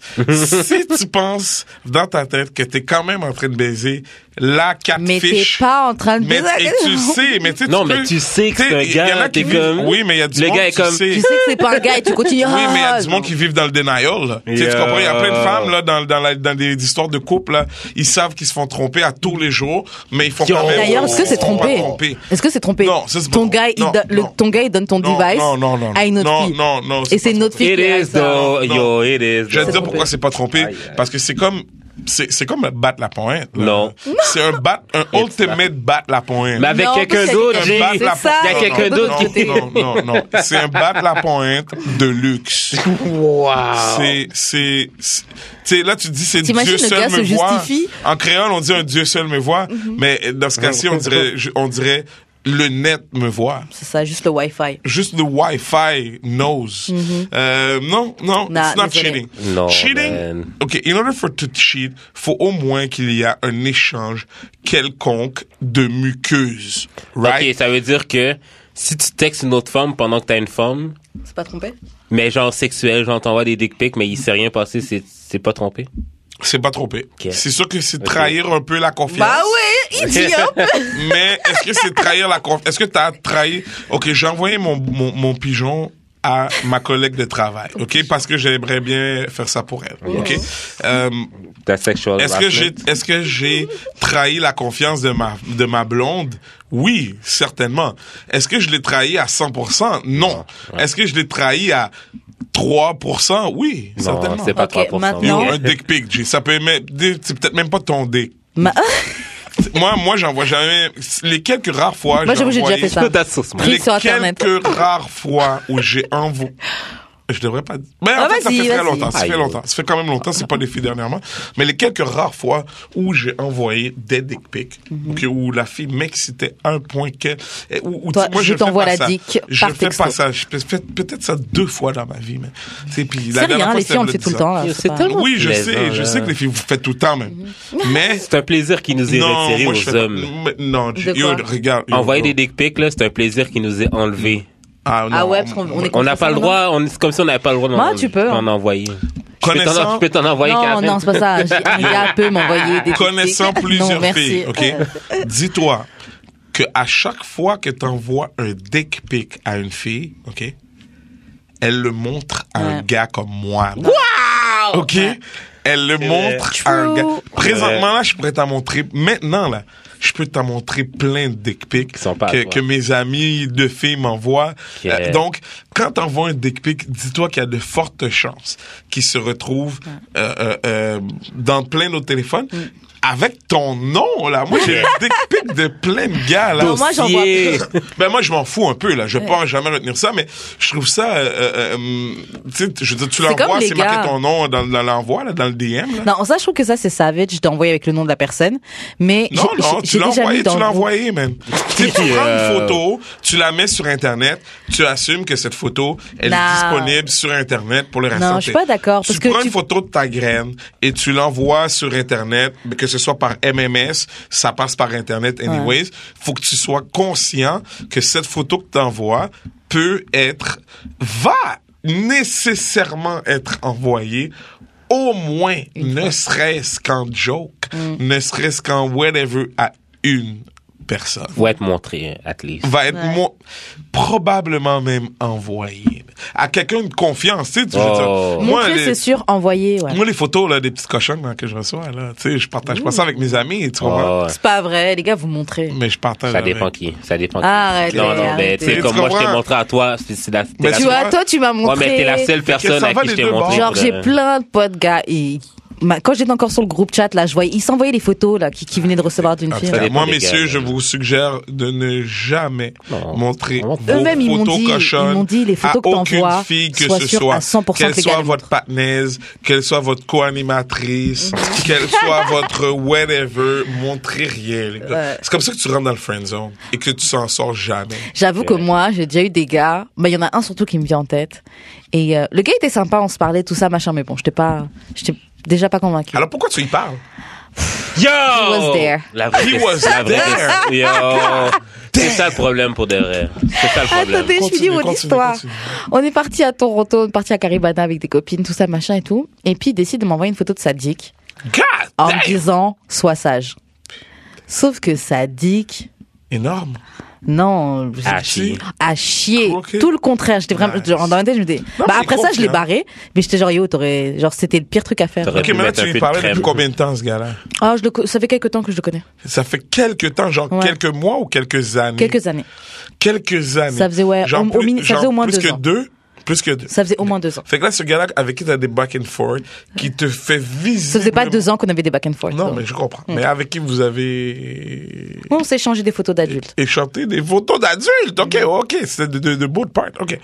S3: si tu penses dans ta tête que t'es quand même en train de baiser la
S1: Mais t'es
S3: catfish...
S1: pas en train de
S3: Mais
S1: baiser.
S3: et tu sais, mais tu sais,
S2: Non,
S3: peux-
S2: mais tu sais que c'est
S3: t'sais,
S2: un
S3: y- y en a
S2: gars, t'es
S3: qui vivent-
S2: comme-
S3: Oui, mais il y a du
S2: Le
S3: monde
S2: gars est
S3: qui
S2: comme-
S3: sait.
S1: Tu sais que c'est pas un gars et tu continues.
S3: Oui, mais il y a
S1: Ah,
S3: du monde qui vivent dans le denial. Là. Tu sais, Tu
S2: Yeah.
S3: comprends? Il y a plein de femmes là, dans, dans, la- dans des histoires de couple. Là. Ils savent qu'ils se font tromper à tous les jours, mais ils font
S2: Yo.
S3: quand même.
S1: D'ailleurs, est-ce que c'est
S3: ils sont oh, pas
S1: trompé
S3: trompés.
S1: Est-ce que c'est trompé
S3: Non, ça, c'est pas
S1: ton
S3: trompé.
S1: gars, il
S3: Non,
S1: donne- le-
S3: non.
S1: ton gars, il donne ton
S3: Non,
S1: device
S3: non, non, non.
S1: à une autre
S3: non,
S1: fille.
S3: Non, non,
S1: Et c'est
S3: pas
S1: une autre
S3: trompé.
S1: fille
S2: It
S1: qui a
S2: is
S1: ça.
S2: though,
S3: Non.
S2: yo, it is.
S3: Je vais te
S2: though.
S3: dire pourquoi c'est pas trompé.
S2: Aïe, aïe.
S3: Parce que c'est comme. C'est c'est comme battre la pointe. là.
S2: Non.
S3: C'est un bat, un ultimate battre la pointe.
S2: Mais avec
S1: Non,
S2: quelqu'un
S1: parce qu'il y a
S2: d'autre,
S1: quelqu'un
S2: j'ai.
S1: qui
S3: bat
S1: c'est ça.
S2: Il y a quelqu'un d'autre qui.
S3: Non, non, non. C'est un bat la pointe de luxe.
S2: Wow.
S3: C'est, c'est, c'est- tu sais, là, tu dis, c'est
S1: T'imagines
S3: Dieu
S1: le
S3: seul
S1: gars
S3: me
S1: se
S3: voit.
S1: justifie? Mhm.
S3: En créole, on dit un Dieu seul me voit, mais dans ce cas-ci, on dirait, je- on dirait le net me voit.
S1: C'est ça, juste le Wi-Fi.
S3: Juste le Wi-Fi knows. Euh, non, non,
S1: Mhm. Nah,
S3: it's not
S1: désolé.
S3: cheating.
S2: Non,
S3: cheating,
S2: man.
S3: OK, in order for to cheat, faut au moins qu'il y a un échange quelconque de muqueuse. Right?
S2: Ok, ça veut dire que si tu textes une autre femme pendant que t'as une femme,
S1: C'est pas trompé
S2: mais genre sexuel, genre t'envoies des dick pics, mais il s'est rien passé, c'est c'est pas trompé.
S3: C'est pas trompé.
S2: Ok.
S3: C'est sûr que c'est trahir un peu la confiance.
S1: Bah ouais, idiot
S3: Mais est-ce que c'est trahir la confiance? Est-ce que tu as trahi? OK, j'ai envoyé mon, mon, mon pigeon à ma collègue de travail, OK? Parce que j'aimerais bien faire ça pour elle, OK? Euh,
S2: T'as sexual.
S3: est-ce que
S2: harassment.
S3: j'ai est-ce que j'ai trahi la confiance de ma de ma blonde Oui, certainement. Est-ce que je l'ai trahi à 100% Non. Est-ce que je l'ai trahi à 3% Oui, certainement.
S2: Non, c'est pas
S1: Ok,
S2: 3%.
S3: Yo,
S1: maintenant- Non.
S3: un dick pic, Jay. Ça peut même, c'est peut-être même pas ton dick.
S1: Ma-
S3: moi, moi, j'en vois jamais. Les quelques rares fois.
S1: Moi, j'avoue, j'ai déjà
S3: envoyé-
S1: fait ça.
S2: That's so smart.
S1: Pris
S3: Les
S1: sur hein. Internet.
S3: quelques rares fois où j'ai envoyé. Je devrais pas dire. Mais en
S1: Ah,
S3: fait, ça
S1: vas-y,
S3: fait très
S1: vas-y.
S3: longtemps. Ça
S2: Aïe.
S3: fait longtemps. Ça fait quand même longtemps. C'est pas des filles dernièrement. Mais les quelques rares fois où j'ai envoyé des dick pics,
S1: Mhm.
S3: ok, où la fille m'excitait à un point qu'elle. et Où, où,
S1: Toi,
S3: tu- moi,
S1: je
S3: le fais
S1: t'envoie
S3: pas
S1: la
S3: ça.
S1: dick
S3: Je
S1: par
S3: fais
S1: texto.
S3: pas ça. Je fais peut-être ça deux fois dans ma vie, mais. tu sais, puis la
S1: C'est
S3: dernière
S1: rien,
S3: fois,
S1: les
S3: c'était
S1: filles, on
S3: le
S1: le fait tout le
S3: 10 ans.
S1: temps. là,
S2: Yo,
S1: c'est
S2: c'est
S1: pas-
S2: tellement-
S3: Oui, je sais.
S2: plaisant,
S3: Je
S2: là.
S3: sais que les filles, vous faites tout le temps, même.
S1: Mhm.
S3: Mais.
S2: C'est un plaisir qui nous est retiré
S3: moi, je
S2: aux
S3: fais-
S2: hommes.
S3: m- Non,
S1: De
S3: yo,
S1: quoi?
S3: regarde. yo,
S2: Envoyer des
S3: bro.
S2: dick pics, là, c'est un plaisir qui nous est enlevé.
S3: Ah, non,
S1: Ah ouais, parce qu'on on est
S2: On n'a
S1: contre
S2: pas le
S1: ça,
S2: droit, on, c'est comme si on n'avait pas le droit d'en
S1: Moi, tu peux,
S2: d'en
S1: hein.
S2: envoyer. Je peux
S3: Connaissant-
S2: t'en- je peux t'en envoyer
S1: Non,
S2: Karen.
S1: non, c'est pas ça. J'ai- Un gars peut m'envoyer des
S3: Connaissant
S1: des-
S3: plusieurs
S1: Non, merci. Euh,
S3: filles, OK? Dis-toi que à chaque fois que tu envoies un dick pic à une fille, OK? Elle le montre à un
S1: Ouais.
S3: gars comme moi. Ah, OK? Elle le montre à un
S1: True.
S3: gars. Présentement, là, je pourrais t'en montrer. Maintenant, là, je peux t'en montrer plein de dick pics
S2: Qui sont pas à
S3: que,
S2: toi.
S3: que mes amis de filles m'envoient.
S2: Ok.
S3: Euh, donc, quand t'envoies un dick pic, dis-toi qu'il y a de fortes chances qu'il se retrouve euh, euh, euh, dans plein d'autres téléphones.
S1: Mm.
S3: Avec ton nom, là. Moi, j'ai un dick pic de plein de gars, là.
S1: Non, moi, j'en vois
S2: Dossier.
S1: plus.
S3: Ben moi je m'en fous un peu là, je vais pas jamais retenir ça, mais je trouve ça, euh, euh, euh, tu sais, je veux dire, tu
S1: C'est
S3: l'envoies,
S1: comme les
S3: c'est marqué
S1: gars.
S3: ton nom dans, dans l'envoi là, dans le DM là.
S1: Non, ça, je trouve que ça, c'est savage d'envoyer avec le nom de la personne. Mais
S3: Non,
S1: j'ai-
S3: non,
S1: j'ai-
S3: tu
S1: j'ai
S3: l'as
S1: déjà mis
S3: envoyé,
S1: dans
S3: tu
S1: le
S3: l'as
S1: groupe.
S3: envoyé même. tu sais, tu prends
S2: Yeah.
S3: une photo, tu la mets sur Internet, tu assumes que cette photo, elle
S1: Nah.
S3: est disponible sur Internet pour le reste
S1: Non, je suis pas d'accord,
S3: Tu
S1: parce que
S3: prends
S1: tu-
S3: une photo de ta graine et tu l'envoies sur Internet, mais que ce soit par MMS, ça passe par Internet anyways. Faut que tu sois conscient que cette photo que tu envoies peut être, va nécessairement être envoyée au moins, ne serait-ce qu'en joke, ne serait-ce qu'en whatever à une personne
S2: Faut être montré, at least.
S3: va être mo- probablement même envoyé. à quelqu'un de confiance, tu sais. tu- je veux dire,
S2: Oh.
S3: moi,
S1: Montrer,
S3: les-
S1: c'est sûr, envoyer, ouais.
S3: moi, les photos là, des petites cochons là, que je reçois, là, tu sais, je partage pas ça avec mes amis, tu comprends?
S2: Ouais, ouais.
S1: C'est pas vrai, les gars, vous montrez.
S3: Mais je partage.
S2: Ah. Ça
S3: avec-
S2: dépend qui. Ça dépend qui.
S1: Arrêtez,
S2: non, non, mais
S1: arrêtez.
S2: tu sais,
S3: Tu
S2: comme moi, je t'ai
S3: comprends?
S2: montré à toi. c'est- c'est la- t'es
S3: Mais
S2: la-
S1: Tu vois, toi, tu m'as
S2: Ouais,
S1: montré.
S2: mais t'es la seule personne euh.
S3: ça
S2: à
S3: va,
S2: qui je
S3: les
S2: t'ai
S3: deux
S2: montré.
S3: bords.
S1: Genre,
S2: pour
S1: j'ai
S2: le-
S1: plein de potes, gars. Et... ma- Quand j'étais encore sur le groupe chat, là, je voyais, ils s'envoyaient les photos, là, qui, qui venaient de recevoir d'une
S3: En tout
S1: fille.
S3: cas,
S2: Ça dépend
S3: moi,
S2: des
S3: messieurs,
S2: gars,
S3: je
S2: là.
S3: vous suggère de ne jamais
S2: Non.
S3: montrer
S2: Non.
S3: vos
S1: Eux-mêmes, ils m'ont
S3: photos
S1: dit-
S3: cochonnes
S1: ils m'ont dit, les photos
S3: à
S1: que
S3: aucune
S1: t'envoies,
S3: fille que
S1: sois
S3: ce
S1: sûr
S3: soit.
S1: à 100%
S3: qu'elle
S1: que les gars
S3: soit
S1: les
S3: votre patnaise, qu'elle soit votre co-animatrice,
S1: Mhm.
S3: qu'elle soit votre whatever, montrez rien. les gars.
S1: Ouais.
S3: C'est comme ça que tu rentres dans le friend zone et que tu s'en sors jamais.
S1: J'avoue que moi, j'ai déjà eu des gars. mais il y en a un surtout qui me vient en tête. Et euh, le gars était sympa, on se parlait, tout ça, machin. Mais bon, j'étais pas, j'étais déjà pas convaincu.
S3: Alors pourquoi tu y parles?
S2: Yo!
S1: was there.
S2: La vraie
S3: He
S2: question-
S3: was
S2: la vraie
S3: there.
S2: question- Yo! C'est ça le problème pour de vrai. C'est ça le problème.
S1: Attendez, je
S3: Continue,
S1: finis mon
S3: continue,
S1: histoire.
S3: continue.
S1: On est parti à Toronto, on est parti à Caribana avec des copines, tout ça, machin et tout. Et puis, il décide de m'envoyer une photo de sa dick
S3: God!
S1: en me
S3: damn!
S1: disant, sois sage. Sauf que sa dick,
S3: Énorme.
S1: non,
S2: À chier.
S1: à chier.
S3: Croquer.
S1: Tout le contraire. J'étais vraiment,
S3: Nice.
S1: genre, dans ma tête, je me dis,
S3: Non,
S1: bah
S3: mais
S1: après ça, je l'ai
S3: confiant.
S1: barré. Mais j'étais genre, yo, t'aurais, genre, c'était le pire truc à faire.
S2: T'aurais-
S3: Ok,
S2: pu
S3: maintenant,
S2: mettre un
S3: tu
S2: peu de
S3: lui parlais
S2: crème.
S3: depuis combien de temps, ce gars-là?
S1: Ah, je le, co- ça fait quelques temps que je le connais.
S3: Ça fait quelques temps, genre
S1: Ouais.
S3: quelques mois ou quelques années?
S1: Quelques années.
S3: Quelques années.
S1: Ça faisait, ouais, au- au
S3: plus-
S1: mini- ça faisait au moins
S3: plus
S1: deux
S3: que
S1: ans.
S3: deux? Plus que deux.
S1: Ça faisait au moins deux ans.
S3: Fait que là, ce gars-là, avec qui t'as des back and forth, qui te fait visiblement...
S1: Ça faisait pas deux ans qu'on avait des back and forth.
S3: Non,
S1: donc. Mm.
S3: mais je comprends. Mais avec qui vous avez
S1: On s'est changé des photos d'adultes.
S3: échanté des photos d'adultes.
S1: Mm.
S3: OK, OK, c'est de, de, de beaux parts. OK.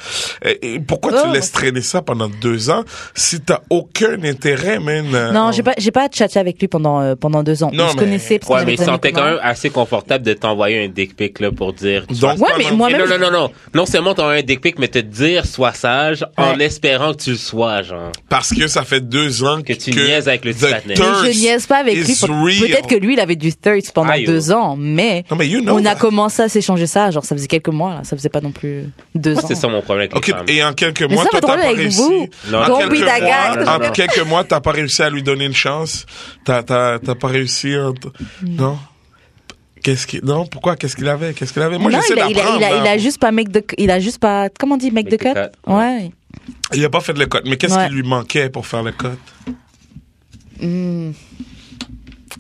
S3: Et, et pourquoi
S1: Oh.
S3: tu laisses traîner ça pendant deux ans si t'as aucun intérêt, man? euh,
S1: Non, j'ai pas, j'ai pas chatté avec lui pendant, euh, pendant deux ans.
S3: Non,
S1: on se
S3: mais-
S1: connaissait parce qu'on
S2: Ouais,
S1: avait
S2: mais il
S1: tourné
S2: sentait quand
S1: commun.
S2: même assez confortable de t'envoyer un dick pic, là, pour dire. tu
S3: Donc,
S1: Ouais,
S3: pas
S1: mais
S3: mal-
S1: moi-
S2: Et
S1: même-
S2: non, non, non, non. Non seulement t'as un dick pic, mais te dire sois sage en
S1: Ouais.
S2: espérant que tu le sois, genre.
S3: Parce que ça fait deux ans
S2: Que tu niaises avec le
S3: the
S2: petit patinet.
S3: thirst
S1: Mais je niaise pas avec
S3: is
S1: lui. Faut-
S3: real.
S1: Peut-être que lui, il avait du thirst pendant
S2: Aïe,
S1: deux ans, mais
S3: Non, mais you know
S1: on a
S3: that.
S1: commencé à s'échanger ça. Genre, ça faisait quelques mois, là. Ça faisait pas non plus deux
S2: Moi,
S1: ans.
S2: c'est ça mon problème avec
S3: OK,
S2: les femmes.
S3: et en quelques
S1: Mais
S3: mois,
S1: ça,
S3: toi,
S1: votre
S3: t'as pas
S1: problème avec
S3: réussi.
S1: vous.
S2: Non,
S3: en,
S2: Don't
S3: quelques
S2: be that guy.
S3: mois, en
S2: Non, non.
S3: quelques mois, t'as pas réussi à lui donner une chance. T'as, t'as, t'as pas réussi. hein, t-
S1: Mm.
S3: Non. Qu'est-ce qu'il, non, pourquoi? Qu'est-ce qu'il avait? Qu'est-ce qu'il avait? Moi,
S1: non,
S3: j'essaie
S1: il a, il, a,
S3: d'apprendre. hein.
S1: il, a,
S3: là.
S1: il a juste pas make the, il a juste pas, comment on dit, make,
S2: Make
S1: the
S2: the
S1: cut?
S2: cut, ouais.
S1: Ouais.
S3: Il a pas fait le cut. Mais qu'est-ce
S1: Ouais.
S3: qui lui manquait pour faire le cut?
S1: Hmm.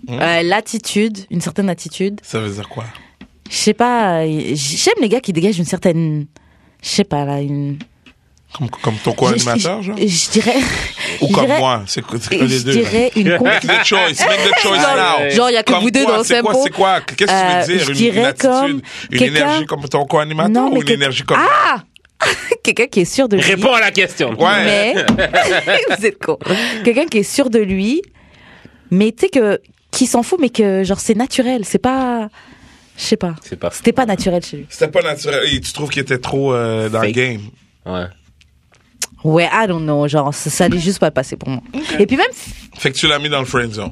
S3: Hmm.
S1: Euh, L'attitude, une certaine attitude.
S3: Ça veut dire quoi?
S1: Je sais pas, euh, j'aime les gars qui dégagent une certaine, je sais pas, là, une,
S3: Comme, comme ton co-animateur,
S1: je,
S3: genre?
S1: je- je dirais.
S3: Ou
S1: je
S3: comme
S1: dirais-
S3: moi? C'est quoi, c'est quoi les
S1: Je
S3: deux? là?
S1: dirais une
S3: Make the
S1: compli-
S3: choice, make the choice
S2: Genre-
S3: now.
S1: genre, il y a que
S3: Comme
S1: vous deux
S3: quoi,
S1: dans
S3: C'est quoi,
S1: Sempo.
S3: c'est quoi? Qu'est-ce
S1: Euh,
S3: que tu veux
S1: je
S3: dire? Une,
S1: dirais
S3: une attitude,
S1: comme
S3: une
S1: quelqu'un-
S3: énergie comme ton co-animateur
S1: Non, mais
S3: ou une
S1: que-
S3: énergie comme...
S1: Ah Quelqu'un qui est sûr de lui.
S2: Réponds à la question.
S3: Ouais.
S1: Mais. Vous êtes con. Quelqu'un qui est sûr de lui, mais tu sais que. Qui s'en fout, mais que, genre, c'est naturel. C'est pas. Je sais pas.
S2: C'est pas-
S1: C'était pas naturel chez lui.
S3: C'était pas naturel. Et tu trouves qu'il était trop euh, dans le
S2: Fake.
S3: game?
S2: Ouais.
S1: Ouais, I don't know. Genre, ça, ça allait juste pas passer pour moi. Et puis même.
S3: Fait que tu l'as mis dans le friend zone.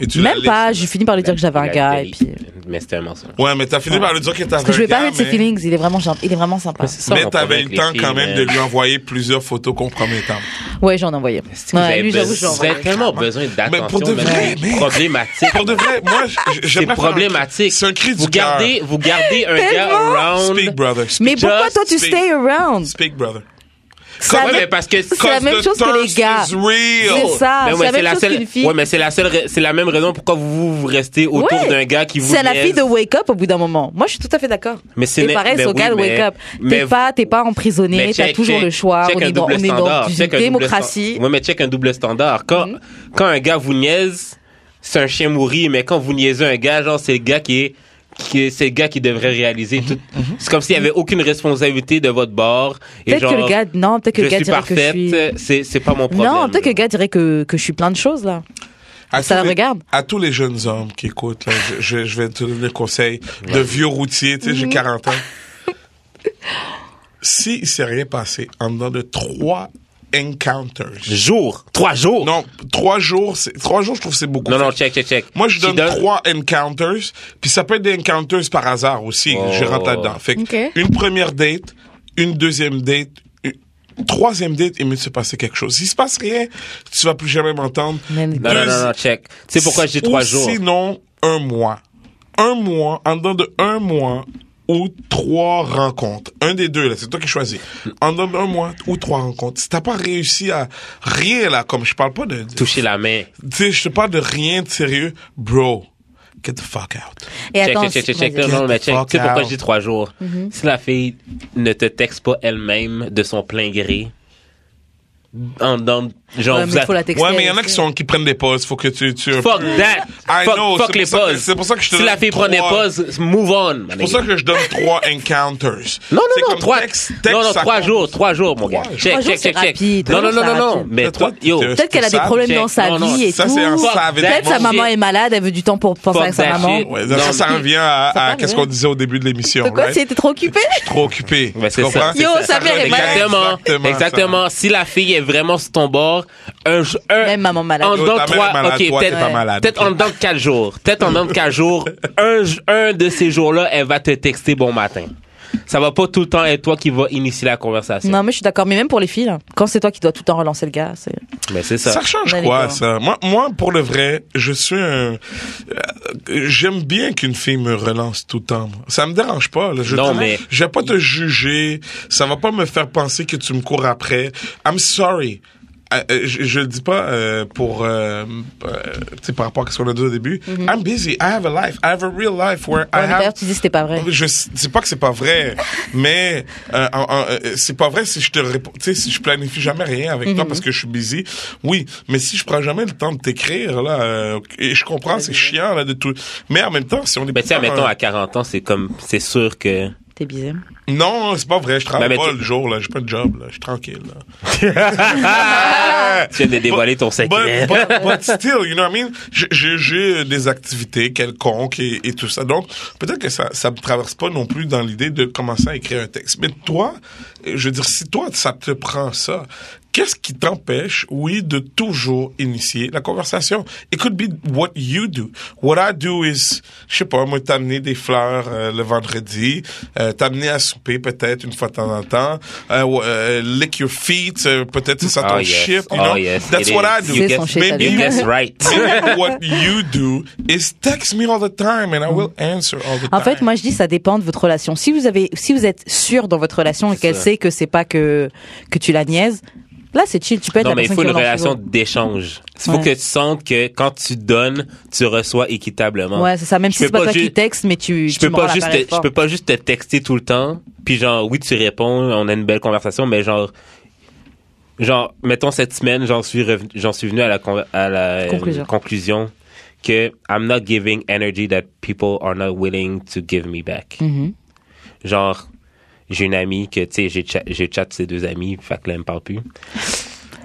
S3: Et tu l'as
S1: Même
S3: laissé.
S1: pas. J'ai fini par lui dire que j'avais un
S2: Il a
S1: gars. Et
S2: été-
S1: puis. euh,
S2: Mais c'était un mensonge.
S3: Ouais, mais t'as fini par lui dire que t'avais
S1: Parce que je vais
S3: un
S1: pas
S3: gars,
S1: mettre ses
S3: mais-
S1: feelings. Il est vraiment, gen- il est vraiment sympa.
S2: Ouais, c'est ça,
S3: Mais
S2: mon
S3: t'avais
S2: problème
S3: le
S2: avec
S3: temps
S2: les
S3: quand
S2: filles,
S3: même de
S1: euh,
S2: mais-
S3: lui envoyer plusieurs photos compromettantes.
S1: Ouais, j'en ai envoyé.
S2: Vous avez
S1: Ouais, lui, j'avoue,
S2: besoin-
S1: j'en
S2: Vous avez tellement besoin d'attention.
S3: Mais pour de
S2: même
S3: vrai,
S2: si
S3: mais-
S2: Problématique.
S3: Pour de vrai, moi, j-
S2: C'est
S3: j'aimerais faire un-
S2: problématique.
S3: C'est un cri
S2: vous
S3: du cœur.
S2: gardez, vous gardez un gars around.
S3: Speak, brother. Speak,
S1: Mais pourquoi toi, tu
S3: speak.
S1: stay around?
S3: Speak, brother.
S1: Ça
S2: Ouais,
S1: veut-
S2: mais parce que
S1: C'est la même chose que les gars.
S3: C'est real.
S1: C'est ça.
S2: Ben ouais,
S1: c'est la même
S2: la
S1: chose
S2: seule.
S1: qu'une fille.
S2: Ouais, mais c'est la seule. ra- C'est la même raison pourquoi vous vous restez autour
S1: Ouais.
S2: d'un gars qui vous.
S1: C'est à la
S2: niaise.
S1: fille de Wake Up au bout d'un moment. Moi, je suis tout à fait d'accord.
S2: Mais c'est
S1: Et
S2: né-
S1: pareil,
S2: mais
S1: c'est au
S2: oui,
S1: gars de
S2: mais-
S1: Wake Up.
S2: mais
S1: T'es
S2: vous-
S1: pas, t'es pas emprisonné,
S2: Mais
S1: t'as
S2: check,
S1: toujours
S2: check,
S1: le choix.
S2: check
S1: On
S2: un
S1: est dans, on
S2: double
S1: est dans
S2: standard,
S1: une
S2: check un double
S1: démocratie. Mm-hmm.
S2: stand- Ouais, mais check un double standard. Quand, quand un gars vous niaise, c'est un chien mourri, mais quand vous niaisez un gars, genre, c'est le gars qui est, qui est- c'est le gars qui devrait réaliser
S1: Mm-hmm.
S2: tout. C'est comme s'il y avait aucune responsabilité de votre bord. Et
S1: Peut-être que
S2: genre,
S1: le gars, non, peut-être que
S2: je
S1: le gars
S2: suis
S1: dirait que je
S2: parfaite,
S1: suis.
S2: c'est, c'est pas mon problème.
S1: Non, peut-être que le gars dirait que, que je suis plein de choses, là.
S3: À
S1: Ça
S3: tous les-
S1: regarde.
S3: À tous les jeunes hommes qui écoutent, là, je, je- je vais te donner le conseil de vieux routier, tu sais,
S1: Mhm.
S3: j'ai 40 ans. S'il ne s'est rien passé en dedans de trois encounters,
S2: Jour. Trois jours.
S3: non, trois jours, c'est- trois jours, je trouve que c'est beaucoup.
S2: non, non, check, check, check.
S3: Moi, je
S2: She
S3: donne
S2: does-
S3: trois encounters, puis ça peut être des encounters par hasard aussi.
S2: Oh.
S3: Je rentre là-dedans. Fait que
S1: Ok.
S3: une première date, une deuxième date, une troisième date, il me se passer quelque chose. S'il se passe rien, tu vas plus jamais m'entendre.
S1: Mais-
S2: Non, non, non, non, check. C'est pourquoi j'ai
S3: Ou
S2: trois jours.
S3: Sinon, un mois. Un mois, en dedans de un mois, ou trois rencontres. Un des deux, là, c'est toi qui choisis. En un, un mois ou trois rencontres. Si t'as pas réussi à rien, là, comme je parle pas de... de-
S2: Toucher la main.
S3: Tu sais, je te parle de rien de sérieux. Bro, get the fuck out.
S1: Et
S2: Check,
S1: attends,
S2: check, check, check, check.
S1: vas-y. Mm-hmm.
S2: Non, non, mais check.
S3: Fuck
S2: Tu sais pourquoi
S3: out.
S2: je dis trois jours? Si la fille ne te texte pas elle-même de son plein gré, en dans, genre,
S1: Ouais,
S2: vous
S1: mais
S2: a-
S1: faut la texter.
S3: Ouais, mais il y en a
S1: aussi.
S3: qui sont, qui prennent des pauses. Faut que tu, tu...
S2: Fuck that!
S3: I
S2: fuck
S3: know,
S2: fuck
S3: c'est pour
S2: les
S3: ça que-
S2: pauses.
S3: c'est pour ça que je te
S2: Si la
S3: donne
S2: fille prend des
S3: trois-
S2: pauses, move on.
S3: C'est pour ça que je donne trois encounters.
S2: Non,
S3: C'est
S2: non, non,
S3: comme
S2: trois,
S3: texte- texte,
S2: non, non,
S3: ça
S2: trois
S3: compte.
S2: jours, trois jours, mon gars.
S3: Trois
S2: Check,
S1: jours,
S2: check,
S1: c'est
S2: check, check.
S1: rapide.
S2: Non, non, non,
S1: Trois
S2: non,
S1: jours, c'est
S2: non,
S1: rapide.
S2: mais
S3: Toi,
S2: trois,
S3: t'es-
S2: yo.
S3: t'es-
S1: Peut-être qu'elle a des
S3: Ça,
S1: problèmes
S2: check.
S1: dans sa
S2: Non,
S1: vie
S2: non,
S1: et
S3: ça,
S1: tout.
S3: c'est un savage.
S1: Peut-être sa
S2: Fuck
S1: maman
S2: that
S1: est malade, elle veut du temps pour penser
S2: Fuck
S1: à sa
S2: that
S1: maman.
S2: shit.
S3: Ouais, ça, ça revient à, à
S1: va,
S3: qu'est-ce
S2: hein.
S1: mais-
S3: qu'on disait au début de l'émission.
S1: De quoi
S3: right?
S1: tu étais trop occupée
S3: trop occupé.
S2: Ben,
S3: Tu
S2: c'est ça,
S3: comprends?
S2: c'est
S1: Yo,
S2: ça.
S1: sa mère est malade.
S2: Exactement.
S3: Exactement,
S2: Exactement. Si la fille est vraiment sur ton bord, un, j- un
S1: Même maman malade.
S2: En
S3: Yo,
S2: dedans
S3: ta
S2: de
S3: mère
S2: trois,
S3: est malade,
S2: ok,
S3: toi, t'es
S2: peut-être,
S3: pas malade,
S2: peut-être
S3: ok.
S2: en dedans de quatre jours. Peut-être en dedans de quatre jours, un, j- un de ces jours-là, elle va te texter bon matin. Ça va pas tout le temps être toi qui va initier la conversation.
S1: Non, mais je suis d'accord. Mais même pour les filles, là, quand c'est toi qui dois tout le temps relancer le gars, c'est.
S2: Mais c'est ça.
S3: Ça change
S1: On est
S3: quoi,
S1: d'accord.
S3: ça? Moi, moi, pour le vrai, je suis un... euh, J'aime bien qu'une fille me relance tout le temps. moi. Ça me dérange pas. là. Je
S2: Non,
S3: te-
S2: mais-
S3: Je vais pas te juger. Ça va pas me faire penser que tu me cours après. I'm sorry. Euh, euh, je, je le dis pas euh, pour euh, euh, tu sais, par rapport à ce qu'on a dit au début. I'm busy. I have a life. I have a real life where
S1: Mm-hmm. Ouais,
S3: I
S1: mais
S3: have
S1: D'ailleurs, tu dis que c'était pas vrai.
S3: Je sais pas que c'est pas vrai, mais euh, en- en- euh, c'est pas vrai si je te réponds, tu sais, si je planifie jamais rien avec toi parce que je suis busy. Oui, mais si je prends jamais le temps de t'écrire là, euh, et je comprends, c'est chiant là de tout. Mais en même temps, si on est
S2: Mais tiens,
S3: pas-
S2: mettons, à 40 ans, c'est comme, c'est sûr que.
S1: T'es bizarre.
S3: non, c'est pas vrai, je travaille
S2: Mais
S3: pas
S2: mettons-
S3: le jour là, j'ai pas de job là, je suis tranquille. Là.
S2: Tu viens de dévoiler ton secret.
S3: But, but, but still, you know what I mean? J'ai- J'ai j'ai des activités quelconques et, et tout ça. Donc, peut-être que ça ça me traverse pas non plus dans l'idée de commencer à écrire un texte. Mais toi, euh, je veux dire, si toi, ça te prend ça, qu'est-ce qui t'empêche, oui, de toujours initier la conversation? It could be what you do. What I do is, je sais pas, moi, t'amener des fleurs euh, le vendredi, euh, t'amener à souper peut-être une fois de temps en temps, euh, ou, euh, lick your feet, euh, peut-être c'est ça ton
S2: Oh, yes.
S3: shit, you
S2: Oh,
S3: know?
S2: yes,
S3: That's
S2: it
S3: what I
S2: is.
S3: do.
S1: C'est
S2: guess-
S1: son shit à
S3: maybe-
S1: lui.
S2: You guess right.
S3: Maybe what you do is text me all the time and I will answer all the time.
S1: En fait, moi, je dis, ça dépend de votre relation. Si vous avez, si vous êtes sûr dans votre relation et qu'elle
S2: ça.
S1: sait que c'est pas que, que tu la niaises, là, c'est chill. Tu peux être
S2: Non,
S1: la
S2: mais il
S1: personne
S2: faut
S1: qui
S2: une
S1: relance
S2: relation
S1: toujours.
S2: d'échange. Il faut
S1: Ouais.
S2: que tu sentes que quand tu donnes, tu reçois équitablement.
S1: Ouais, c'est ça. Même
S2: Je
S1: si
S2: peux
S1: c'est pas,
S2: pas
S1: toi
S2: ju-
S1: qui texte, mais tu,
S2: je
S1: tu
S2: peux
S1: me
S2: pas
S1: rends
S2: juste
S1: l'appareil
S2: te- je peux pas juste te texter tout le temps puis genre oui tu réponds on a une belle conversation mais genre genre mettons cette semaine j'en suis revenu- j'en suis venu à la con- à la euh,
S1: Conclusion.
S2: conclusion que I'm not giving energy that people are not willing to give me back
S1: Mhm.
S2: genre j'ai une amie que tu sais j'ai chat j'ai chat ses deux amis fait que là elle me parle plus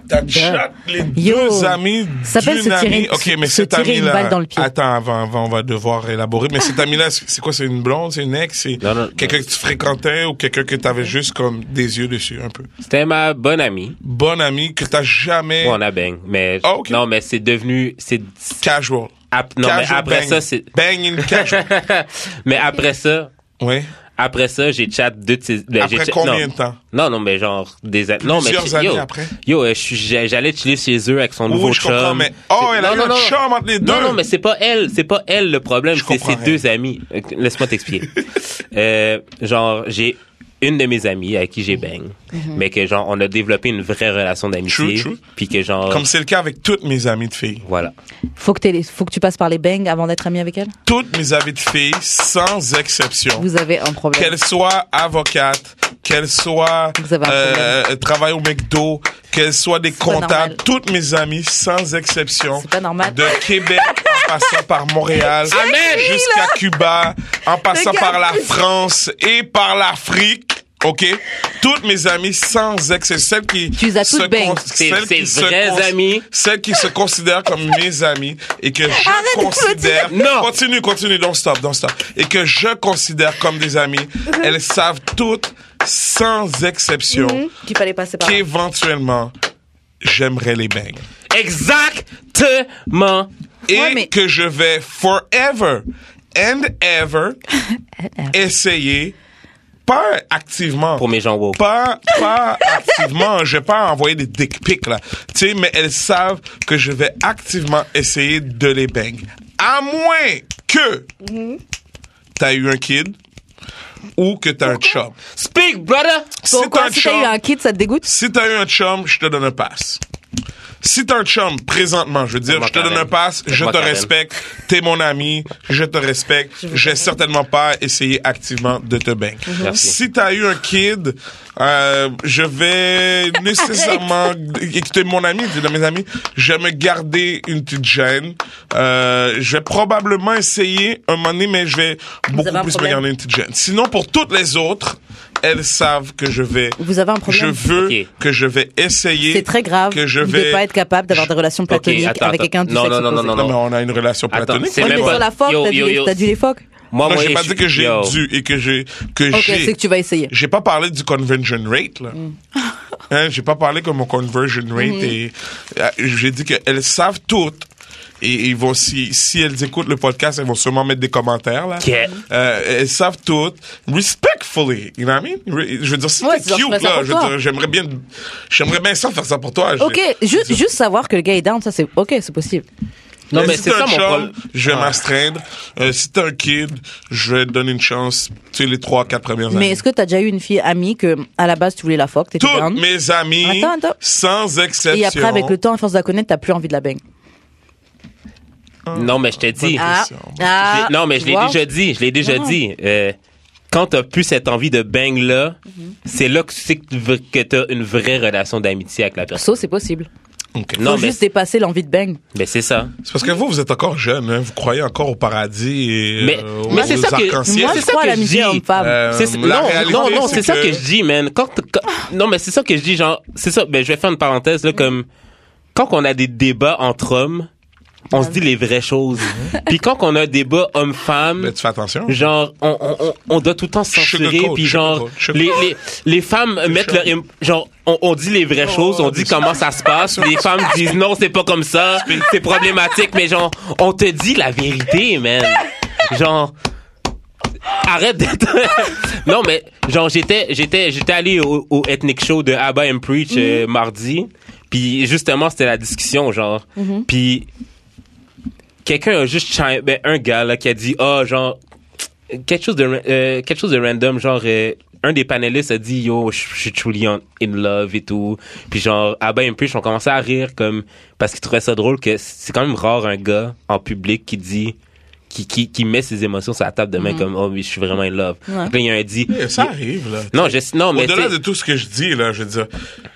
S3: T'as shot les
S1: Yo.
S3: deux amis
S1: Ça s'appelle
S3: d'une
S1: se tirer-
S3: amie. Ok, mais
S1: se
S3: cet
S1: tirer une
S3: ami-là-
S1: balle dans le pied.
S3: Attends, avant, avant, on va devoir élaborer. Mais cet ami-là, c'est c'est quoi? C'est une blonde? C'est une ex? C'est
S2: Non, non,
S3: quelqu'un
S2: non.
S3: que tu fréquentais ou quelqu'un que t'avais juste comme des yeux dessus, un peu?
S2: c'était ma bonne amie
S3: Bon ami que t'as jamais
S2: Ouais, on a bang mais
S3: Ah, ok.
S2: non mais c'est devenu c'est
S3: casual.
S2: ap- non mais
S3: Casual
S2: après
S3: bang.
S2: ça c'est
S3: Bang in casual.
S2: mais après ça
S3: ouais.
S2: Après ça, Ben, j'ai chat deux de ses- ben,
S3: Après
S2: j'ai chat-
S3: combien
S2: non.
S3: de temps?
S2: Non, non, mais genre des années. Non, mais
S3: Plusieurs
S2: je-
S3: années
S2: yo,
S3: après?
S2: Yo, euh, je suis- j'ai- j'allais chiller chez eux avec son
S3: Oui,
S2: nouveau
S3: je
S2: chum.
S3: comprends, mais- oh,
S2: C'est-
S3: elle a eu un chum entre les deux.
S2: Non, non, mais c'est pas elle, c'est pas elle le problème,
S3: Je
S2: c'est
S3: comprends
S2: ses
S3: rien.
S2: deux amis. Euh, Laisse-moi t'expliquer. Euh, genre, j'ai une de mes amies avec qui j'ai bang, mais que genre on a développé une vraie relation d'amitié,
S3: Mhm. True, true.
S2: puis que genre
S3: Comme c'est le cas avec toutes mes amies de filles.
S2: voilà.
S1: Faut que, t'aies les- faut que tu passes par les bangs avant d'être ami avec elle.
S3: Toutes mes amies de filles, sans exception.
S1: Vous avez un problème.
S3: qu'elle soit avocate, qu'elle soit
S1: Vous avez un
S3: euh, travaille au McDo, qu'elle soit des
S1: pas
S3: comptables,
S1: normal.
S3: toutes mes amies sans exception,
S1: C'est pas normal.
S3: de Québec en passant par Montréal,
S2: Amen.
S3: jusqu'à Cuba, en passant
S1: Regarde.
S3: par la France et par l'Afrique. OK? Toutes mes amies, sans exception, celles qui...
S1: Tu les as toutes
S3: se
S1: bang.
S3: con-
S2: C'est-
S3: celles
S2: c'est
S3: qui se
S2: vraies
S3: cons-
S2: amies.
S3: Celles qui se considèrent comme mes amies et que je
S1: Arrête de
S3: considère...
S2: pleurer. Non.
S3: Continue, continue, don't stop, don't stop. Et que je considère comme des amies.
S1: Mhm.
S3: Elles savent toutes, sans exception,
S1: Qu'il fallait passer par là.
S3: qu'éventuellement, j'aimerais les bang.
S2: Exactement.
S3: Et
S1: Ouais, mais-
S3: que je vais forever and ever essayer, pas activement,
S2: Pour mes gens woke.
S3: pas, pas activement. Je vais pas envoyer des dick pics, là. Tu sais, mais elles savent que je vais activement essayer de les bang. À moins que t'as eu un kid, ou que t'as un chum.
S2: Speak, brother!
S3: Si
S1: Pourquoi,
S3: t'as un
S1: si t'as eu
S3: chum,
S1: un kid, ça te dégoûte
S3: si t'as eu un chum, je te donne un pass. Si t'as un chum présentement, je veux dire,
S2: Fais-moi
S3: je te donne
S2: Karen.
S3: un pass, je
S2: Fais-moi
S3: te
S2: Karen.
S3: respecte, t'es mon ami, je te respecte, j'ai certainement pas essayé activement de te baigner.
S1: Mhm.
S2: Merci.
S3: Si t'as eu un kid, euh, je vais nécessairement, et que t'es mon ami, tu es de mes amis, je vais me garder une petite gêne, euh, je vais probablement essayer un moment donné, mais je vais beaucoup
S1: avez un
S3: plus me
S1: problème?
S3: garder une petite gêne. Sinon, pour toutes les autres, elles savent que je vais
S1: Vous avez un
S3: je
S1: problème
S3: veux
S2: Ok.
S3: que je vais essayer.
S1: C'est très grave
S3: que je
S1: de
S3: vais-
S1: pas être capable d'avoir des relations platoniques
S2: attends,
S1: avec
S2: attends.
S1: quelqu'un du
S2: Non,
S1: sexe
S2: non, non,
S1: opposé.
S2: non,
S3: Non, mais on a une relation
S2: Attends,
S3: platonique.
S2: c'est
S3: moi.
S1: Oui,
S2: même
S1: mais
S2: pas-
S1: sur la force,
S2: Yo,
S1: t'as
S2: yo,
S1: dit-
S2: yo.
S1: t'as dit les phoques.
S2: Moi,
S3: Non, j'ai
S2: moi,
S3: pas dit que j'ai
S2: yo.
S3: dû et que j'ai que
S1: Ok,
S3: j'ai.
S1: c'est que tu vas essayer. Mm.
S3: J'ai pas parlé du conversion rate là. Hein, j'ai pas parlé que mon conversion rate
S1: Mm-hmm.
S3: est- euh, J'ai dit qu'elles savent toutes. Et ils vont si si elles écoutent le podcast, elles vont sûrement mettre des commentaires là.
S2: Ok.
S3: Euh, elles savent toutes respectfully, you know what I mean? Re- Je veux dire, si
S1: Ouais,
S3: t'es
S1: tu dois
S3: cute
S1: faire ça
S3: là,
S1: pour
S3: je veux
S1: toi.
S3: dire, j'aimerais bien, j'aimerais bien ça faire ça pour toi. Je-
S1: Ok, juste, juste savoir que le gars est down, ça c'est ok, c'est possible.
S2: Non,
S3: Et
S2: mais
S3: si
S2: c'est
S3: t'as
S2: ça
S3: un
S2: mon
S3: chum,
S2: problème.
S3: Je vais
S2: Ah.
S3: m'astreindre. Euh, si t'es un kid, je vais te donner une chance, tu sais, les trois, quatre premières
S1: Mais
S3: années.
S1: est-ce que t'as déjà eu une fille amie que à la base tu voulais la fuck, t'étais
S3: Toutes
S1: down,
S3: mes amies,
S1: Attends, attends.
S3: sans exception.
S1: et après avec le temps, à force de la connaître, t'as plus envie de la bang.
S2: Non, mais je t'ai dit.
S3: Ah,
S2: Je l'ai- non, mais je l'ai
S1: Wow.
S2: déjà dit. Je l'ai déjà dit. Euh, quand t'as plus cette envie de bang là,
S1: Mhm.
S2: c'est là que tu sais que tu veux- que t'as une vraie relation d'amitié avec la personne.
S1: So, c'est possible.
S3: Ok.
S2: Non,
S1: Faut
S2: mais,
S1: juste dépasser l'envie de bang.
S2: mais c'est ça.
S3: C'est parce que vous, vous êtes encore jeune, hein. Vous croyez encore au paradis et
S2: Mais-
S3: euh,
S2: mais
S3: aux
S2: c'est ça que-
S3: arcs-en-ciel.
S1: Moi,
S2: c'est
S1: je
S2: ça
S1: crois à
S2: que je dis.
S1: l'amitié homme-femme.
S3: Euh,
S2: C'est- non,
S3: la réalité,
S2: non, non,
S3: c'est
S2: c'est ça
S3: que-
S2: que je dis, man. Quand, quand- non, mais c'est ça que je dis, genre, c'est ça. Ben, je vais faire une parenthèse
S1: Mm.
S2: là, comme quand on a des débats entre hommes, on se dit les vraies choses. Puis quand on a un débat homme-femme,
S3: Mais tu fais attention.
S2: genre on, on, on- on doit tout le temps se censurer
S3: Sugarcoat,
S2: puis genre
S3: sugarcoat,
S2: les,
S3: sugarcoat.
S2: les, les femmes mettent leur im- genre on, on dit les vraies choses Oh, on dit comment ça se passe les femmes disent non c'est pas comme ça c'est problématique mais genre on te dit la vérité man genre arrête d'être non mais genre j'étais j'étais j'étais allé au, au ethnic show de Abba and Preach euh, mardi puis justement c'était la discussion genre puis quelqu'un a juste chime- ben, un gars là, qui a dit ah genre quelque chose de ra- euh, quelque chose de random genre euh, un des panélistes a dit yo je je suis truly on- in love et tout puis genre Abba et Preach ont commencé à rire comme parce qu'ils trouvaient ça drôle que c'est quand même rare un gars en public qui dit qui, qui, qui met ses émotions sur la table de main comme oh mais je suis vraiment in love Donc là, il y a un dit
S3: Eh, Ça arrive, là.
S2: non je non mais
S3: Au-delà
S2: t'sais-
S3: de tout ce que je dis, là, je veux dire,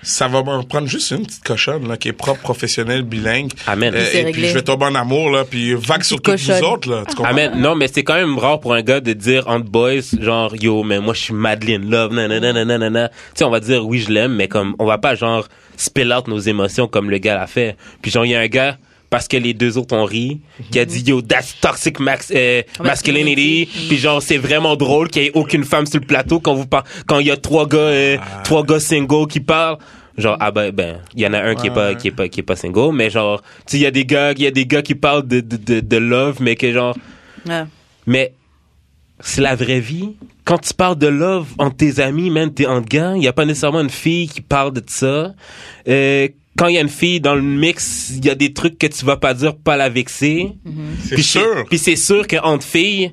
S3: ça va m'en prendre juste une petite cochonne, là, qui est propre, professionnelle, bilingue.
S2: Amen.
S3: Euh,
S1: C'est
S3: et puis,
S1: réglé.
S3: je vais tomber en amour, là, puis vague sur toutes vous
S1: cochonne.
S3: autres, là. Tu comprends?
S2: Amen. Non, mais c'est quand même rare pour un gars de dire entre boys, genre, yo, mais moi, je suis Madeleine Love, nanana, nanana. Tu sais, on va dire, oui, je l'aime, mais comme, on va pas, genre, spill out nos émotions comme le gars l'a fait. Puis, genre, il y a un gars, parce que les deux autres ont ri, qui a dit, yo, that's toxic max, euh, masculinity.
S3: Mm.
S2: Puis, genre, c'est vraiment drôle qu'il y ait aucune femme sur le plateau quand vous par- quand il y a trois gars, euh,
S3: Ah.
S2: trois gars singles qui parlent. Genre, ah ben, ben, il y en a un qui est pas, qui est pas, qui est pas single, mais genre, tu sais, il y a des gars, il y a des gars qui parlent de, de, de, de love, mais que genre,
S1: Ouais.
S2: mais c'est la vraie vie. Quand tu parles de love entre tes amis, même t'es en gang, il n'y a pas nécessairement une fille qui parle de ça. Euh, quand il y a une fille dans le mix, il y a des trucs que tu vas pas dire, pas la vexer.
S3: C'est
S1: Mhm.
S2: Puis
S3: sûr.
S2: Puis c'est sûr qu'entre filles,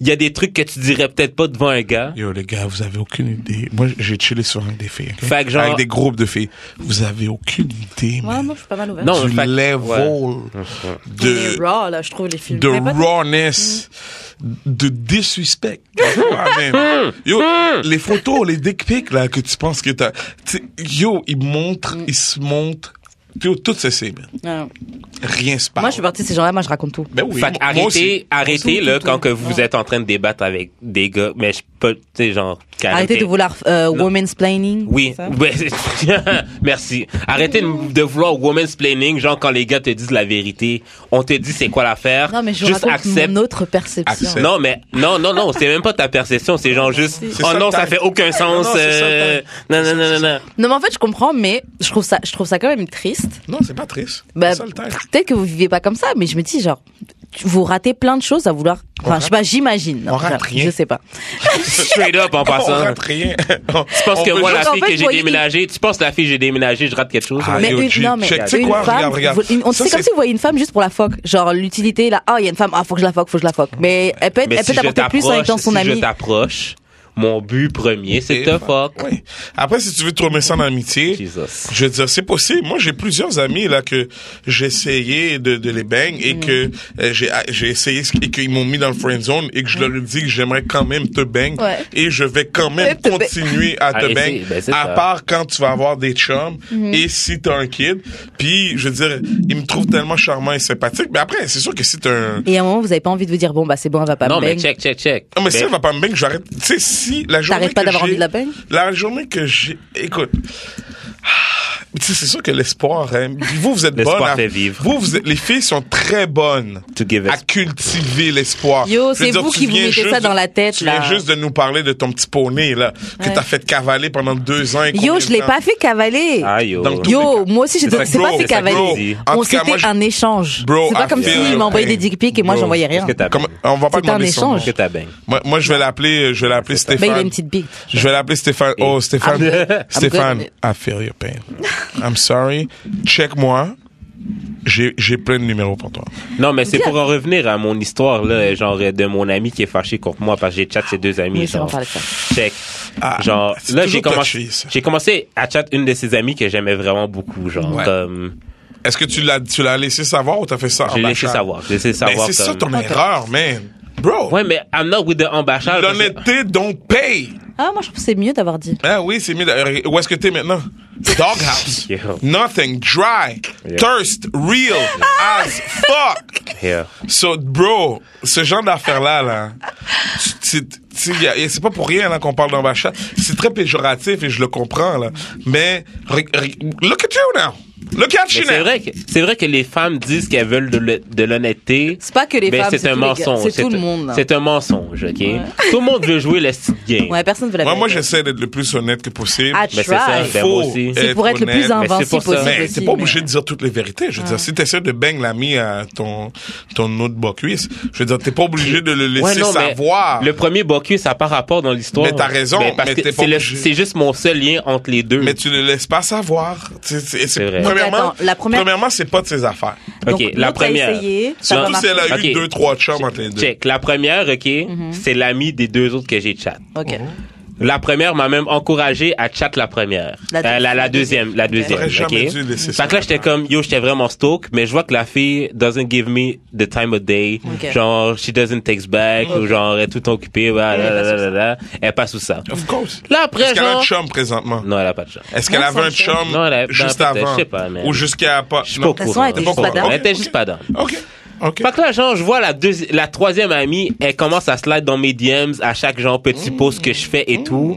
S2: il y a des trucs que tu dirais peut-être pas devant un gars.
S3: Yo, les gars, vous avez aucune idée. Moi, j'ai chillé souvent avec des filles. ok?
S2: Fait que genre-
S3: Avec des groupes de filles. Vous avez aucune idée,
S1: Ouais,
S3: man.
S1: moi je suis pas mal ouverte.
S2: Non,
S3: du
S2: fait que-
S3: level
S2: ouais.
S1: Les
S3: de,
S1: raw là, je trouve les films.
S3: de
S1: Mais pas-
S3: rawness, de disrespect. Ah, man. Yo, les photos, les dick pics, là, que tu penses que t'as, tu sais, yo, ils montrent, ils se montrent. Yo, tout ceci, man.
S1: Non.
S3: Rien se passe.
S1: Moi je suis partie de ces gens-là, moi je raconte tout.
S3: Ben oui,
S2: Fait
S3: moi aussi.
S2: arrêtez, arrêtez
S1: Tout,
S2: là
S1: tout,
S2: quand
S1: tout.
S2: que vous êtes en train de débattre avec des gars, mais je peux, tu sais genre.
S1: Arrêtez de vouloir euh, women's planning.
S2: Oui, Ouais, c'est- merci. Arrêtez de, de vouloir woman's planning, genre quand les gars te disent la vérité, on te dit c'est quoi l'affaire,
S1: Non mais je
S2: juste
S1: raconte
S2: accepte.
S1: mon autre perception.
S3: Accepte.
S2: Non mais non non non, c'est même pas ta perception, c'est genre juste
S3: C'est
S2: oh
S3: ça le
S2: non ça
S3: tag.
S2: fait aucun sens.
S3: Non, non, c'est ça le
S2: euh,
S3: tag.
S2: Non non non non non.
S1: Non mais en fait je comprends, mais je trouve ça, je trouve ça quand même triste.
S3: Non, c'est pas triste.
S1: Bah,
S3: c'est ça le temps.
S1: peut-être que vous vivez pas comme ça, mais je me dis genre, tu- vous ratez plein de choses à vouloir. Enfin, je sais pas, j'imagine.
S3: on rate
S1: Je-
S3: rien.
S1: Je sais pas.
S2: Straight up en
S3: On
S2: passant.
S3: rate rien.
S2: Tu penses que moi la
S1: juste- En
S2: fille
S1: fait,
S2: que j'ai
S1: voyez-
S2: déménagée, tu penses que la fille que j'ai déménagée, je rate quelque chose.
S3: Ah,
S2: ouais.
S1: Mais
S3: yo,
S1: une,
S3: G,
S1: non, mais
S3: check. Tu sais
S1: une
S3: quoi?
S1: femme,
S3: Regarde, regarde.
S1: vous- une- on-
S3: Ça,
S1: c'est comme
S3: c'est-
S1: si vous voyez une femme juste pour la foque. Genre, l'utilité, là, ah, il y a une femme, ah, faut que je la foque, faut que je la foque. Mais elle peut être,
S2: Mais
S1: elle
S2: si
S1: peut
S2: je
S1: t'apporter plus en
S2: t'approche,
S1: étant son
S2: si je
S1: amie.
S2: t'approche, mon but premier, c'est
S3: Et- bah,
S2: de fuck.
S3: Oui. Après, si tu veux trouver ça en amitié,
S2: Jesus.
S3: je veux dire, c'est possible. Moi, j'ai plusieurs amis là que j'ai essayé de, de les bang et que
S2: Mm.
S3: euh, j'ai j'ai essayé et qu'ils m'ont mis dans le friend zone et que je leur ai dit que j'aimerais quand même te bang
S1: Ouais.
S3: et je vais quand même
S1: te bang.
S3: continuer à te
S2: Ah, et
S3: bang.
S2: c'est- ben, c'est
S3: à
S2: ça.
S3: part quand tu vas avoir des chums
S1: Mm-hmm.
S3: et si t'as un kid. Puis, je veux dire, ils me trouvent tellement charmant et sympathique. Mais après, c'est sûr que si t'as un
S1: Et à un moment, vous n'avez pas envie de vous dire, bon, bah, c'est bon, elle va pas
S2: Non,
S1: me
S2: mais
S1: bang.
S2: check, check, check.
S3: Non, Ah, mais si
S2: Ben,
S3: elle va pas me bang, j'arrête. Tu sais, si la journée.
S1: T'arrêtes pas
S3: que
S1: d'avoir
S3: j'ai-
S1: envie de la bang?
S3: La journée que j'ai. Écoute. Ah, tu sais, c'est sûr que l'espoir, hein. Vous, vous êtes bonnes.
S2: L'espoir
S3: à-
S2: fait vivre.
S3: Vous, vous êtes- les filles sont très bonnes
S2: To give
S3: à
S2: us-
S3: cultiver l'espoir.
S1: Yo,
S3: Je veux
S1: c'est
S3: dire,
S1: vous
S3: tu
S1: qui vous
S3: viens
S1: mettez
S3: juste
S1: ça
S3: de-
S1: dans la tête,
S3: Tu
S1: là.
S3: viens juste de nous parler de ton petit poney, là, que t'as fait cavaler pendant deux ans et
S1: Yo,
S3: combien
S1: je
S3: de
S1: l'ai
S3: temps?
S1: pas fait cavaler.
S2: Ah, yo.
S3: Donc,
S1: Yo, moi aussi, je
S3: C'est
S1: te- c'est
S3: ça,
S1: pas
S3: bro.
S1: fait
S3: C'est ça, bro.
S1: cavaler.
S3: En
S1: On
S3: tout cas, moi,
S1: c'était
S3: je-
S1: un échange.
S3: Bro,
S1: C'est pas
S3: I
S1: comme
S3: feel
S1: s'il
S3: your
S1: m'envoyait
S3: pain.
S1: des dick pics et moi,
S3: Bro,
S1: j'envoyais
S2: Est-ce
S1: rien.
S2: que t'as
S3: Comment-
S2: bang?
S3: on va pas
S1: C'est un
S3: demander son nom.
S2: Est-ce que
S1: échange.
S2: t'as bang?
S3: Moi, moi, je vais l'appeler, je vais l'appeler
S1: Mais
S3: Stéphane.
S1: Ben, il a une petite bite.
S3: Je vais l'appeler Stéphane. Oh, Stéphane.
S1: I'm good.
S3: Stéphane, I feel your pain. I'm sorry. Check-moi. J'ai j'ai plein de numéros pour toi.
S2: Non, mais c'est
S1: Dis-
S2: pour en revenir à mon histoire, là, genre, euh, de mon ami qui est fâché contre moi parce que j'ai chat ses deux amis.
S1: Oui, c'est bon,
S2: genre.
S1: on parle de ça.
S2: Check.
S3: Ah,
S2: genre,
S3: c'est
S2: là,
S3: toujours
S2: j'ai
S3: touchy,
S2: commencé,
S3: ça.
S2: j'ai commencé à chat une de ses amies que j'aimais vraiment beaucoup, genre,
S3: Ouais.
S2: comme,
S3: Est-ce que tu l'as tu l'as laissé savoir ou t'as fait ça en
S2: j'ai laissé
S3: bâchant?
S2: savoir, j'ai laissé
S3: Mais
S2: savoir.
S3: c'est ça
S2: comme-
S3: ton erreur, man. Bro,
S2: Ouais, mais I'm not with the embachage. parce que-
S3: l'honnêteté don't pay.
S1: Ah, moi, je trouve que c'est mieux d'avoir dit.
S3: Ah oui, c'est mieux. de- Où est-ce que t'es maintenant? Doghouse.
S2: Yeah.
S3: Nothing. Dry.
S2: Yeah.
S3: Thirst. Real. As fuck.
S2: Yeah.
S3: So, bro, ce genre d'affaires-là, là, tu- tu- tu- y a- y a- c'est pas pour rien là, qu'on parle d'embachage. C'est très péjoratif et je le comprends, là. Mais, re- re- look at you now. Look at you
S2: Mais
S3: now.
S2: c'est vrai que, c'est vrai que les femmes disent qu'elles veulent de, l'hon- de l'honnêteté.
S1: C'est pas que les
S2: mais
S1: femmes,
S2: c'est
S1: c'est
S2: un
S1: tous les gars,
S2: mensonge.
S1: c'est tout le
S2: un-
S1: monde, hein. là.
S2: C'est un mensonge, OK? Tout le monde veut jouer le style game.
S1: Ouais, personne ne veut la
S3: Moi, moi,
S1: bang.
S3: j'essaie d'être le plus honnête que possible.
S1: Ah,
S2: Mais c'est ça,
S1: Try.
S2: ben moi aussi.
S1: C'est pour être le plus
S3: honnête,
S2: mais c'est
S1: invincible
S2: pour ça.
S1: possible.
S3: Mais
S1: aussi,
S3: t'es pas
S1: mais-
S3: obligé de dire toutes les vérités. Je veux
S2: Ah.
S3: dire, si t'essaies de bang l'ami à ton, ton autre bas cuisse, je veux dire, t'es pas obligé de le laisser
S2: Ouais, non, mais
S3: savoir.
S2: Le premier Boku, ça n'a pas rapport dans l'histoire.
S3: Mais t'as raison,
S2: Ben, parce
S3: mais
S2: que
S3: t'es pas
S2: c'est, le-
S3: obligé.
S2: c'est juste mon seul lien entre les deux.
S3: Mais tu le laisses pas savoir. Tu- tu- et
S2: C'est vrai.
S3: Premièrement,
S1: Donc, attends, la première-
S3: premièrement, c'est pas de ses affaires.
S2: OK,
S1: Donc,
S2: la
S1: l'autre a
S2: première.
S1: essayé, ça
S2: Non,
S1: va
S3: Surtout si elle a
S2: Ok.
S3: eu deux, trois chums entre les deux.
S2: Check. La première, OK,
S1: Mm-hmm.
S2: c'est l'ami des deux autres que j'ai chat.
S1: Ok.
S2: La première m'a même encouragé à chat la première.
S1: La
S2: Euh, La, la, deuxième.
S1: deuxième.
S2: La deuxième.
S3: J'aurais jamais
S2: ok?
S3: dû laisser ça
S2: Fait que là, j'étais comme, yo, j'étais vraiment stoked, mais je vois que la fille doesn't give me the time of day.
S1: Ok.
S2: Genre, she doesn't text back, ou genre, elle est tout occupée, bah, là, là, là, là, là. Elle passe sous ça.
S3: Of course.
S2: Là, après,
S3: Est-ce qu'elle a un
S2: genre-
S3: chum présentement?
S2: Non, elle a pas de chance.
S3: Est-ce qu'elle
S1: Non,
S3: avait un
S1: c'est
S3: chum
S2: Non, elle a-
S3: juste
S2: non, peut-être,
S3: avant?
S2: je sais pas, mais-
S3: Ou jusqu'à pas?
S2: Je suis pas au
S1: toute façon,
S2: courant.
S1: elle était
S2: Je suis
S1: juste
S2: au courant.
S1: pas
S2: Elle
S3: dedans.
S2: était juste pas dedans.
S3: OK. OK.
S2: Fait que là, genre, je vois la, deuxi- la troisième amie, elle commence à slide dans mes DMs à chaque genre petit
S3: Mm.
S2: post que je fais et tout.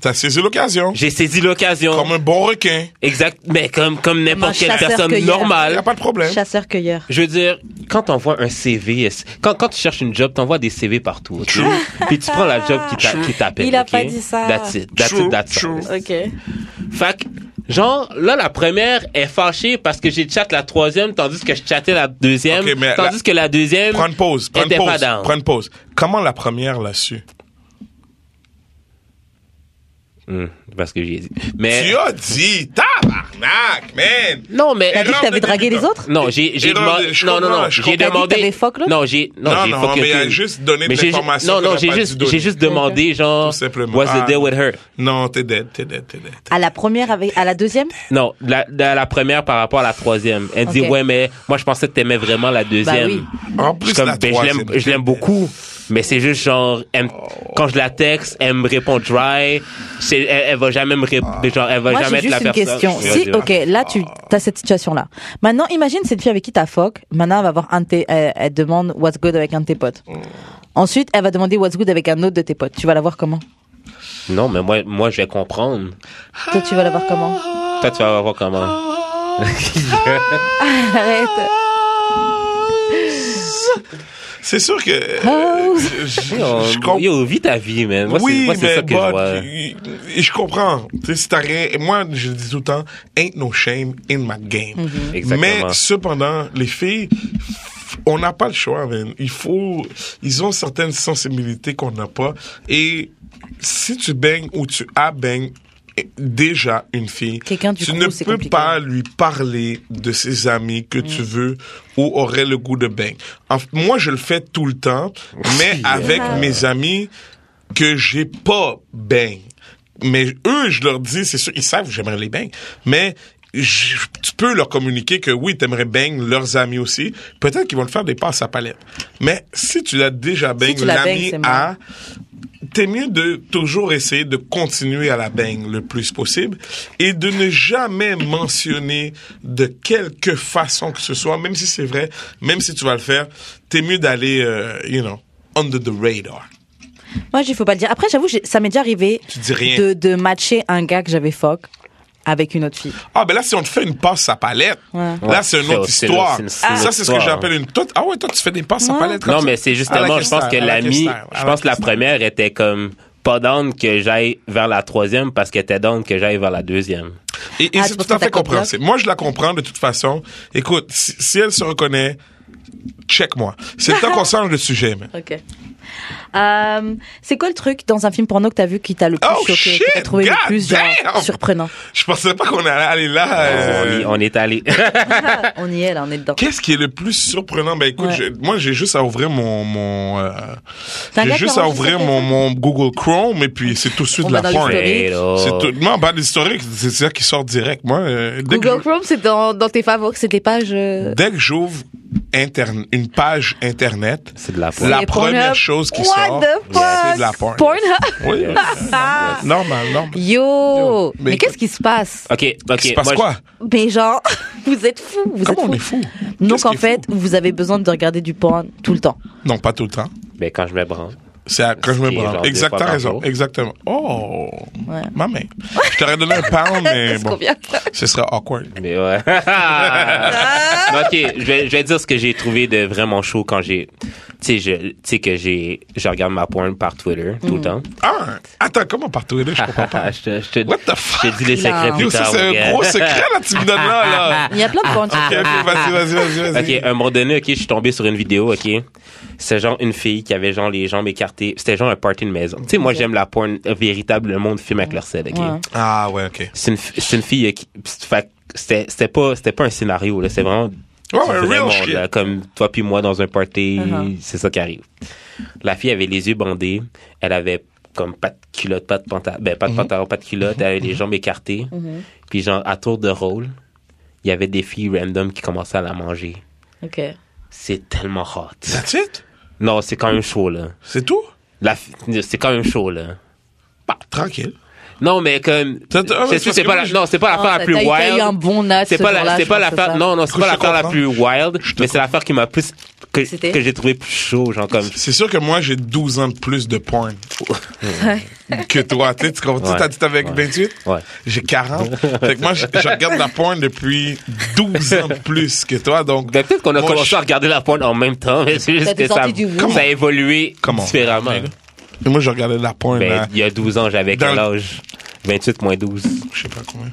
S3: T'as saisi l'occasion.
S2: J'ai saisi l'occasion.
S3: Comme un bon requin.
S2: Exact, mais comme, comme n'importe
S1: un
S2: quelle
S1: chasseur
S2: personne
S1: cueilleur.
S3: Y a
S2: normale.
S3: pas de problème.
S1: Chasseur-cueilleur.
S2: Je veux dire, quand t'envoies un CV, est-ce- quand, quand tu cherches une job, t'envoies des CV partout. ok?
S3: True.
S2: Puis tu prends la job qui t'a- qui t'appelle.
S1: Il a
S2: ok?
S1: pas dit ça.
S2: That's it. That's
S3: True,
S2: it. That's
S3: true.
S2: all.
S1: Ok.
S2: Fait que, genre, là, la première est fâchée parce que j'ai chat la troisième, tandis que je chattais la deuxième.
S3: Ok, mais
S2: tandis
S3: la-
S2: que la deuxième.
S3: Prends une pause. Prends une
S2: était pas
S3: pause.
S2: down.
S3: Prends une pause. Comment la première l'a su?
S2: Hmm, parce que j'ai dit. Mais.
S3: Tu as dit, tabarnak, man!
S2: Non, mais.
S1: T'as dit que
S3: Erreur de
S1: t'avais dragué les
S3: débutant.
S1: autres
S2: Non, j'ai, j'ai
S3: Erreur
S2: demandé,
S3: de- je
S2: non, non,
S3: comprends,
S2: non,
S3: je
S2: j'ai
S1: T'as
S3: comprends.
S1: dit que
S2: demandé,
S1: t'avais fuck l'autre?
S2: non, j'ai, non,
S3: Non,
S2: j'ai
S3: non,
S2: fuck
S3: mais
S2: aucune.
S3: elle a juste donné de
S2: Mais j'ai ju-
S3: l'information
S2: Non,
S3: qu'on
S2: non,
S3: a
S2: j'ai
S3: pas dû
S2: juste,
S3: donner.
S2: j'ai juste demandé, genre,
S3: Tout simplement.
S2: what's the
S3: Ah.
S2: deal with her?
S3: Non, t'es dead, t'es dead, t'es dead.
S1: À la première, avec, à la deuxième
S2: Non, la, la, la première par rapport à la troisième. Elle dit,
S1: Ok. Bah
S2: ouais, mais moi, je pensais que t'aimais vraiment la deuxième.
S1: oui.
S2: Je suis
S3: En plus,
S2: comme,
S3: la
S2: ben, je l'aime,
S3: troisième. Oh.
S2: je l'aime beaucoup, mais c'est juste genre, elle me- quand je la texte, elle me répond dry, C'est- elle, elle va jamais me répondre,
S3: Ah.
S2: genre, elle va
S1: Moi,
S2: jamais
S1: j'ai
S2: être la
S1: juste une
S2: personne.
S1: question.
S2: Vas-y,
S1: Si,
S2: vas-y.
S1: ok, là, tu as cette situation-là. Maintenant, imagine cette fille avec qui t'as fuck. Maintenant, elle va avoir un de tes- elle, elle demande what's good avec un de tes potes. Ensuite, elle va demander what's good avec un autre de tes potes. Tu vas la voir comment
S2: Non, mais moi, moi, je vais comprendre.
S1: Toi, tu vas la voir comment
S2: Toi, tu vas voir comment.
S1: Arrête.
S3: C'est sûr que. euh,
S1: Oh.
S3: je- je-
S2: Yo,
S3: je comprends.
S2: yo, vis ta vie, man. Moi, c'est-
S3: oui,
S2: moi, c'est
S3: mais
S2: ça que je vois.
S3: but, je, je comprends. Tu sais, si t'as rien, et moi, je le dis tout le temps, ain't no shame in my game.
S1: Mm-hmm.
S2: Exactement.
S3: Mais cependant, les filles, on n'a pas le choix, man. Il faut, ils ont certaines sensibilités qu'on n'a pas. Et si tu baignes ou tu abaignes déjà une fille,
S1: Quelqu'un du
S3: tu
S1: crew,
S3: ne
S1: c'est
S3: peux
S1: compliqué.
S3: pas lui parler de ses amis que tu veux ou aurait le goût de bang. En- moi, je le fais tout le temps, mais avec mes amis que j'ai pas bang. Mais eux, je leur dis, c'est sûr, ils savent que j'aimerais les bang. Mais je- tu peux leur communiquer que oui, t'aimerais bang leurs amis aussi. Peut-être qu'ils vont le faire des passes à palette. Mais si tu l'as déjà bang,
S1: tu la
S3: l'ami
S1: bangs, c'est
S3: a, t'es mieux de toujours essayer de continuer à la bang le plus possible et de ne jamais mentionner de quelque façon que ce soit, même si c'est vrai, même si tu vas le faire, t'es mieux d'aller, euh, you know, under the radar.
S1: Moi, il faut pas le dire. Après, j'avoue, j'ai- ça m'est déjà arrivé
S3: Tu dis rien.
S1: de, de matcher un gars que j'avais fuck avec une autre fille.
S3: Ah, ben là, si on te fait une passe à palette,
S1: Ouais.
S3: là, c'est une
S2: Ouais,
S3: autre
S2: c'est-
S3: histoire.
S2: c'est une- c'est une
S3: ça, c'est ce que
S2: histoire.
S3: j'appelle une... Toi, t- ah ouais, toi, tu fais des passes à palette. comme
S2: Non,
S3: ça.
S2: mais c'est
S3: À
S2: justement,
S3: la
S2: je pense que
S3: Christine, à la
S2: l'ami,
S3: Christine,
S2: je
S3: à la
S2: pense que la
S3: Christine.
S2: première était comme pas down que j'aille vers la troisième parce qu'elle était down que j'aille vers la deuxième.
S3: Et, et
S1: Ah,
S3: c'est
S1: c'est pour
S3: tout
S1: ça que t'as
S3: à fait
S1: compris.
S3: compréhensible. Moi, je la comprends de toute façon. Écoute, si, si elle se reconnaît, check-moi. C'est le temps qu'on change de sujet, man.
S1: Ok. Euh, c'est quoi le truc dans un film porno que t'as vu qui t'a le plus
S3: Oh,
S1: choqué, que t'as
S3: shit,
S1: trouvé
S3: God
S1: le plus genre,
S3: damn.
S1: surprenant
S3: Je pensais pas qu'on allait aller là. euh,
S2: On, y- on est allé.
S1: On y est là, on est dedans.
S3: Qu'est-ce qui est le plus surprenant? Ben écoute,
S1: Ouais.
S3: je- moi j'ai juste à ouvrir mon, mon euh,
S1: T'as un
S3: j'ai
S1: gars
S3: juste
S1: qui
S3: à
S1: enregistre
S3: ouvrir
S1: ton
S3: mon, mon Google Chrome et puis c'est tout de suite
S1: On
S3: la
S1: va dans
S3: porn.
S1: l'historique.
S2: Hey, là.
S3: C'est tout. Non, pas l'historique, c'est ça qui sort direct. Moi, euh, dès, que
S5: Google Chrome, c'est dans, dans tes favoris, c'est tes pages.
S3: je-
S5: euh,
S3: dès que j'ouvre interne- une page internet,
S2: C'est de la
S5: C'est
S3: la
S5: Pornhub.
S3: première chose qui
S5: What
S3: sort,
S5: the fuck?
S3: c'est de la porn.
S5: Pornhub.
S3: Oui, oui.
S5: Ah.
S3: normal, normal.
S5: Yo,
S3: mais
S5: mais, qu'est-ce qui se passe
S2: OK, OK.
S3: Il se passe
S2: moi,
S3: quoi?
S5: Mais genre, vous êtes fous, vous
S3: Comment on est
S5: êtes fous.
S3: fou?
S1: Donc
S3: Qu'est-ce
S1: en
S3: qui est
S1: fait,
S3: fou?
S1: vous avez besoin de regarder du porn tout le temps.
S3: Non, pas tout le temps.
S2: je- ben, quand je me branle.
S3: C'est à- quand je
S2: Ce
S3: me
S2: qui est genre deux
S3: branle.
S2: fois
S3: Exactement
S2: par
S3: raison.
S2: jour.
S3: Exactement. Oh,
S1: Ouais.
S3: ma main. Je t'aurais donné un pound, mais
S5: Est-ce
S3: bon,
S5: qu'on vient
S3: ce serait awkward.
S2: Mais ouais. ok, je vais, je vais dire ce que j'ai trouvé de vraiment chaud quand j'ai. Tu sais, je, tu sais que j'ai, je regarde ma porn par Twitter tout le temps.
S3: Ah, attends, comment partout là, je comprends pas.
S2: Mm. je te, je te,
S3: What the
S2: je
S3: fuck?
S2: te dis les secrets
S1: Non.
S2: plus
S3: Yo, ça,
S2: tard. mon
S3: c'est
S2: gars.
S3: un gros secret, là, tu me donnes là, là.
S1: Il y a plein de porn.
S3: Ok, ok, vas-y, vas-y, vas-y,
S2: Ok,
S3: vas-y.
S2: à un moment donné, ok, je suis tombé sur une vidéo, ok. C'était genre une fille qui avait genre les jambes écartées. C'était genre un party de maison. Tu sais, moi, j'aime la porn euh, véritable, le monde film avec leur sel, ok.
S1: Ouais.
S3: Ah, ouais, ok.
S2: C'est une, fi- c'est une fille euh, qui, fait que c'était, c'était pas, c'était pas un scénario, là. C'est vraiment
S3: Ouais, ouais,
S2: du vrai
S3: real
S2: monde,
S3: shit.
S2: là, comme toi puis moi dans un party,
S1: Uh-huh.
S2: c'est ça qui arrive. La fille avait les yeux bandés, elle avait comme pas de culotte, pas de pantalon, ben pas de pantalon, pas de culotte, elle avait les jambes écartées. Puis genre à tour de rôle, il y avait des filles random qui commençaient à la manger.
S1: Ok.
S2: C'est tellement hot.
S3: That's it?
S2: Non, c'est quand même chaud là.
S3: C'est tout?
S2: La fi- c'est quand même chaud là.
S3: Bah, tranquille.
S2: Non, mais comme
S3: Ça te- ah ouais,
S2: c'est sûr,
S3: parce
S2: c'est
S3: que
S2: pas
S3: moi,
S2: la
S3: je-
S2: non, c'est pas l'affaire la plus
S1: Ah, T'as t'as eu un
S2: wild.
S1: bon nat.
S2: C'est
S1: ce
S2: pas la
S1: jour-là,
S2: c'est
S1: je
S2: pas
S1: pense,
S2: l'affaire
S1: ça.
S2: non non, c'est
S3: Je
S2: pas
S3: te
S2: l'affaire la
S3: comprends.
S2: plus wild,
S3: Je te
S2: mais c'est l'affaire qui m'a plus que,
S1: C'était?
S2: que j'ai trouvé plus chaud, genre comme
S3: C'est sûr que moi, j'ai 12 ans de plus de porn que toi. Tu sais, tu comprends?
S2: Ouais.
S3: T'as dit t'avais
S2: Ouais.
S3: 28?
S2: ouais.
S3: J'ai 40. fait que moi, je, je regarde la porn depuis 12 ans de plus que toi. Donc,
S2: Ben, peut-être qu'on a
S3: Moi,
S2: commencé
S3: je-
S2: à regarder la porn en même temps, mais c'est
S1: T'as
S2: juste que
S1: été
S2: ça,
S1: sorti du
S2: ça
S1: womb.
S2: a évolué
S3: Comment?
S2: différemment.
S3: Et moi, je regardais la porn à,
S2: Ben, il y a 12 ans, j'avais
S3: Dans
S2: quel
S3: le-
S2: âge 28 moins 12.
S3: je sais pas combien.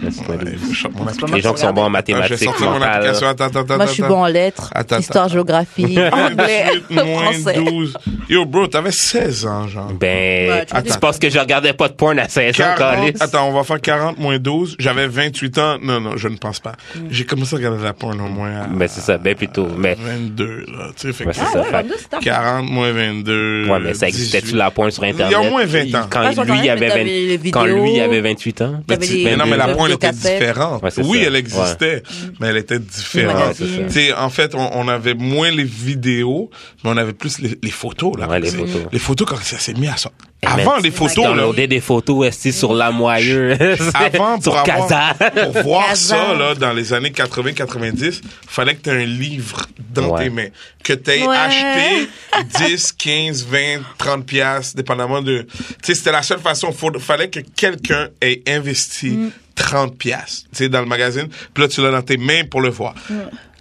S2: 28 moins 12.
S3: Je sors mon application.
S2: Les gens qui sont bons en
S3: Ah, je vais
S2: mathématiques,
S3: sortir mon
S2: mentales.
S3: application. Attends, attends, attends.
S1: Moi, je suis
S3: attends.
S1: bon en lettres,
S3: Attends, attends.
S1: histoire, géographie, anglais,
S3: 28 moins
S1: français.
S3: 12. Yo, bro, t'avais 16 ans, genre.
S2: Ben,
S1: Ouais,
S2: tu
S1: tu
S3: dis-
S2: penses que je regardais pas de porn à 16 ans,
S3: 40,
S2: câlisse?
S3: attends, on va faire 40 moins 12. J'avais 28 ans. Non, non, je ne pense pas.
S1: Mm.
S3: J'ai commencé à regarder la porn au moins à,
S2: Mais c'est ça, ben plutôt.
S3: à
S2: Mais,
S3: 22, là. Tu sais, fait
S2: Ouais,
S3: que
S2: c'est ça. fait-
S3: 40 moins 22.
S2: Ouais, mais ça existait-tu la porn sur Internet?
S3: Euh, Il y a au moins 20 ans.
S2: Quand
S1: Ouais, sur
S2: lui,
S1: Internet,
S2: il avait
S1: mais t'avais les
S2: 20 quand
S1: vidéos.
S2: lui, il avait 28 ans.
S1: T'avais
S2: Petit-
S1: les-
S3: Mais non, mais la
S2: 22.
S3: porn était
S1: Vidéocassette.
S3: différente.
S2: Ouais, c'est
S3: oui,
S2: ça.
S3: elle existait, mais elle était
S2: Ouais,
S3: différente.
S2: c'est ça.
S3: Tu sais, en fait, on, on avait moins les vidéos, mais on avait plus les, les photos. Là,
S2: Ouais, les
S3: Tu sais,
S2: photos.
S3: Les photos, quand ça s'est mis à ça.
S2: Mais
S3: Avant
S2: tu-
S3: les
S2: Tu
S3: photos, là,
S2: downloadais des photos esti sur la moyeuse.
S3: avant pour,
S2: sur
S3: avoir-
S2: Casa.
S3: pour voir
S1: Casa.
S3: ça là dans les années 80 90 fallait que tu aies un livre dans
S2: Ouais.
S3: tes mains que tu aies
S5: Ouais.
S3: acheté 10 15 20 30 pièces dépendamment de tu sais c'était la seule façon faut, fallait que quelqu'un ait investi 30 pièces tu sais dans le magazine puis là tu l'as dans tes mains pour le voir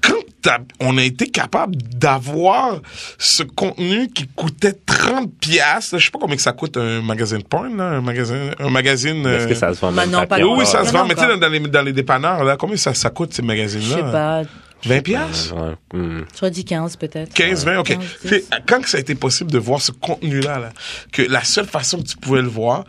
S3: Quand t'as- on a été capable d'avoir ce contenu qui coûtait 30 pièces. Je sais pas combien que ça coûte un magazine porn, là, un magazine, un magazine.
S2: Est-ce que
S3: euh,
S2: ça se vend même
S1: Maintenant, pas
S2: papier?
S3: oui, oui, ça se
S1: Ah, Non,
S3: vend. Mais tu sais,
S1: encore.
S3: dans les, dans les dépanneurs, là, combien ça, ça coûte, ces
S1: Je sais
S3: magazines-là?
S1: pas,
S3: 20 piastres?
S2: Ouais, hmm.
S1: j'aurais dit 15 peut-être.
S3: 15, 20, OK.
S1: 15,
S3: Tu sais, Quand que ça a été possible de voir ce contenu-là, là, que la seule façon que tu pouvais le voir,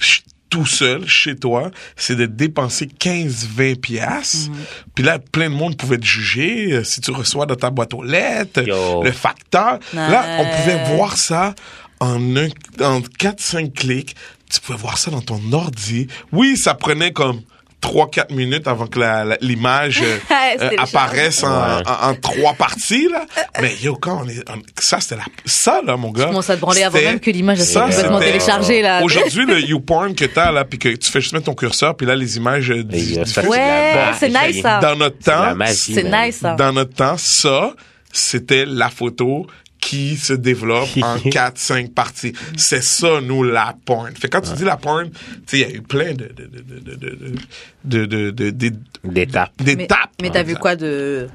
S3: ch- tout seul, chez toi, c'est de dépenser 15, 20 piastres. Puis là, plein de monde pouvait te juger euh, si tu reçois dans ta boîte aux lettres,
S2: Yo.
S3: le facteur.
S1: Ouais.
S3: Là, on pouvait voir ça en, un, en 4-5 clics, tu pouvais voir ça dans ton ordi. Oui, ça prenait comme 3-4 minutes avant que la- la- l'image euh,
S5: C'était
S3: euh,
S5: le
S3: apparaisse en,
S2: Ouais.
S3: en- en trois parties. Là. Mais yo, quand on est... on- ça, c'était la... Ça, là, mon gars.
S1: commences à te branler avant
S3: c'était-
S1: même que l'image elle soit
S3: ça,
S1: complètement
S3: c'était-
S1: téléchargée là.
S3: Aujourd'hui, le YouPorn que t'as, là, puis que tu fais juste mettre ton curseur, puis là, les images euh, du-
S2: Et, euh,
S3: du-
S2: ça,
S5: Ouais,
S2: de la
S5: c'est
S2: magie.
S5: nice, ça.
S3: dans notre
S2: C'est de la
S3: temps,
S2: magie,
S5: C'est
S2: man.
S5: nice, ça.
S3: dans notre temps, ça, c'était la photo qui se développe en 4-5 parties. C'est ça, nous, la porn. Fait que quand tu dis la porn, tu sais, il y a eu plein de... de, de, de, de, de, de, de, de-
S2: D'étape.
S3: d'étapes.
S1: Mais t'as vu quoi de,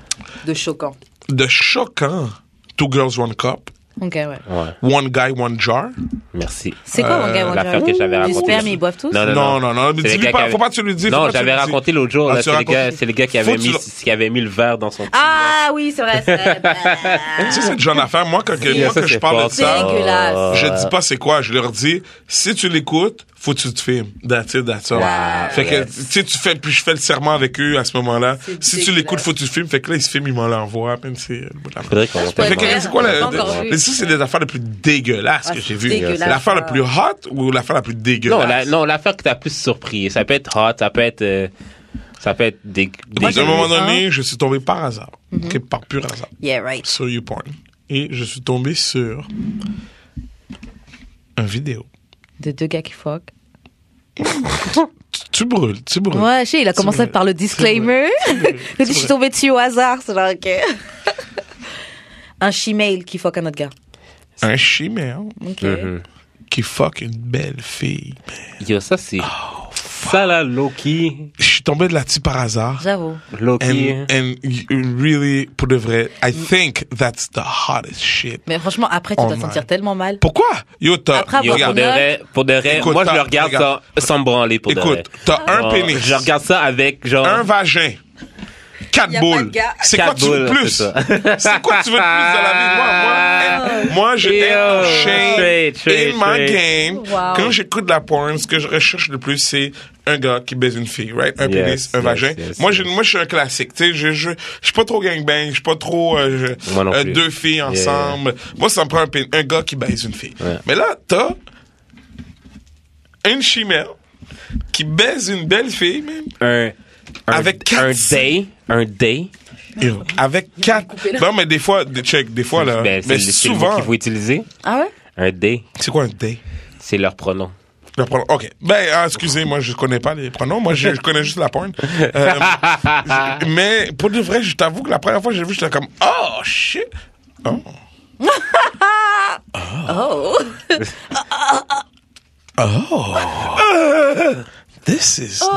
S1: de choquant
S3: De choquant. Two girls, one cup.
S1: Ok, ouais.
S2: Ouais,
S3: One guy, one jar.
S2: merci.
S1: C'est quoi mon gars mon
S2: Euh, l'affaire
S1: gars
S2: que j'avais
S1: Du
S2: racontée.
S1: sperme, ils boivent tous
S2: Non, non, non.
S3: Non, non, non.
S2: C'est le
S3: Mais dis-lui
S2: gars qui
S3: pas,
S2: avait-
S3: faut pas que tu lui dises. faut
S2: Non,
S3: pas que tu
S2: j'avais
S3: lui dises.
S2: raconté l'autre jour.
S3: Ah,
S2: là,
S3: tu
S2: c'est le
S3: racontes-
S2: gars, c'est le gars qui
S3: Faut
S2: avait
S3: que
S2: mis,
S3: tu
S2: qui avait mis le verre dans son.
S1: Ah oui, c'est vrai. c'est-
S3: Tu sais, c'est le genre d'affaire. Moi, quand que, moi,
S2: Ça,
S3: que je
S2: c'est
S3: parle
S2: fort,
S3: de ça,
S1: Dégueulasse.
S3: Je dis pas c'est quoi, je leur dis, si tu l'écoutes, faut que tu te filmes. That's it, that's all.
S2: Wow,
S3: fait que,
S2: yes.
S3: tu sais, tu fais, puis je fais le serment avec eux à ce moment-là.
S1: C'est
S3: Si tu l'écoutes, faut que tu te filmes. Fait que là, ils se filment, ils m'en l'envoient, même si c'est le bout de la main.
S2: Faudrait qu'on
S3: Fait que,
S1: Ouais,
S3: c'est quoi la,
S1: j'ai pas encore
S3: de-
S1: vu.
S3: mais ça, c'est les affaires les plus dégueulasses
S1: Ah,
S3: que
S1: c'est
S3: j'ai vues.
S1: dégueulasse.
S3: L'affaire la plus hot ou l'affaire la plus
S2: Non,
S3: dégueulasse?
S2: la- non, l'affaire qui t'a plus surpris. Ça peut être hot, ça peut être, euh, ça peut être des.
S3: Moi, à un moment
S2: dégueulasse.
S3: donné, je suis tombé par hasard,
S1: Mm-hmm.
S3: ok, par pur hasard,
S1: Yeah, right.
S3: sur YouPorn. Et je suis tombé sur un vidéo.
S1: De deux gars qui fuck.
S3: Tu, tu brûles, tu brûles.
S1: Ouais, je sais, il a
S3: C'est
S1: commencé
S3: vrai.
S1: par le disclaimer. Il a dit, je suis tombée dessus au hasard. C'est genre, ok. Un she-male qui fuck un autre gars.
S3: Un chimère.
S1: Ok.
S2: Mhm.
S3: qui fuck une belle fille.
S2: Yo, ça c'est.
S3: Oh,
S2: ça là, Loki.
S3: Je suis tombé de là-dessus par hasard.
S1: J'avoue.
S2: Loki. hein.
S3: And, and you- really, pour de vrai, I think that's the hottest shit.
S1: Mais franchement, après, tu
S3: Oh
S1: dois te
S3: my.
S1: sentir tellement mal.
S3: Pourquoi? Yo, t'as,
S1: Après
S2: Yo,
S1: avoir
S2: pour de
S3: regarde,
S1: Noël.
S2: vrai, pour de vrai,
S3: Écoute,
S2: moi je
S3: t'as-
S2: le regarde
S3: regarde.
S2: sans, sans me branler pour de vrai.
S3: écoute, t'as un
S2: Oh,
S3: pénis,
S2: Je regarde ça avec genre.
S3: un vagin, quatre boules. C'est quoi
S2: Quatre
S3: tu veux de
S2: boules,
S3: plus?
S2: c'est
S3: C'est quoi tu veux de plus dans la vie? Moi, moi, eh, moi je
S2: Yo,
S3: am ashamed
S2: straight, straight,
S3: in my
S2: straight.
S3: game.
S1: Wow.
S3: Quand j'écoute de la porn, ce que je recherche le plus, c'est un gars qui baise une fille, right? Un
S2: Yes,
S3: pénis, un
S2: yes,
S3: vagin.
S2: yes,
S3: moi,
S2: yes.
S3: j'ai- moi, je suis un classique. Tu sais, je, je, je suis pas trop gangbang, je suis pas trop euh, je-
S2: Moi non
S3: euh,
S2: plus.
S3: deux filles ensemble. Moi, ça me prend un, pén- un gars qui baise une fille.
S2: Ouais.
S3: Mais là, t'as une chimère qui baise une belle fille, même.
S2: un, un-
S3: Avec quatre-
S2: un day, un day.
S3: Yo, Avec quatre. Non, mais des fois, des- check, des fois, là.
S2: Ben, c'est
S3: mais
S2: le- c'est le mot
S3: souvent.
S2: qu'il faut utiliser.
S1: Ah ouais?
S2: Un day,
S3: C'est quoi un day?
S2: c'est leur pronom.
S3: Le pronom- OK. Ben, ah, excusez, moi, je connais pas les pronoms. Moi, je, je connais juste la pointe. Euh, je- mais pour de vrai, je t'avoue que la première fois que j'ai vu, j'étais comme, oh, shit. Oh.
S1: Oh!
S3: Oh. This is
S1: Oh.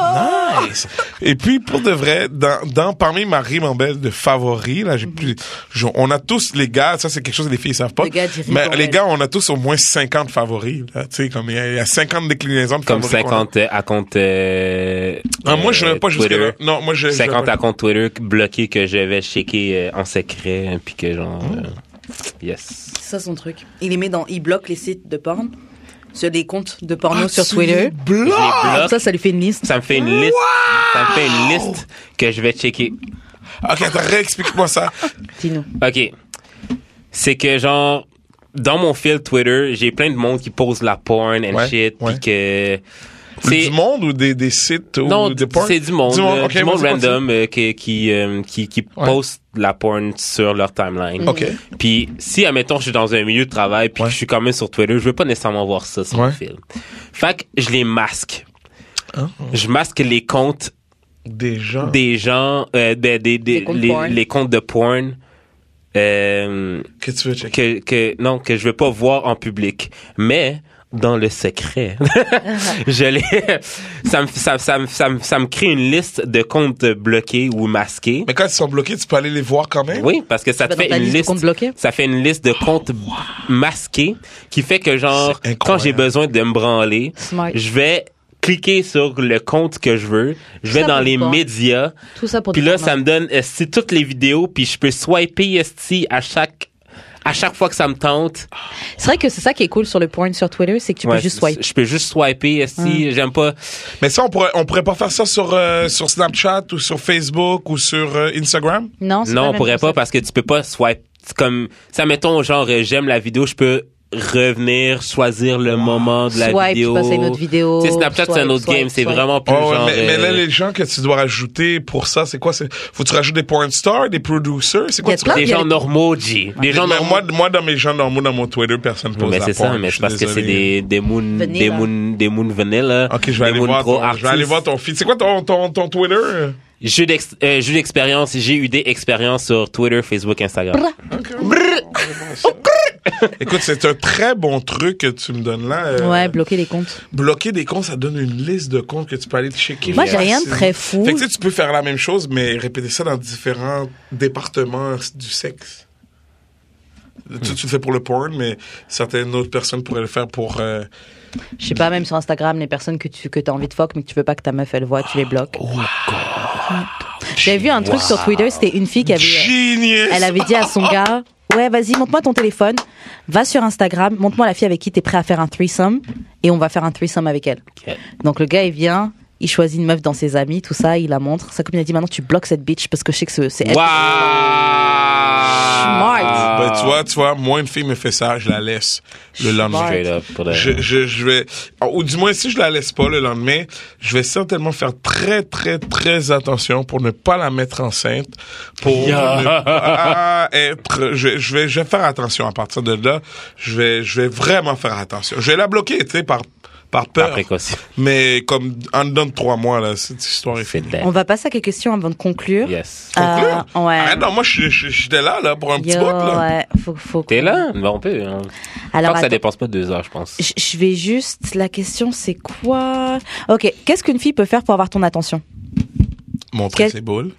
S3: nice. Et puis pour de vrai, dans, dans parmi ma ribambelle de favoris, là, j'ai plus, je- on a tous les gars, ça c'est quelque chose que les filles savent pas.
S1: Les gars, j'ai
S3: mais
S1: ribambelle.
S3: les gars, Ah, on a tous au moins 50 favoris. là. Tu sais, comme il y, a- il y a 50 déclinaisons de
S2: Comme
S3: favoris. qu'on a.
S2: 50 euh, à compte. euh,
S3: Ah, moi, je
S2: euh,
S3: vais pas jusque
S2: Twitter.
S3: là. Non, moi, je. je vais
S2: 50
S3: pas.
S2: à compte Twitter bloqué que je vais checker euh, en secret, hein, puis que genre.
S3: Mm.
S2: euh, yes.
S4: C'est ça son truc.
S1: Il les met dans. Il bloque les sites de porn. Sur les comptes de porno
S3: Ah,
S1: sur
S3: tu
S1: Twitter.
S3: les bloques?
S2: Je les bloque.
S1: Comme ça, ça lui fait une liste.
S2: Ça me fait une liste. Ça me fait une liste que je vais checker.
S3: Ok, attends, réexplique-moi ça.
S1: Dis-nous.
S2: OK. C'est que genre dans mon fil Twitter, j'ai plein de monde qui pose la porn and
S3: Ouais,
S2: shit
S3: ouais.
S2: puis que
S3: Du monde ou des, des sites ou
S2: non,
S3: des
S2: d-
S3: porn?
S2: c'est du monde, euh,
S3: ok,
S2: du monde
S3: vas-y,
S2: random euh, qui qui euh, qui, qui
S3: Ouais.
S2: poste la porn sur leur timeline.
S3: Ok.
S2: Puis si admettons je suis dans un milieu de travail puis
S3: Ouais.
S2: que je suis quand même sur Twitter, je veux pas nécessairement voir ça sur
S3: Ouais.
S2: mon fil. Fait que je les masque. Je masque les comptes
S3: continue. Des gens.
S2: des gens euh, des, des, des-
S1: Des comptes
S2: les,
S1: porn.
S2: les comptes de porn euh,
S3: Que tu veux checker.
S2: que, que non que je veux pas voir en public mais dans le secret je les ça me ça, ça, me- ça, me- ça me crée une liste de comptes bloqués ou masqués
S3: Mais quand ils sont bloqués, tu peux aller les voir quand même?
S2: oui parce que ça te
S1: vas Bah, dans
S2: fait
S1: ta
S2: une
S1: liste de
S2: liste
S1: comptes bloqués?
S2: ça fait une liste de comptes masqués qui fait que genre
S3: C'est
S2: quand j'ai
S3: incroyable.
S2: besoin de me branler
S1: Smart.
S2: je vais cliquer sur le compte que je veux je vais
S1: Ça
S2: dans
S1: pour
S2: les
S1: porn.
S2: médias
S1: Tout ça pour
S2: puis
S1: du
S2: là,
S1: porno.
S2: ça me donne esti, toutes les vidéos, puis je peux swiper esti à chaque à chaque fois que ça me tente.
S1: C'est vrai que c'est ça qui est cool sur le porn sur Twitter, c'est que tu
S2: Ouais,
S1: peux juste swipe.
S2: Je peux juste swiper esti, j'aime pas.
S3: Mais ça, on pourrait, on pourrait pas faire ça sur, euh, sur Snapchat ou sur Facebook ou sur euh, Instagram?
S1: Non, c'est
S2: Non,
S1: le
S2: on
S1: même
S2: pourrait pas
S1: concept.
S2: parce que tu peux pas swipe C'est comme ça mettons genre euh, j'aime la vidéo, je peux revenir, choisir le moment de la
S1: Swipe, tu
S2: vidéo.
S1: passes à une autre vidéo.
S2: Tu sais, Snapchat, c'est un
S1: Swipe,
S2: autre
S1: swipe,
S2: game. C'est
S1: swipe.
S2: vraiment plus
S3: Oh, ouais,
S2: genre...
S3: mais, mais là,
S2: euh,
S3: les gens que tu dois rajouter pour ça, c'est quoi? C'est- Faut que tu rajoutes des porn stars, des producers? C'est
S1: Y
S3: quoi?
S1: a
S3: tu
S1: de quoi?
S2: Des
S1: Il y a
S2: gens
S1: les-
S2: normaux, G. Des gens
S3: Mais
S2: normaux.
S3: moi, moi, dans mes gens normaux, dans mon Twitter, personne ne pose
S2: mais
S3: la
S2: c'est ça,
S3: porn,
S2: mais
S3: je suis
S2: c'est parce que c'est des,
S3: désolé.
S2: des moon,
S1: Vanilla.
S2: des moon, des moon vanilla.
S3: Ok, je vais,
S2: des
S3: aller
S2: moon
S3: voir,
S2: pro
S3: ton, je vais aller
S2: artists.
S3: voir ton feed. C'est quoi ton, ton, ton Twitter?
S2: Jeu d'ex- euh, jeu d'expérience, j'ai eu des expériences sur Twitter, Facebook, Instagram.
S3: Écoute, c'est un très bon truc que tu me donnes là. Euh,
S1: Ouais, bloquer les comptes.
S3: bloquer des comptes, ça donne une liste de comptes que tu peux aller checker.
S1: Moi, j'ai rien de
S3: facilement.
S1: très fou.
S3: Fait que, tu, sais, tu peux faire la même chose, mais répéter ça dans différents départements du sexe. Tu, tu le fais pour le porn, mais certaines autres personnes pourraient le faire pour. euh,
S1: Je sais pas, même sur Instagram, les personnes que tu que as envie de fuck, mais que tu veux pas que ta meuf elle voit, tu les bloques.
S2: Oh,
S1: J'avais vu un truc sur Twitter, c'était une fille qui avait.
S3: Genius!
S1: Elle avait dit à son gars Ouais, vas-y, montre-moi ton téléphone, va sur Instagram, montre-moi la fille avec qui t'es prêt à faire un threesome et on va faire un threesome avec elle.
S2: Ok.
S1: Donc le gars, il vient, il choisit une meuf dans ses amis, tout ça, il la montre. Sa copine a dit Maintenant, tu bloques cette bitch parce que je sais que c'est c'est elle.
S2: Wow!
S1: Smart.
S2: Euh,
S3: Ben, tu vois, tu vois, moi, une fille me fait ça, je la laisse le lendemain.
S2: Straight up. Pour le-
S3: Je, je, je vais, oh, ou du moins si je la laisse pas le lendemain, je vais certainement faire très très très attention pour ne pas la mettre enceinte, pour
S2: Yeah.
S3: ne pas être, je, je vais, je vais faire attention à partir de là, je vais, je vais vraiment faire attention. Je vais la bloquer, tu sais, par par peur.
S2: Après quoi, c'est
S3: Mais comme en dedans de trois mois là, cette histoire est
S2: c'est
S3: finie.
S2: dead.
S1: On va passer à quelques questions avant de conclure.
S2: Yes.
S3: Conclure?
S1: Euh, ouais.
S3: Ah non, moi je je- j'étais là là pour un petit
S1: Yo,
S3: bout là.
S1: ouais, faut, faut...
S2: T'es là? Ben, on peut. hein. Je
S1: Alors,
S2: pense que ça
S1: attends,
S2: dépense pas deux heures, je pense.
S1: je je vais juste. La question, c'est quoi Ok, qu'est-ce qu'une fille peut faire pour avoir ton attention
S3: Montrer
S1: Quel-
S3: ses boules.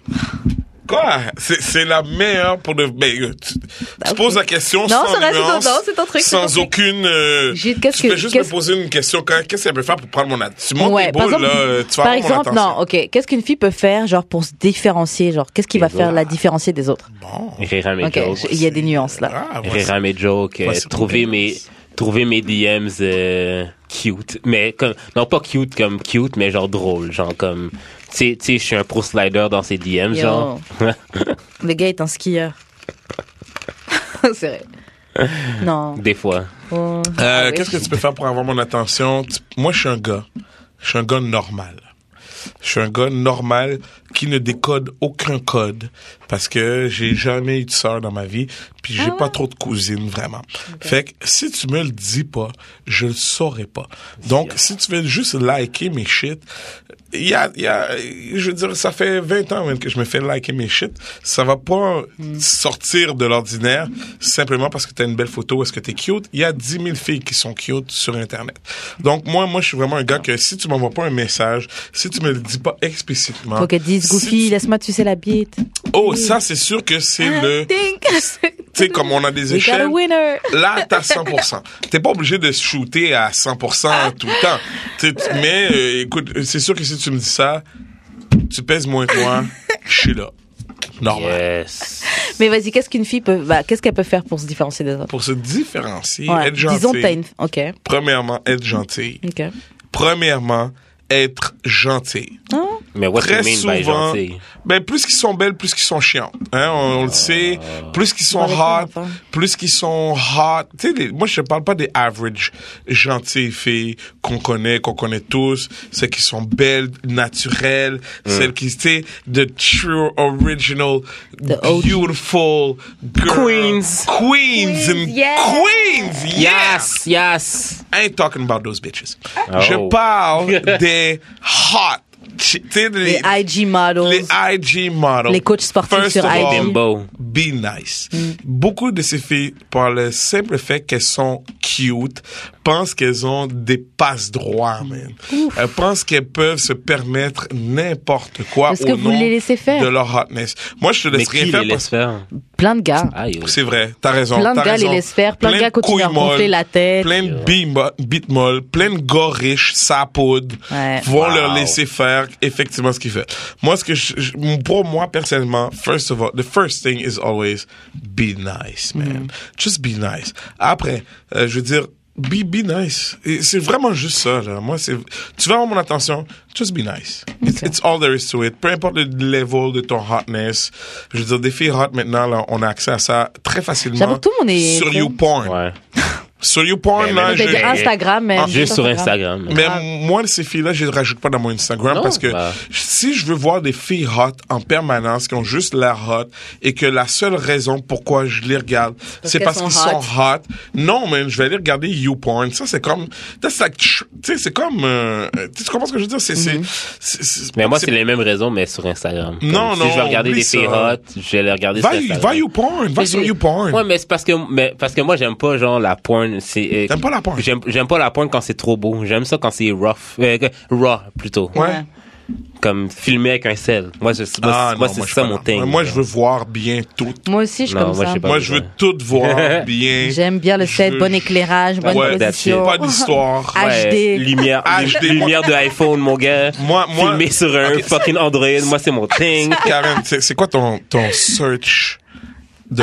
S3: Quoi? C'est c'est la meilleure pour de. Ben, euh, tu, tu
S1: ok.
S3: poses la question
S1: Non,
S3: sans
S1: c'est vrai, c'est ton-
S3: nuance,
S1: non, c'est ton truc, c'est ton
S3: sans
S1: truc.
S3: aucune. euh,
S1: Gilles,
S3: tu
S1: qu'est-ce
S3: peux
S1: que-
S3: juste me
S1: qu'est-ce-
S3: poser une question. quand- Qu'est-ce qu'elle peut faire pour prendre mon attention? Tu montes
S1: Ouais,
S3: tes
S1: par
S3: boules,
S1: exemple,
S3: là, euh, tu vas
S1: Par
S3: avoir mon
S1: exemple,
S3: attention.
S1: non, ok. Qu'est-ce qu'une fille peut faire, genre, pour se différencier Genre, qu'est-ce qui va
S2: Des
S1: faire
S2: autres.
S1: la différencier des autres
S3: Bon.
S2: Rire à mes
S1: Ok,
S2: jokes.
S1: je- il y a des nuances là.
S3: Ah,
S2: Rire
S3: voici-
S2: à mes jokes. euh,
S3: voici mon
S2: trouver, mes,
S3: pénis.
S2: trouver mes DMs euh, cute. Mais comme, non, pas cute comme cute, mais genre drôle. Genre comme. Tu sais- tu sais, je suis un pro slider dans ces DMs,
S1: Yo.
S2: genre.
S1: Le gars est un skieur.
S5: C'est vrai.
S1: Non.
S2: Des fois.
S1: Oh.
S3: Euh,
S1: Ah oui.
S3: Qu'est-ce que tu peux faire pour avoir mon attention? Tu- Moi, je suis un gars. Je suis un gars normal. Je suis un gars normal qui ne décode aucun code parce que j'ai jamais eu de sœur dans ma vie, puis j'ai
S1: Ah
S3: pas trop de cousines vraiment. Fait que si tu me le dis pas, je le saurais pas. Donc si tu veux juste liker mes shit, il y a, il y a- je veux dire ça fait 20 ans même que je me fais liker mes shit, ça va pas sortir de l'ordinaire simplement parce que tu as une belle photo, est-ce que tu es cute Il y a 10 000 filles qui sont cute sur internet. Donc moi moi je suis vraiment un gars que si tu m'envoies pas un message, si tu me le dis pas explicitement,
S1: Faut qu'elle dise,
S3: si
S1: Goofy,
S3: tu-
S1: laisse-moi sucer la bite.
S3: Oh, ça, c'est sûr que c'est le.
S1: Ah,
S3: Tu sais, comme on a des
S1: We got a
S3: échelles.
S1: winner.
S3: Là, t'as 100%. T'es pas obligé de shooter à 100% tout le temps. Tu sais, tu- Mais euh, écoute, c'est sûr que si tu me dis ça, tu pèses moins que moi, je suis là. Normal.
S2: Yes.
S1: Mais vas-y, qu'est-ce qu'une fille peut, bah, qu'est-ce qu'elle peut faire pour se différencier des autres
S3: Pour se différencier,
S1: Ouais.
S3: être gentil.
S1: Disons que t'as une, ok,
S3: Premièrement, être gentil.
S1: ok.
S3: Premièrement, être gentil.
S2: Mais what
S3: Très
S2: you mean by
S3: souvent,
S2: gentil?
S3: Ben, plus qu'ils sont belles, plus qu'ils sont chiants. Hein, on, on le sait. Plus qu'ils sont
S1: On va
S3: hot,
S1: répondre, enfin.
S3: plus qu'ils sont hot. Tu sais, les- moi, je te parle pas des average gentilles filles qu'on connaît, qu'on connaît tous. Celles qui sont belles, naturelles.
S2: Mm.
S3: Celles qui, tu sais, the true original,
S1: OG.
S3: beautiful girl.
S2: Queens.
S3: Queens and
S5: yeah.
S3: queens.
S2: Yes,
S3: Yes.
S2: yes.
S3: I ain't talking about those bitches.
S2: Oh.
S3: Je parle des hot. chi- tu sais,
S1: Les
S3: les-
S1: IG models.
S3: les IG models.
S1: Les coachs sportifs
S3: First
S1: sur
S3: of
S1: IG.
S3: all,
S2: Bimbo.
S3: Be nice. Beaucoup de ces filles, par le simple fait qu'elles sont cute, pensent qu'elles ont des passes droits, man. Elles pensent qu'elles peuvent se permettre n'importe quoi
S1: Est-ce
S3: au
S1: que vous
S3: nom
S1: les laissez faire
S3: de leur hotness. Moi, je te
S2: Mais
S3: laisse
S2: qui
S3: rien
S2: les
S3: faire parce
S2: laisse faire?
S1: Plein de gars.
S2: Aïe.
S3: c'est vrai, t'as raison.
S1: Plein de
S3: t'as
S1: gars les
S3: raison.
S1: laissent faire, plein de gars continuent à
S3: couilles
S1: gonfler
S3: molles,
S1: la tête.
S3: Plein de bim- bites molles, plein de gars riches, sa poudre,
S1: Ouais.
S3: vont
S2: Wow.
S3: leur laisser faire effectivement ce qu'ils font. Moi, ce que je, je- pour moi, personnellement, first of all, the first thing is always be nice,
S2: Mm.
S3: man. Just be nice. Après, euh, je veux dire, be, be nice. Et c'est vraiment juste ça, là. Moi, c'est, tu vas avoir mon attention, just be nice. It's, it's all there is to it. Peu importe le level de ton hotness. Je veux dire, des filles hot maintenant, là, on a accès à ça très facilement.
S1: J'avoue que tout le monde est-
S3: Sur YouPorn.
S2: Ouais.
S3: Sur YouPorn,
S2: Ben,
S3: là,
S2: ben,
S3: j'ai...
S2: ben,
S1: T'as dit Instagram,
S3: Ah.
S1: mais.
S2: Juste sur Instagram.
S3: Mais moi, ces filles-là, je les rajoute pas dans mon Instagram
S2: Non,
S3: parce que
S2: bah.
S3: si je veux voir des filles hot en permanence qui ont juste l'air hot et que la seule raison pourquoi je les regarde, c'est
S1: qu'elles
S3: parce
S1: sont
S3: qu'ils sont hot. Non, mais je vais aller regarder YouPorn. Ça, c'est comme, that's like tr- tu sais, c'est comme, euh, tu sais, comprends ce que je veux dire? C'est, c'est- c'est, c'est-
S2: Mais moi,
S3: c'est-
S2: c'est les mêmes raisons, mais sur Instagram. Comme
S3: Non,
S2: si
S3: non,
S2: je vais regarder
S3: oublie
S2: des filles
S3: ça.
S2: hot, je vais les regarder
S3: Va,
S2: sur Instagram.
S3: va YouPorn, va sur YouPorn.
S2: Ouais, mais c'est parce que, mais, parce que moi, j'aime pas, genre, la porn, c'est, euh,
S3: T'aimes pas la porn?
S2: J'aime, j'aime pas la porn quand c'est trop beau. J'aime ça quand c'est rough, euh, que- raw, plutôt.
S3: Ouais.
S2: Comme filmé avec un sel. Moi, je, moi,
S3: Ah,
S2: c'est- moi,
S3: non,
S2: c'est
S3: je suis
S2: ça
S3: pas
S2: mon
S3: là.
S2: thing.
S3: Moi, je
S2: genre.
S3: veux voir bien tout.
S1: Moi aussi, je suis
S2: Non,
S1: comme
S2: moi, je
S1: ça.
S2: sais pas.
S3: Moi, je veux tout voir bien.
S1: J'aime bien le set,
S3: Je-
S1: bon éclairage, bonne
S3: Ouais,
S1: position.
S3: pas d'histoire.
S1: HD.
S2: Lumière,
S3: HD.
S2: lumière de iPhone, mon gars.
S3: Moi- moi-
S2: Filmé sur un
S3: Ok.
S2: fucking Android. Moi, c'est mon thing.
S3: Karen, c'est c'est quoi ton, ton search de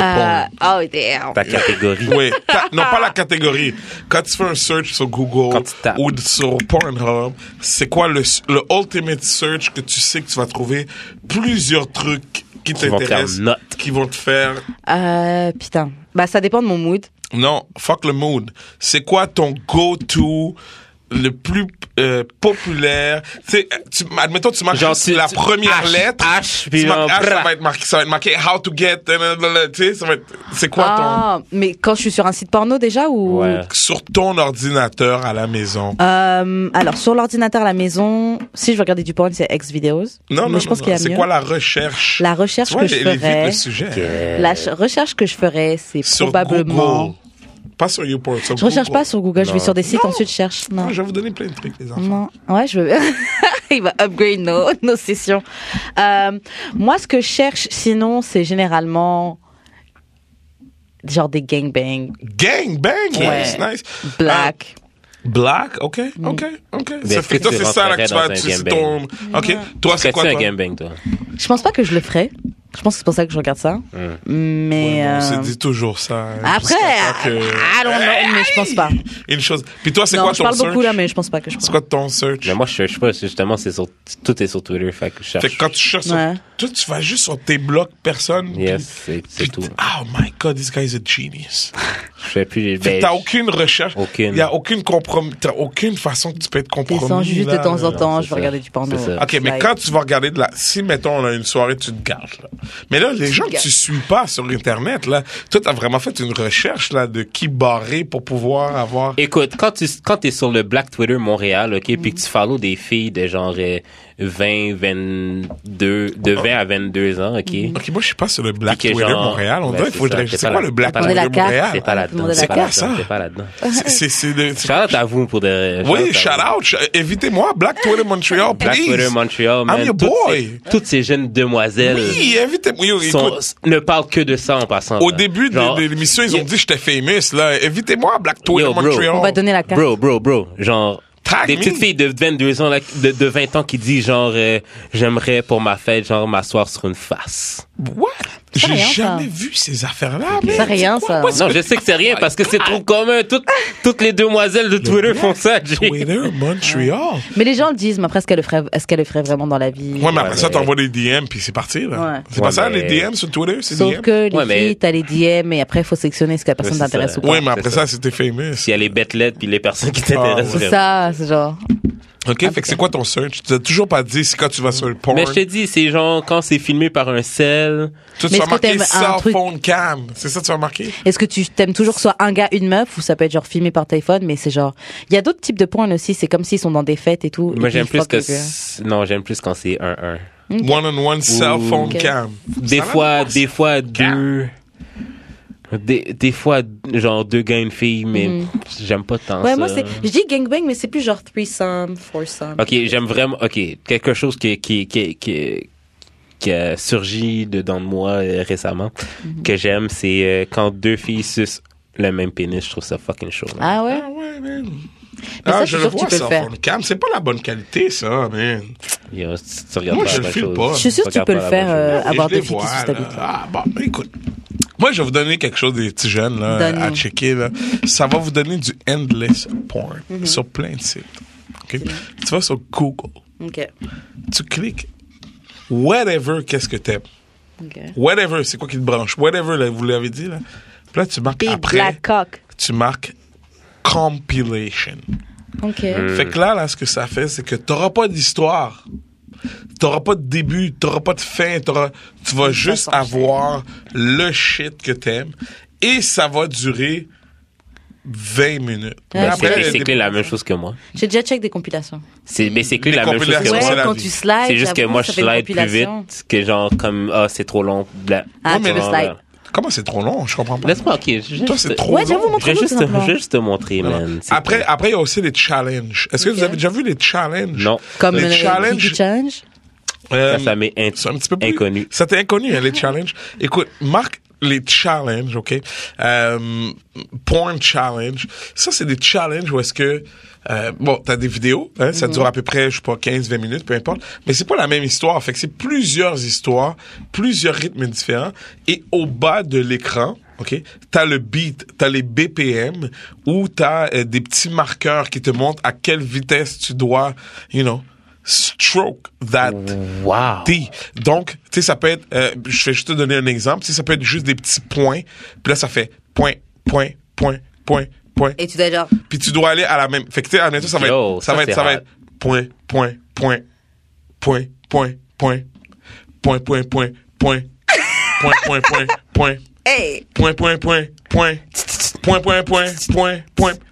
S1: Euh, oh, damn.
S2: Ta catégorie.
S3: porn? Oui, ta- non pas la catégorie. Quand tu fais un search sur Google
S2: Quand tu tapes.
S3: ou sur Pornhub, c'est quoi le, le ultimate search que tu sais que tu vas trouver plusieurs trucs qui
S2: vont te faire
S3: t'intéressent,
S2: note.
S3: qui vont te faire...
S1: Euh, putain. Bah, ça dépend de mon mood.
S3: Non, fuck le mood. C'est quoi ton go-to le plus euh, populaire? Tu sais, tu- admettons, tu marques
S2: Genre,
S3: juste
S2: tu-
S3: la
S2: tu-
S3: première
S2: H,
S3: lettre.
S2: H, puis
S3: Tu marques
S2: genre,
S3: H, ça
S2: brah.
S3: va être marqué, ça va être marqué how to get, euh, blablabla, tu sais, ça va être, c'est quoi ton...
S1: Ah, mais quand je suis sur un site porno déjà ou
S2: Ouais.
S3: sur ton ordinateur à la maison.
S1: Euh, alors sur l'ordinateur à la maison, si je veux regarder du porn, c'est ex videos.
S3: Non,
S1: mais
S3: non,
S1: je pense
S3: non,
S1: qu'il y a
S3: non. C'est
S1: mieux.
S3: quoi la recherche?
S1: La recherche
S3: Tu vois,
S1: que je
S3: elle évite
S1: ferais,
S3: le sujet.
S1: la ch- recherche que je ferais, c'est
S3: Sur
S1: probablement.
S3: Google. Pas sur YouPorn, sur
S1: Je recherche
S3: Google.
S1: pas sur Google, je vais
S2: Non.
S1: sur des sites ensuite je cherche. Non.
S3: Je vais vous donner plein de trucs, les enfants.
S1: Non. Ouais, je veux. Il va upgrade nos, nos sessions. Euh, moi, ce que je cherche, sinon, c'est généralement genre des gangbangs,
S3: Gang, bang,
S1: Mm. Ouais.
S3: nice, nice.
S1: black. Mm.
S3: Euh, black, ok, ok, ok.
S2: Mais
S3: Ça
S2: est-ce
S3: fait
S2: que
S3: toi,
S2: tu
S3: c'est ça là que
S2: rentrerais
S3: tu vas,
S2: dans un
S3: tu- c'est
S2: gangbang?
S3: ton, ok. Toi, c'est
S2: Qu'est-ce
S3: quoi
S2: que
S3: toi?
S2: un gangbang, toi?
S1: Je pense pas que je le ferais. Je pense que c'est pour ça que je regarde ça. Mais.
S3: Ouais, On se
S1: euh,
S3: dit toujours ça. hein,
S1: Après,
S3: jusqu'à temps que-
S1: I don't know, mais je pense pas.
S3: Une chose. Puis toi, c'est
S1: Non,
S3: quoi
S1: je
S3: ton
S1: parle beaucoup là,
S3: search?
S1: mais je pense pas que je
S3: C'est quoi ton search?
S2: Mais moi, je cherche pas, c'est justement, c'est sur, tout est sur Twitter, fait que je cherche.
S3: Fait que quand tu cherches, sur-
S1: Ouais.
S3: toi, tu vas juste sur tes blocs, personne.
S2: Yes,
S3: puis-
S2: c'est c'est tout.
S3: Putain, Oh my god, this guy is a genius.
S2: Je fais plus les
S3: Fait que
S2: ben,
S3: t'as
S2: je-
S3: aucune recherche.
S2: Aucune.
S3: Il y a aucune compromis. T'as aucune façon que tu peux être compromis.
S1: descends juste
S3: là.
S1: de temps en temps,
S2: c'est
S1: je
S2: ça.
S1: vais regarder du porno.
S2: C'est ça.
S3: Ok, mais
S1: Like,
S3: quand tu vas regarder de la, si mettons on a une soirée, tu te gardes. Là. Mais là, les gens que tu suis pas sur internet, là, toi t'as vraiment fait une recherche là de qui barrer pour pouvoir avoir.
S2: Écoute, quand tu quand t'es sur le Black Twitter Montréal, ok, puis que
S3: Mm.
S2: tu follow des filles de genre euh, 20, 22, de
S3: Ah.
S2: 20 à 22 ans, ok.
S3: Ok, moi je suis pas sur le Black
S2: Puis que
S3: Twitter
S2: genre-
S3: Montréal.
S2: Ouais,
S3: On dirait qu'il
S2: c'est
S3: faudrait.
S2: ça, c'est
S3: C'est
S2: pas
S3: quoi
S2: la-
S3: le Black
S2: c'est pas
S1: la
S3: Twitter
S1: carte.
S3: Montréal
S2: C'est pas
S1: Tout
S2: là-dedans.
S1: le monde est
S2: C'est pas
S1: d'accord.
S2: là-dedans.
S3: C'est quoi ça?
S2: C'est pas là-dedans.
S3: C'est- C'est c'est le.
S2: Shout out à vous pour de.
S3: Oui, shout
S2: shout-out à vous.
S3: out. Sh- Évitez-moi Black Twitter Montreal,
S2: Black
S3: please.
S2: Twitter Montréal, man.
S3: I'm your
S2: toutes,
S3: boy.
S2: Ces, toutes ces jeunes demoiselles
S3: Oui, évitez-moi. Yo,
S2: sont-
S3: écoute,
S2: ne parlent que de ça en passant.
S3: Au
S2: là.
S3: début de,
S2: Genre,
S3: de l'émission, ils ont
S2: yo-
S3: dit j'étais famous. Là, évitez-moi Black Twitter
S2: Yo, bro.
S3: Montreal.
S1: On va donner la carte.
S2: Bro, bro, bro. Genre.
S3: Tag
S2: des
S3: me.
S2: petites filles de 22 ans, là, de, de 20 ans qui disent genre, euh, j'aimerais pour ma fête, genre, m'asseoir sur une face.
S3: What? J'ai
S1: rien, ça.
S3: jamais vu ces affaires-là. man.
S1: C'est rien,
S3: quoi,
S1: ça.
S3: moi,
S2: Non, je sais que c'est rien parce que c'est trop commun. Toutes, toutes les demoiselles de Twitter font ça. Jay.
S3: Twitter Montreal.
S1: Mais les gens le disent, mais après, est-ce qu'elle le ferait, est-ce qu'elle le ferait vraiment dans la vie
S3: Ouais, mais après
S2: Ouais,
S3: ça,
S2: mais-
S3: t'envoies des DM puis c'est parti, là.
S1: Ouais.
S3: C'est pas
S2: Ouais,
S3: ça,
S2: mais-
S3: les DM sur Twitter? C'est
S1: Sauf
S3: DM?
S1: que les
S2: Ouais, mais-
S1: filles, t'as les DM et après, il faut sélectionner ce que la personne
S2: c'est ça.
S1: t'intéresse ou pas.
S3: Oui, mais après
S2: C'est
S3: ça,
S2: ça.
S3: c'était famous.
S2: Puis il y a les bêtes lettres puis les personnes qui t'intéressent
S1: C'est
S2: vraiment.
S1: ça, c'est genre.
S3: OK,
S1: Ah,
S3: fait que
S1: ben.
S3: c'est quoi ton search? Tu as toujours pas dit, c'est quand tu
S1: Mm.
S3: vas sur le porn.
S2: Mais je te dis, c'est genre quand c'est filmé par un
S1: Mais
S2: sel.
S3: Toi, tu vas
S1: est-ce que
S3: marquer
S1: t'aimes un
S3: cell
S1: truc-
S3: phone cam. C'est ça que tu vas marquer?
S1: Est-ce que tu t'aimes toujours que ce soit un gars, une meuf, ou ça peut être genre filmé par téléphone, mais c'est genre. Il y a d'autres types de points aussi, c'est comme s'ils sont dans des fêtes et tout.
S2: Moi,
S1: et puis
S2: j'aime
S1: ils
S2: plus
S1: fuck
S2: que.
S1: les gars.
S2: c'est- Non, j'aime plus quand c'est un un.
S3: One-on-one cell
S2: Ouh.
S3: phone
S2: Ok.
S3: cam.
S2: Des
S3: Ça va,
S2: fois, des fois deux. Des, des fois, genre deux gars, une fille, mais j'aime pas tant
S1: Mm-hmm. Ouais,
S2: ça.
S1: moi, c'est. Je dis gangbang, mais c'est plus genre threesome, foursome.
S2: Ok, j'aime vraiment. Ok, quelque chose qui qui qui qui, qui a surgi dedans de moi euh, récemment
S1: Mhm.
S2: que j'aime, c'est euh, quand deux filles sucent le même pénis. Je trouve ça fucking chaud. là.
S1: Ah ouais?
S3: Ah ouais, man.
S1: Mais
S3: ah,
S1: ça, je suis
S3: je le
S1: sûre que tu peux
S3: vois,
S1: le
S3: cell
S1: faire. Euh,
S3: phone cam. C'est pas la bonne qualité, ça, man.
S2: Yo, tu, tu regardes
S3: Moi,
S2: pas
S3: je
S2: la
S3: le
S2: bonne
S3: file
S2: chose.
S3: pas.
S1: Je suis sûre que tu
S2: regardes
S1: peux
S2: pas
S1: le
S2: la
S1: faire
S2: bonne
S1: euh,
S2: chose.
S3: Et
S1: avoir
S3: je les
S1: deux filles qui
S3: vois,
S1: se
S3: là.
S1: t'habitent.
S3: Ah, bon, ben, écoute. Moi, je vais vous donner quelque chose des petits jeunes là,
S1: Donne-nous.
S3: à checker. Là. Ça va vous donner du endless porn
S1: Mm-hmm.
S3: sur plein de sites. OK? Tu vas sur Google,
S1: Ok.
S3: tu cliques whatever, qu'est-ce que t'aimes.
S1: Ok.
S3: Whatever, c'est quoi qui te branche? Whatever, là, vous l'avez dit. Là. Puis là, tu marques
S1: Big
S3: après,
S1: black cock.
S3: tu marques compilation.
S4: Ok.
S2: Euh.
S3: Fait que là, là, ce que ça fait, c'est que t'auras pas d'histoire. T'auras pas de début, t'auras pas de fin, t'auras- tu vas juste avoir le shit que t'aimes et ça va durer 20 minutes.
S2: Ben, c'est
S3: après,
S2: basically la même chose que moi.
S4: J'ai déjà check des compilations.
S2: C'est basically
S3: Des
S2: la même chose que
S3: compilations,
S2: moi.
S3: c'est la
S1: quand
S3: vie.
S1: tu slides,
S2: C'est juste que
S1: j'avoue,
S2: moi, je
S1: ça fait une
S2: slide plus
S1: compilation.
S2: vite que genre comme ah c'est trop long. bla.
S1: Ah,
S3: Ouais, tu mais-
S1: le slides.
S3: Comment c'est trop long? Je comprends pas.
S2: Laisse-moi ok. je-
S3: Toi,
S2: je-
S3: c'est trop
S1: Ouais,
S3: long.
S1: j'avoue, mon
S2: Je vais
S1: Montre-nous,
S2: juste,
S1: tout simplement.
S2: je vais juste te montrer, man. C'est
S3: Après,
S2: cool.
S3: après, il y a aussi les challenges. Est-ce que vous avez déjà vu les challenges?
S2: non.
S1: Comme
S5: euh,
S3: Les
S1: le
S3: challenges-
S1: Biggie Challenge.
S3: Euh,
S2: Ça, ça m'est in-
S3: C'est un petit peu plus...
S2: inconnu.
S3: Ça t'est inconnu, hein, les challenges. Écoute, marque les challenges, OK? Euh, porn challenge. Ça, c'est des challenges où est-ce que... euh, bon, t'as des vidéos, hein, ça dure à peu près, je sais pas, 15-20 minutes, peu importe. Mais c'est pas la même histoire. Fait que c'est plusieurs histoires, plusieurs rythmes différents. Et au bas de l'écran, OK, t'as le beat, t'as les BPM, ou t'as euh, des petits marqueurs qui te montrent à quelle vitesse tu dois, you know, stroke that
S2: Wow.
S3: T. Donc, tu sais, ça peut être, euh, je vais juste te donner un exemple, tu sais, ça peut être juste des petits points, puis là, ça fait point, point, point, point, point,
S5: Et tu dois genre.
S3: puis tu dois aller à la même. Fait que, tu sais, en même temps, ça va
S2: Yo,
S3: être, ça,
S2: ça,
S3: va être,
S2: c'est
S3: ça va
S2: hot.
S3: être point, point, point, point, point, point, point, point, point, point, point, point, point, point,
S5: Hey!
S3: point, point, point, point. Point, point, point, point, point,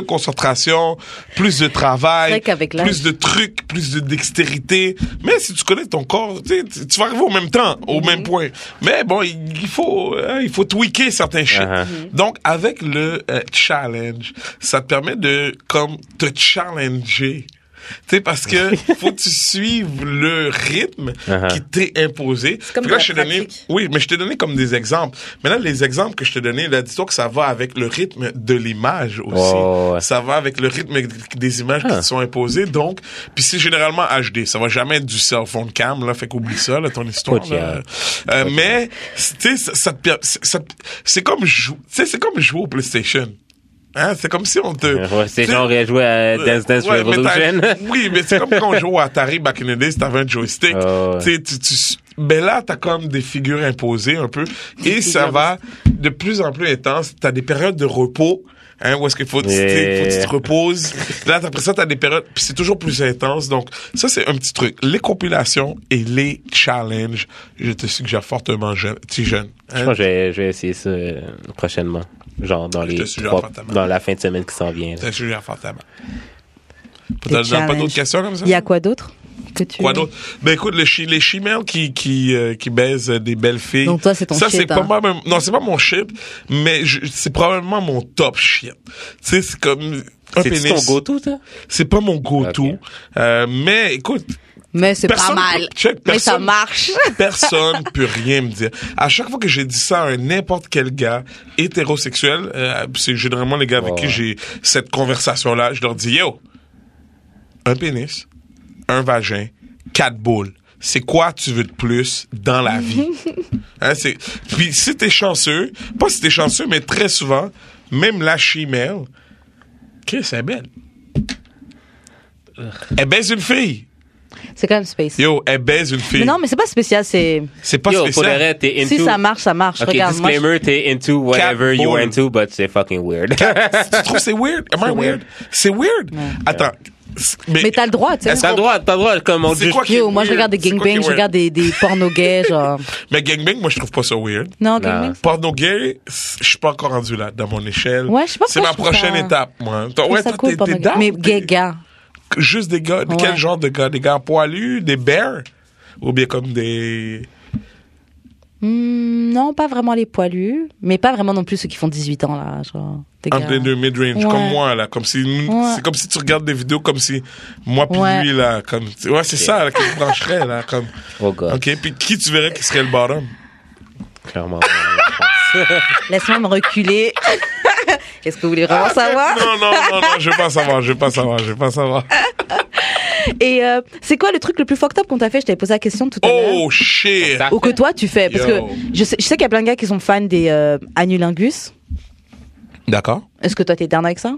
S3: concentration, plus de travail,
S1: C'est vrai qu'avec l'âge.
S3: plus de trucs, plus de dextérité. Mais si tu connais ton corps, tu sais, tu- tu vas arriver au même temps,
S2: Mhm.
S3: au même point. Mais bon, il il faut, hein, il faut tweaker certains shit.
S2: Uh-huh.
S5: Mhm.
S3: Donc, avec le euh, challenge, ça te permet de comme te challenger. Tu sais, parce que faut que tu suives le rythme
S2: Uh-huh.
S3: qui t'est imposé.
S5: comme
S3: Fait
S5: de
S3: que là,
S5: la
S3: je t'ai donné-
S5: pratique.
S3: oui, mais je t'ai donné comme des exemples. Mais là, les exemples que je t'ai donnés, là, dis-toi que ça va avec le rythme de l'image aussi.
S2: Oh, ouais. Ah.
S3: Ça va avec le rythme des images qui te sont imposées. Donc, puis c'est généralement HD. Ça va jamais être du cell phone cam, là. Fait qu'oublie ça, là, ton histoire.
S2: Pas de
S3: là. Euh, mais, tu sais, ça, ça te per- c'est- ça te- c'est comme, jou- tu sais, c'est comme jouer au PlayStation. Hein? C'est comme si on te...
S2: Ouais, c'est
S3: tu sais,
S2: genre à jouer à Dance Dance
S3: Ouais, mais t'as-
S2: Revolution.
S3: oui, mais c'est comme quand on joue à Atari back in the days, t'avais un joystick.
S2: Ah ouais.
S3: Tu sais, tu, tu, mais là, t'as comme des figures imposées un peu. Et ça va de plus en plus intense. T'as des périodes de repos. Hein, où est-ce qu'il faut, tu sais, faut que tu te reposes. Là, après ça, t'as des périodes, puis c'est toujours plus intense. Donc, ça, c'est un petit truc. Les compilations et les challenges, je te suggère fortement, jeune, petit jeune.
S2: Je
S3: hein.
S2: pense que je vais, je vais essayer ça euh, prochainement. Genre dans
S3: Je te
S2: les
S3: suggère
S2: trois-
S3: fortement.
S2: dans la fin de semaine qui s'en vient.
S3: Je
S2: là.
S3: te suggère fortement. T'as t'as pas d'autres
S1: challenges.
S3: questions comme ça?
S1: Il y a quoi d'autre que tu
S3: Quoi d'autre? Ben écoute, le chi- les chimères qui, qui, euh, qui baisent euh, des belles filles.
S1: Donc toi, c'est ton
S3: Ça,
S1: shit,
S3: c'est
S1: hein.
S3: pas ma- Non, c'est pas mon shit, mais je- c'est probablement mon top shit. Tu sais, c'est comme un
S2: C'est-tu ton
S3: pénis.
S2: go-to, ça?
S3: C'est pas mon go-to.
S2: Ok.
S3: Euh, mais écoute,
S5: Mais c'est pas
S3: Personne
S5: mal.
S3: peut- check,
S5: Mais ça
S3: personne-
S5: marche.
S3: personne peut rien me dire. À chaque fois que j'ai dit ça à n'importe quel gars hétérosexuel, euh, c'est généralement les gars avec
S2: Ouais,
S3: qui
S2: ouais.
S3: j'ai cette conversation-là, je leur dis yo, un pénis, un vagin, quatre boules. C'est quoi tu veux de plus dans la vie? Hein, c'est... Puis si t'es chanceux, pas si t'es chanceux, mais très souvent, même la chimère, Chris, elle est belle. Elle baise une fille.
S1: C'est quand même space.
S3: Yo, elle baise une fille.
S1: Mais non, mais c'est pas spécial, c'est.
S3: C'est pas
S2: Yo, pour le
S3: spécial.
S2: reste, t'es into.
S1: Si ça marche, ça marche.
S2: Ok,
S1: Regarde, moi, je-
S2: disclaimer, t'es into whatever
S3: Cat
S2: you're
S3: ball.
S2: into, but c'est fucking weird.
S3: tu trouves c'est weird? Am I weird? C'est weird. Attends. c'est-
S1: Mais t'as le droit, tu sais.
S3: Est-ce
S2: T'as
S3: qu'on-
S2: le droit, t'as le droit, comme on
S3: C'est
S2: juge-
S3: quoi qui est
S1: Yo, moi, je
S3: weird?
S1: regarde des
S3: C'est quoi qui est
S1: gangbangs, je
S3: weird?
S1: regarde des, des pornos gays, genre.
S3: Mais gangbang, moi, je trouve pas ça weird.
S1: Non,
S2: Non.
S1: gangbangs.
S3: Porno gay, je suis pas encore rendu là, dans mon échelle.
S1: Ouais, je sais pas
S3: C'est ma
S1: pourquoi je trouve
S3: prochaine
S1: ça-
S3: étape, moi. Toi,
S1: Je trouve
S3: Ah ouais,
S1: ça
S3: toi,
S1: cool,
S3: t'es-
S1: porno
S3: t'es
S1: gay.
S3: down?
S1: Mais
S3: T'es-
S1: gay, gars.
S3: Juste des gars.
S1: Ouais.
S3: Quel genre de gars? Des gars poilus, des bears? Ou bien comme des.
S1: Hmm, non, pas vraiment les poilus, mais pas vraiment non plus ceux qui font 18 ans, là, genre. Des gars.
S3: Entre les deux mid-range,
S1: Ouais.
S3: comme moi, là. Comme si,
S1: Ouais.
S3: C'est comme si tu regardes des vidéos comme si moi puis
S1: Ouais.
S3: lui, là. Comme, ouais, c'est ça, là, que je brancherais, là. Comme,
S2: Oh god,
S3: OK, puis qui tu verrais qui serait le bottom?
S2: clairement. je pense.
S1: Laisse-moi me reculer. Est-ce que vous voulez vraiment savoir
S3: Ah, Non, non, non, non, je veux pas savoir, je veux pas savoir, je veux pas savoir.
S1: Et euh, c'est quoi le truc le plus fucked up qu'on t'a fait Je t'avais posé la question tout à l'heure.
S3: Oh shit!
S2: Ça
S1: Ou que
S2: fait-
S1: toi tu fais Parce
S3: Yo.
S1: que je sais, je sais qu'il y a plein de gars qui sont fans des euh, annulingus.
S3: D'accord.
S1: Est-ce que toi t'es down avec ça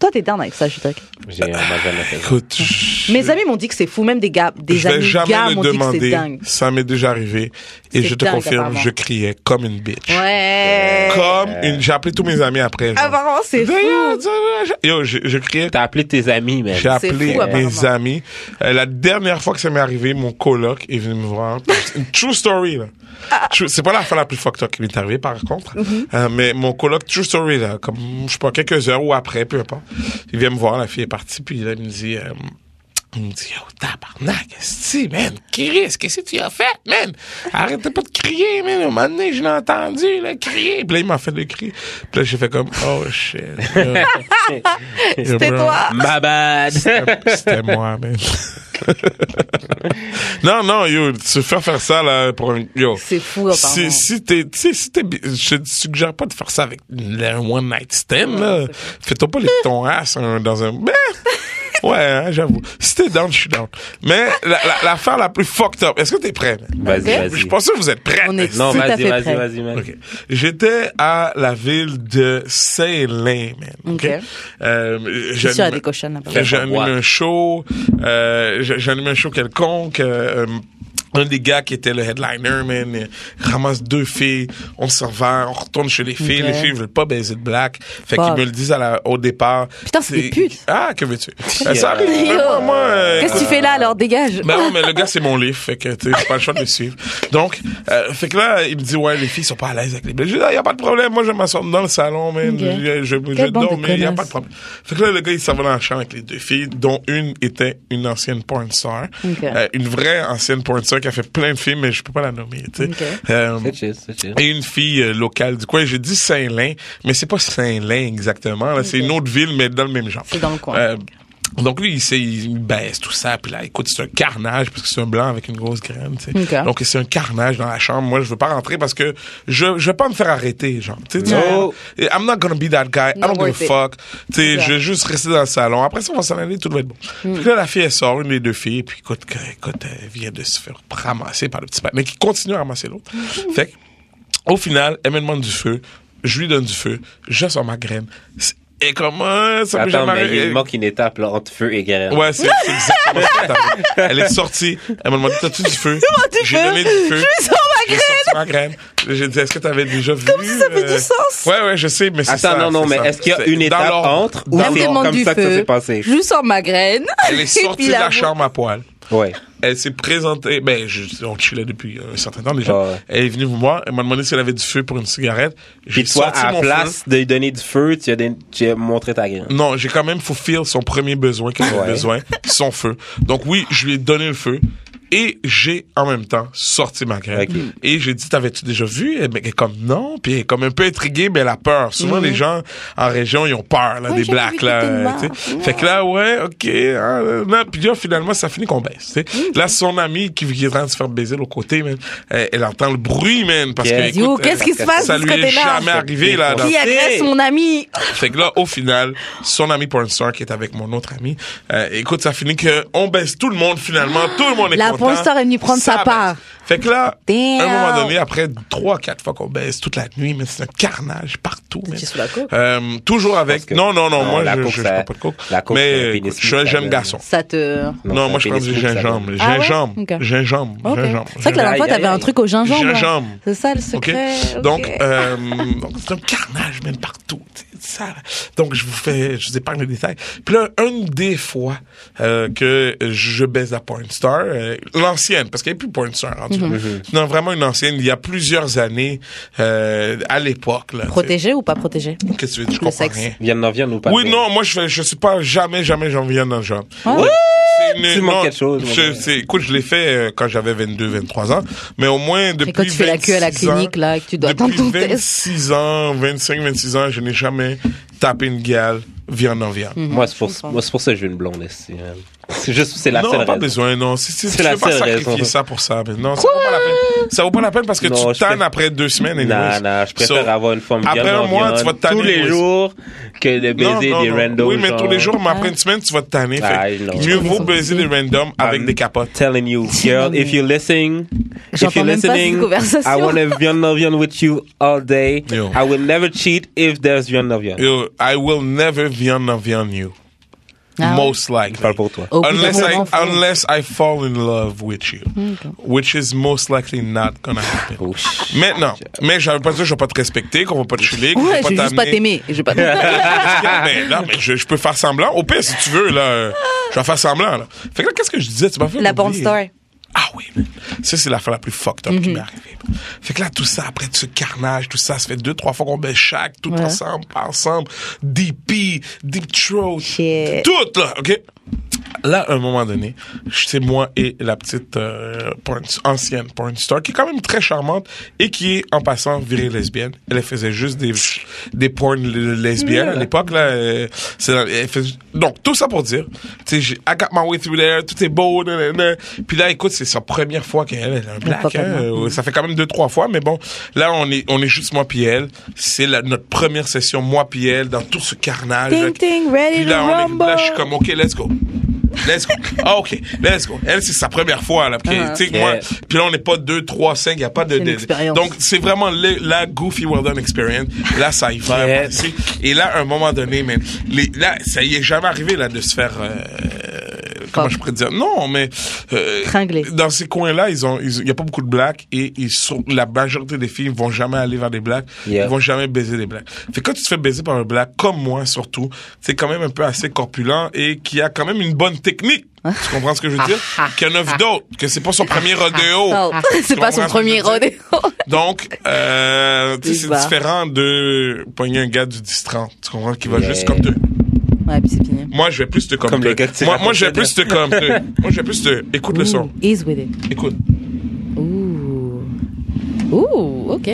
S1: Toi t'es down avec ça, je suis d'accord.
S2: J'ai- on m'a jamais fait ça.
S3: Écoute, je-
S1: Mes amis m'ont dit que c'est fou, même des gars, des
S3: je vais
S1: amis
S3: jamais
S1: gars
S3: le
S1: m'ont dit que c'est
S3: demander.
S1: dingue.
S3: Ça m'est déjà arrivé. Et
S1: C'est
S3: je te
S1: dingue,
S3: confirme,
S1: apparemment.
S3: je criais comme une bitch.
S1: Ouais.
S3: Comme une. J'ai appelé tous mes amis après. genre.
S1: Apparemment c'est fou.
S3: Yo, je, je criais.
S2: T'as appelé tes amis, mais
S3: J'ai appelé
S1: fou,
S3: mes
S1: apparemment.
S3: amis. Euh, la dernière fois que ça m'est arrivé, mon coloc est venu me voir. Une true story, là.
S1: Ah.
S3: True- C'est pas la fois la plus fucked up qui m'est arrivée, par contre.
S1: Mm-hmm.
S3: Euh, mais mon coloc, true story, là, comme, je sais pas, quelques heures ou après, peu importe. Il vient me voir, la fille est partie, puis là, il me dit, euh, il me dit, yo, tabarnak, esti, man, Chris, qu'est-ce que tu as fait, man? Arrêtez pas de crier, man. À un moment donné, je l'ai entendu, là, crier. Puis là, il m'a fait le cri. Puis là, j'ai fait comme, oh shit. C'était
S1: toi.
S2: My bad.
S3: c'était moi, man. non, non, yo, tu fais faire ça, là, pour un. Yo.
S1: C'est fou apparemment.
S3: Si, si t'es, tu sais, si t'es, bi- je te suggère pas de faire ça avec un one night stand, là. Fais-toi pas les ton ass hein, dans un, ben, ouais, hein, j'avoue. Si t'es down, je suis down. Mais, la, la, l'affaire la plus fucked up, est-ce que t'es prêt?
S2: Vas-y,
S3: man? Je suis
S2: vas-y.
S3: pas sûr que vous êtes prêts.
S1: On est-
S2: Non,
S1: Tout à
S2: vas-y,
S1: fait
S2: vas-y,
S1: prêt.
S2: vas-y, man.
S3: Ok. J'étais à la ville de Saint-Lin, man. OK?
S1: Ok.
S3: Euh,
S1: Je suis sûr,
S3: j'anime-
S1: il y a des cochonnes là-bas.
S3: j'ai animé
S2: Ouais.
S3: un show, euh, j'ai j'ai animé un show quelconque. euh, euh, un des gars qui était le headliner, man, euh, ramasse deux filles, on s'en va, on retourne chez les filles,
S1: Ok.
S3: les filles veulent pas baiser de black, fait
S1: Fuck.
S3: qu'ils me le disent à la, au départ.
S1: Putain, c'est des putes.
S3: Ah, que veux-tu?
S2: Yeah.
S3: Ça arrive,
S1: Yo.
S3: moi, moi, euh,
S1: Qu'est-ce que tu fais là alors Dégage.
S3: ben non, mais le gars, c'est mon livre. Fait que, tu sais, j'ai pas le choix de le suivre. Donc, euh, fait que là, il me dit, ouais, les filles sont pas à l'aise avec les blagues. Je dis, ah, y a pas de problème. Moi, je m'assois dans le salon, man.
S1: Ok.
S3: Je, je, je
S1: Quelle bande
S3: dors,
S1: de
S3: mais y a
S1: connasses.
S3: pas de problème. Fait que là, le gars, il s'en va dans la chambre avec les deux filles, dont une était une ancienne porn star.
S1: Ok.
S3: Euh, une vraie ancienne porn star qui a fait plein de films, mais je peux pas la nommer, tu sais.
S1: Ok.
S3: Euh,
S2: C'est chill, c'est chill.
S3: et une fille euh, locale du coin. J'ai dit Saint-Lin, mais c'est pas Saint-Lin exactement. là. C'est une autre ville, mais dans le même genre.
S1: C'est dans le coin.
S3: Euh, donc lui, il, s'est- il baisse tout ça, puis là, écoute, c'est un carnage parce que c'est un blanc avec une grosse graine. tu sais.
S1: Ok.
S3: Donc c'est un carnage dans la chambre. Moi, je veux pas rentrer parce que je je veux pas me faire arrêter, genre. Tu sais, tu
S2: No.
S3: vois. I'm not gonna be that guy. I
S1: Not
S3: don't give a
S1: worth it.
S3: fuck. Tu sais, je vais juste rester dans le salon. Après ça, on va s'en aller, tout va être bon.
S1: Mm.
S3: Puis là, la fille, elle sort, une des deux filles, puis écoute, que- écoute, elle vient de se faire ramasser par le petit patin, mais qui continue à ramasser l'autre.
S1: Mm-hmm.
S3: Fait que, au final, elle me demande du feu, je lui donne du feu, je sors ma graine. C'est- Et comment ça peut
S2: Attends,
S3: jamais
S2: mais il
S3: arriver?
S2: manque une étape là, entre feu et guerre.
S3: Ouais, c'est c'est exactement ce qui est arrivé. Elle est sortie, elle m'a demandé T'as-tu du feu
S1: du
S3: J'ai
S1: feu.
S3: donné du feu.
S1: Oh, Je sors ma
S3: J'ai sorti ma graine. J'ai dit Est-ce que t'avais déjà vu euh,
S1: si ça fait du sens.
S3: Ouais, ouais, je sais, mais c'est ça.
S2: Attends, non, non,
S3: c'est
S2: mais
S3: ça.
S2: est-ce qu'il y a
S3: C'est-
S2: une
S3: dans
S2: étape
S3: l'ordre.
S2: entre ou
S1: Elle me
S2: c'est
S1: demande
S2: comme
S1: du
S2: ça que ça
S1: feu.
S2: s'est passé?
S1: Je sors ma graine.
S3: Elle est
S1: Et puis
S3: sortie de
S1: là,
S3: la
S1: vous-
S3: chambre à poil.
S2: Ouais.
S3: Elle s'est présentée. Ben, je, on chillait depuis un certain temps déjà.
S2: Ah ouais.
S3: Elle est venue me voir. Elle m'a demandé si elle avait du feu pour une cigarette. J'ai
S2: Puis toi,
S3: sorti
S2: à la
S3: mon
S2: place
S3: feu.
S2: de lui donner du feu, tu as, don- tu as montré ta graine.
S3: Non, j'ai quand même fulfill son premier besoin qu'elle avait
S2: hein. Ouais.
S3: besoin, son feu. Donc oui, je lui ai donné le feu. Et j'ai en même temps sorti ma graine.
S2: Ok.
S3: Et j'ai dit, t'avais-tu déjà vu? Eh ben, Elle est comme non, puis elle est comme un peu intriguée, mais elle a peur. Souvent
S2: Mhm.
S3: les gens en région, ils ont peur là,
S1: Ouais, j'avais
S3: des
S1: vu
S3: blacks
S1: que
S3: là.
S1: t'étais
S3: euh,
S1: noire.
S3: tu sais. Fait que là, ouais, ok. hein, euh, non, puis là, finalement, ça finit qu'on baisse. tu sais.
S1: Mhm.
S3: Là, son ami qui, qui est en train de se faire baiser de l'autre côté, man, elle, elle entend le bruit, man, parce
S2: Qu'est-ce-
S3: que
S1: Yo,
S3: écoute,
S1: qu'est-ce qui se
S3: euh,
S1: passe
S3: ça
S1: de
S3: lui
S1: ce
S3: est
S1: côté-là
S3: jamais arrivé là. dans-
S1: Qui agresse mon ami Oh,
S3: fait que là, au final, son ami pornstar qui est avec mon autre ami, euh, écoute, ça finit que on baisse tout le monde finalement, tout le monde est
S1: La
S3: content.
S1: pornstar est venue prendre
S3: Ça
S1: sa
S3: baisse.
S1: part.
S3: Fait que là,
S1: Damn.
S3: à un moment donné, après trois, quatre fois qu'on baisse toute la nuit, mais c'est un carnage partout. man.
S1: T'es sous la coke
S3: Euh, toujours avec.
S2: Parce que-
S3: non, non, non,
S2: non,
S3: moi,
S2: la
S3: je,
S2: coke,
S3: je, je
S2: ça-
S3: prends pas de coke.
S2: la coke, c'est un
S3: mais écoute,
S2: pénis euh,
S3: je suis un
S2: smooth,
S3: jeune
S2: ça
S3: garçon.
S1: Ça te.
S3: Non, moi, je prends du gingembre.
S1: Ah ouais?
S3: Gingembre.
S1: Ok.
S3: Gingembre.
S1: Ok.
S3: Gingembre.
S1: C'est vrai que la dernière fois,
S2: Aïe, aïe,
S1: t'avais un
S2: aïe.
S1: truc au gingembre. là.
S3: Gingembre.
S1: C'est ça le
S3: Ok.
S1: secret. ok.
S3: Donc, euh, donc, c'est un carnage même partout. tu sais, Ça. là. Donc je vous fais, je vous épargne le détail. Puis là, une des fois euh, que je baise la porn star, euh, l'ancienne, parce qu'elle n'est plus porn star rendue
S1: Mhm.
S3: là. Mhm. Non, vraiment une ancienne. Il y a plusieurs années euh, à l'époque. là, tu sais.
S1: Protégé ou pas protégé
S3: Qu'est-ce que tu veux dire? Je
S1: Le
S3: comprends
S1: sexe.
S3: rien.
S2: Viens, non, viens nous parler.
S3: Oui, non, moi je fais, je suis pas jamais, jamais j'en viens d'un genre.
S1: Ah.
S3: Ouais. C'est une-
S2: Tu manques
S3: non,
S2: quelque chose, mon
S3: je-
S2: gars.
S3: c'est- écoute, je l'ai fait euh, quand j'avais 22, 23 ans, mais au moins depuis.
S1: Et quand tu fais la queue à la
S3: 26 ans,
S1: clinique, là, et que tu dois attendre ton
S3: depuis
S1: test.
S3: 26 ans, 25, 26 ans, je n'ai jamais tapé une gale viande en viande.
S2: Moi, c'est pour,
S1: comprends.
S2: moi, c'est pour ça que j'ai une blonde ici. hein. C'est juste, c'est la
S3: non,
S2: seule
S3: pas
S2: raison.
S3: besoin, non. Si, si,
S2: C'est
S3: tu
S2: la
S3: veux pas
S2: seule
S3: sacrifier
S2: raison.
S3: ça pour ça, mais non, ça vaut pas la peine. Ça vaut pas la peine parce que
S2: Non,
S3: tu
S2: je
S3: te tannes
S2: préfère-
S3: après deux semaines.
S2: Non,
S3: anyways.
S2: non, je préfère
S3: So,
S2: avoir une femme
S3: après
S2: bien
S3: un mois, tu vas te
S2: Tous
S3: tanner,
S2: les
S3: oui.
S2: jours que de baiser
S3: non, non,
S2: des
S3: non.
S2: randoms.
S3: Oui, mais tous les
S2: genre.
S3: jours, mais après une semaine, tu vas te tanner.
S2: Ah,
S3: fait que
S2: non.
S3: mieux vaut baiser des randoms avec
S2: I'm
S3: des capotes.
S2: Telling you, girl, if you're listening, if
S5: J'entends
S2: you're
S5: même pas cette
S2: listening,
S5: conversation.
S2: I want to vion novion with you all day.
S3: Yo.
S2: I will never cheat if there's vion novion.
S3: Yo, I will never vion on you.
S1: Ah ouais.
S3: Most likely.
S2: Parle pour toi.
S1: Au bout
S3: unless
S1: d'un
S3: I
S1: moment, faut-
S3: unless I fall in love with you, which is most likely not gonna happen.
S2: Oh, sh-
S3: Maintenant, mais j'avais pas dit je vais pas te respecter, qu'on va pas te chiller, qu'on
S1: Ouais,
S3: va
S1: je vais juste pas
S3: t'amener.
S1: t'aimer. Je vais pas-
S3: mais Ben, non, mais je, je peux faire semblant. Au pire, si tu veux, là, euh, je vais faire semblant. Là. Fait que là, qu'est-ce que je disais? Tu m'as fait
S1: La
S3: oublier.
S1: porn star. Mhm.
S3: Ah oui, man. ça c'est l'affaire la plus fucked up qui m'est arrivée. Fait que là, tout ça, après ce carnage, tout ça, ça fait deux, trois fois qu'on met chaque, tout ensemble, pas ensemble, DP, Deep Throat,
S1: Shit.
S3: tout là, ok? Là, à un moment donné, c'est moi et la petite euh, porn- ancienne porn star, qui est quand même très charmante et qui est, en passant, virée lesbienne. Elle elle faisait juste des, des porn l- lesbiennes à l'époque. là. euh, c'est dans- elle faisait- donc, tout ça pour dire, tu sais, j'ai- I got my way through there, tout est beau, nanana. Puis là, écoute, c'est sa première fois qu'elle elle a un black.
S1: pas
S3: hein, euh, ça fait quand même deux, trois fois, mais bon, là, on est, on est juste moi puis elle. C'est la- notre première session, moi puis elle, dans tout ce carnage. là,
S1: Ting, ting, ready
S3: puis
S1: to
S3: là, on est,
S1: rumble.
S3: là, je suis comme, OK, let's go. Let's go. Ah, OK, let's go. Elle, c'est sa première fois, là. Puis, tu sais,
S2: Yeah.
S3: moi, puis là, on n'est pas 2, 3, 5, il n'y a pas de...
S1: Ah, une
S3: de-
S1: expérience.
S3: donc, c'est vraiment le- la Goofy Well Done Experience. Là, ça y va.
S2: Yeah.
S3: passer. Et là, à un moment donné, man, les, là, ça y est jamais arrivé, là, de se faire... euh, Comment je pourrais dire? Non, mais. euh,
S1: Tringler.
S3: Dans ces coins-là, ils ont, il n'y a pas beaucoup de blacks et ils sont, la majorité des filles vont jamais aller vers des blacks.
S2: Yeah.
S3: Ils vont jamais baiser des blacks. Fait que quand tu te fais baiser par un black, comme moi surtout, c'est quand même un peu assez corpulent et qui a quand même une bonne technique. Tu comprends ce que je veux dire? Qu'il y en a vu d'autres, que c'est pas son premier rodéo.
S1: Non, C'est
S3: Tu
S1: pas son
S3: comprends ce que je
S1: premier
S3: veux dire?
S1: rodéo.
S3: Donc, euh, tu sais, c'est
S1: Il va.
S3: différent de pogner un gars du 10-30. Tu comprends? Qui va
S2: Yeah.
S3: juste comme te.
S1: Ouais, puis c'est fini.
S3: Moi, je vais plus te comme,
S2: Comme
S3: te.
S2: les gars que tu
S3: Moi, moi,
S2: racontais,
S3: je vais plus te comme te. Moi, je vais plus te. Écoute le son.
S1: Ease with it.
S3: Écoute.
S1: Ouh. Ouh, ok.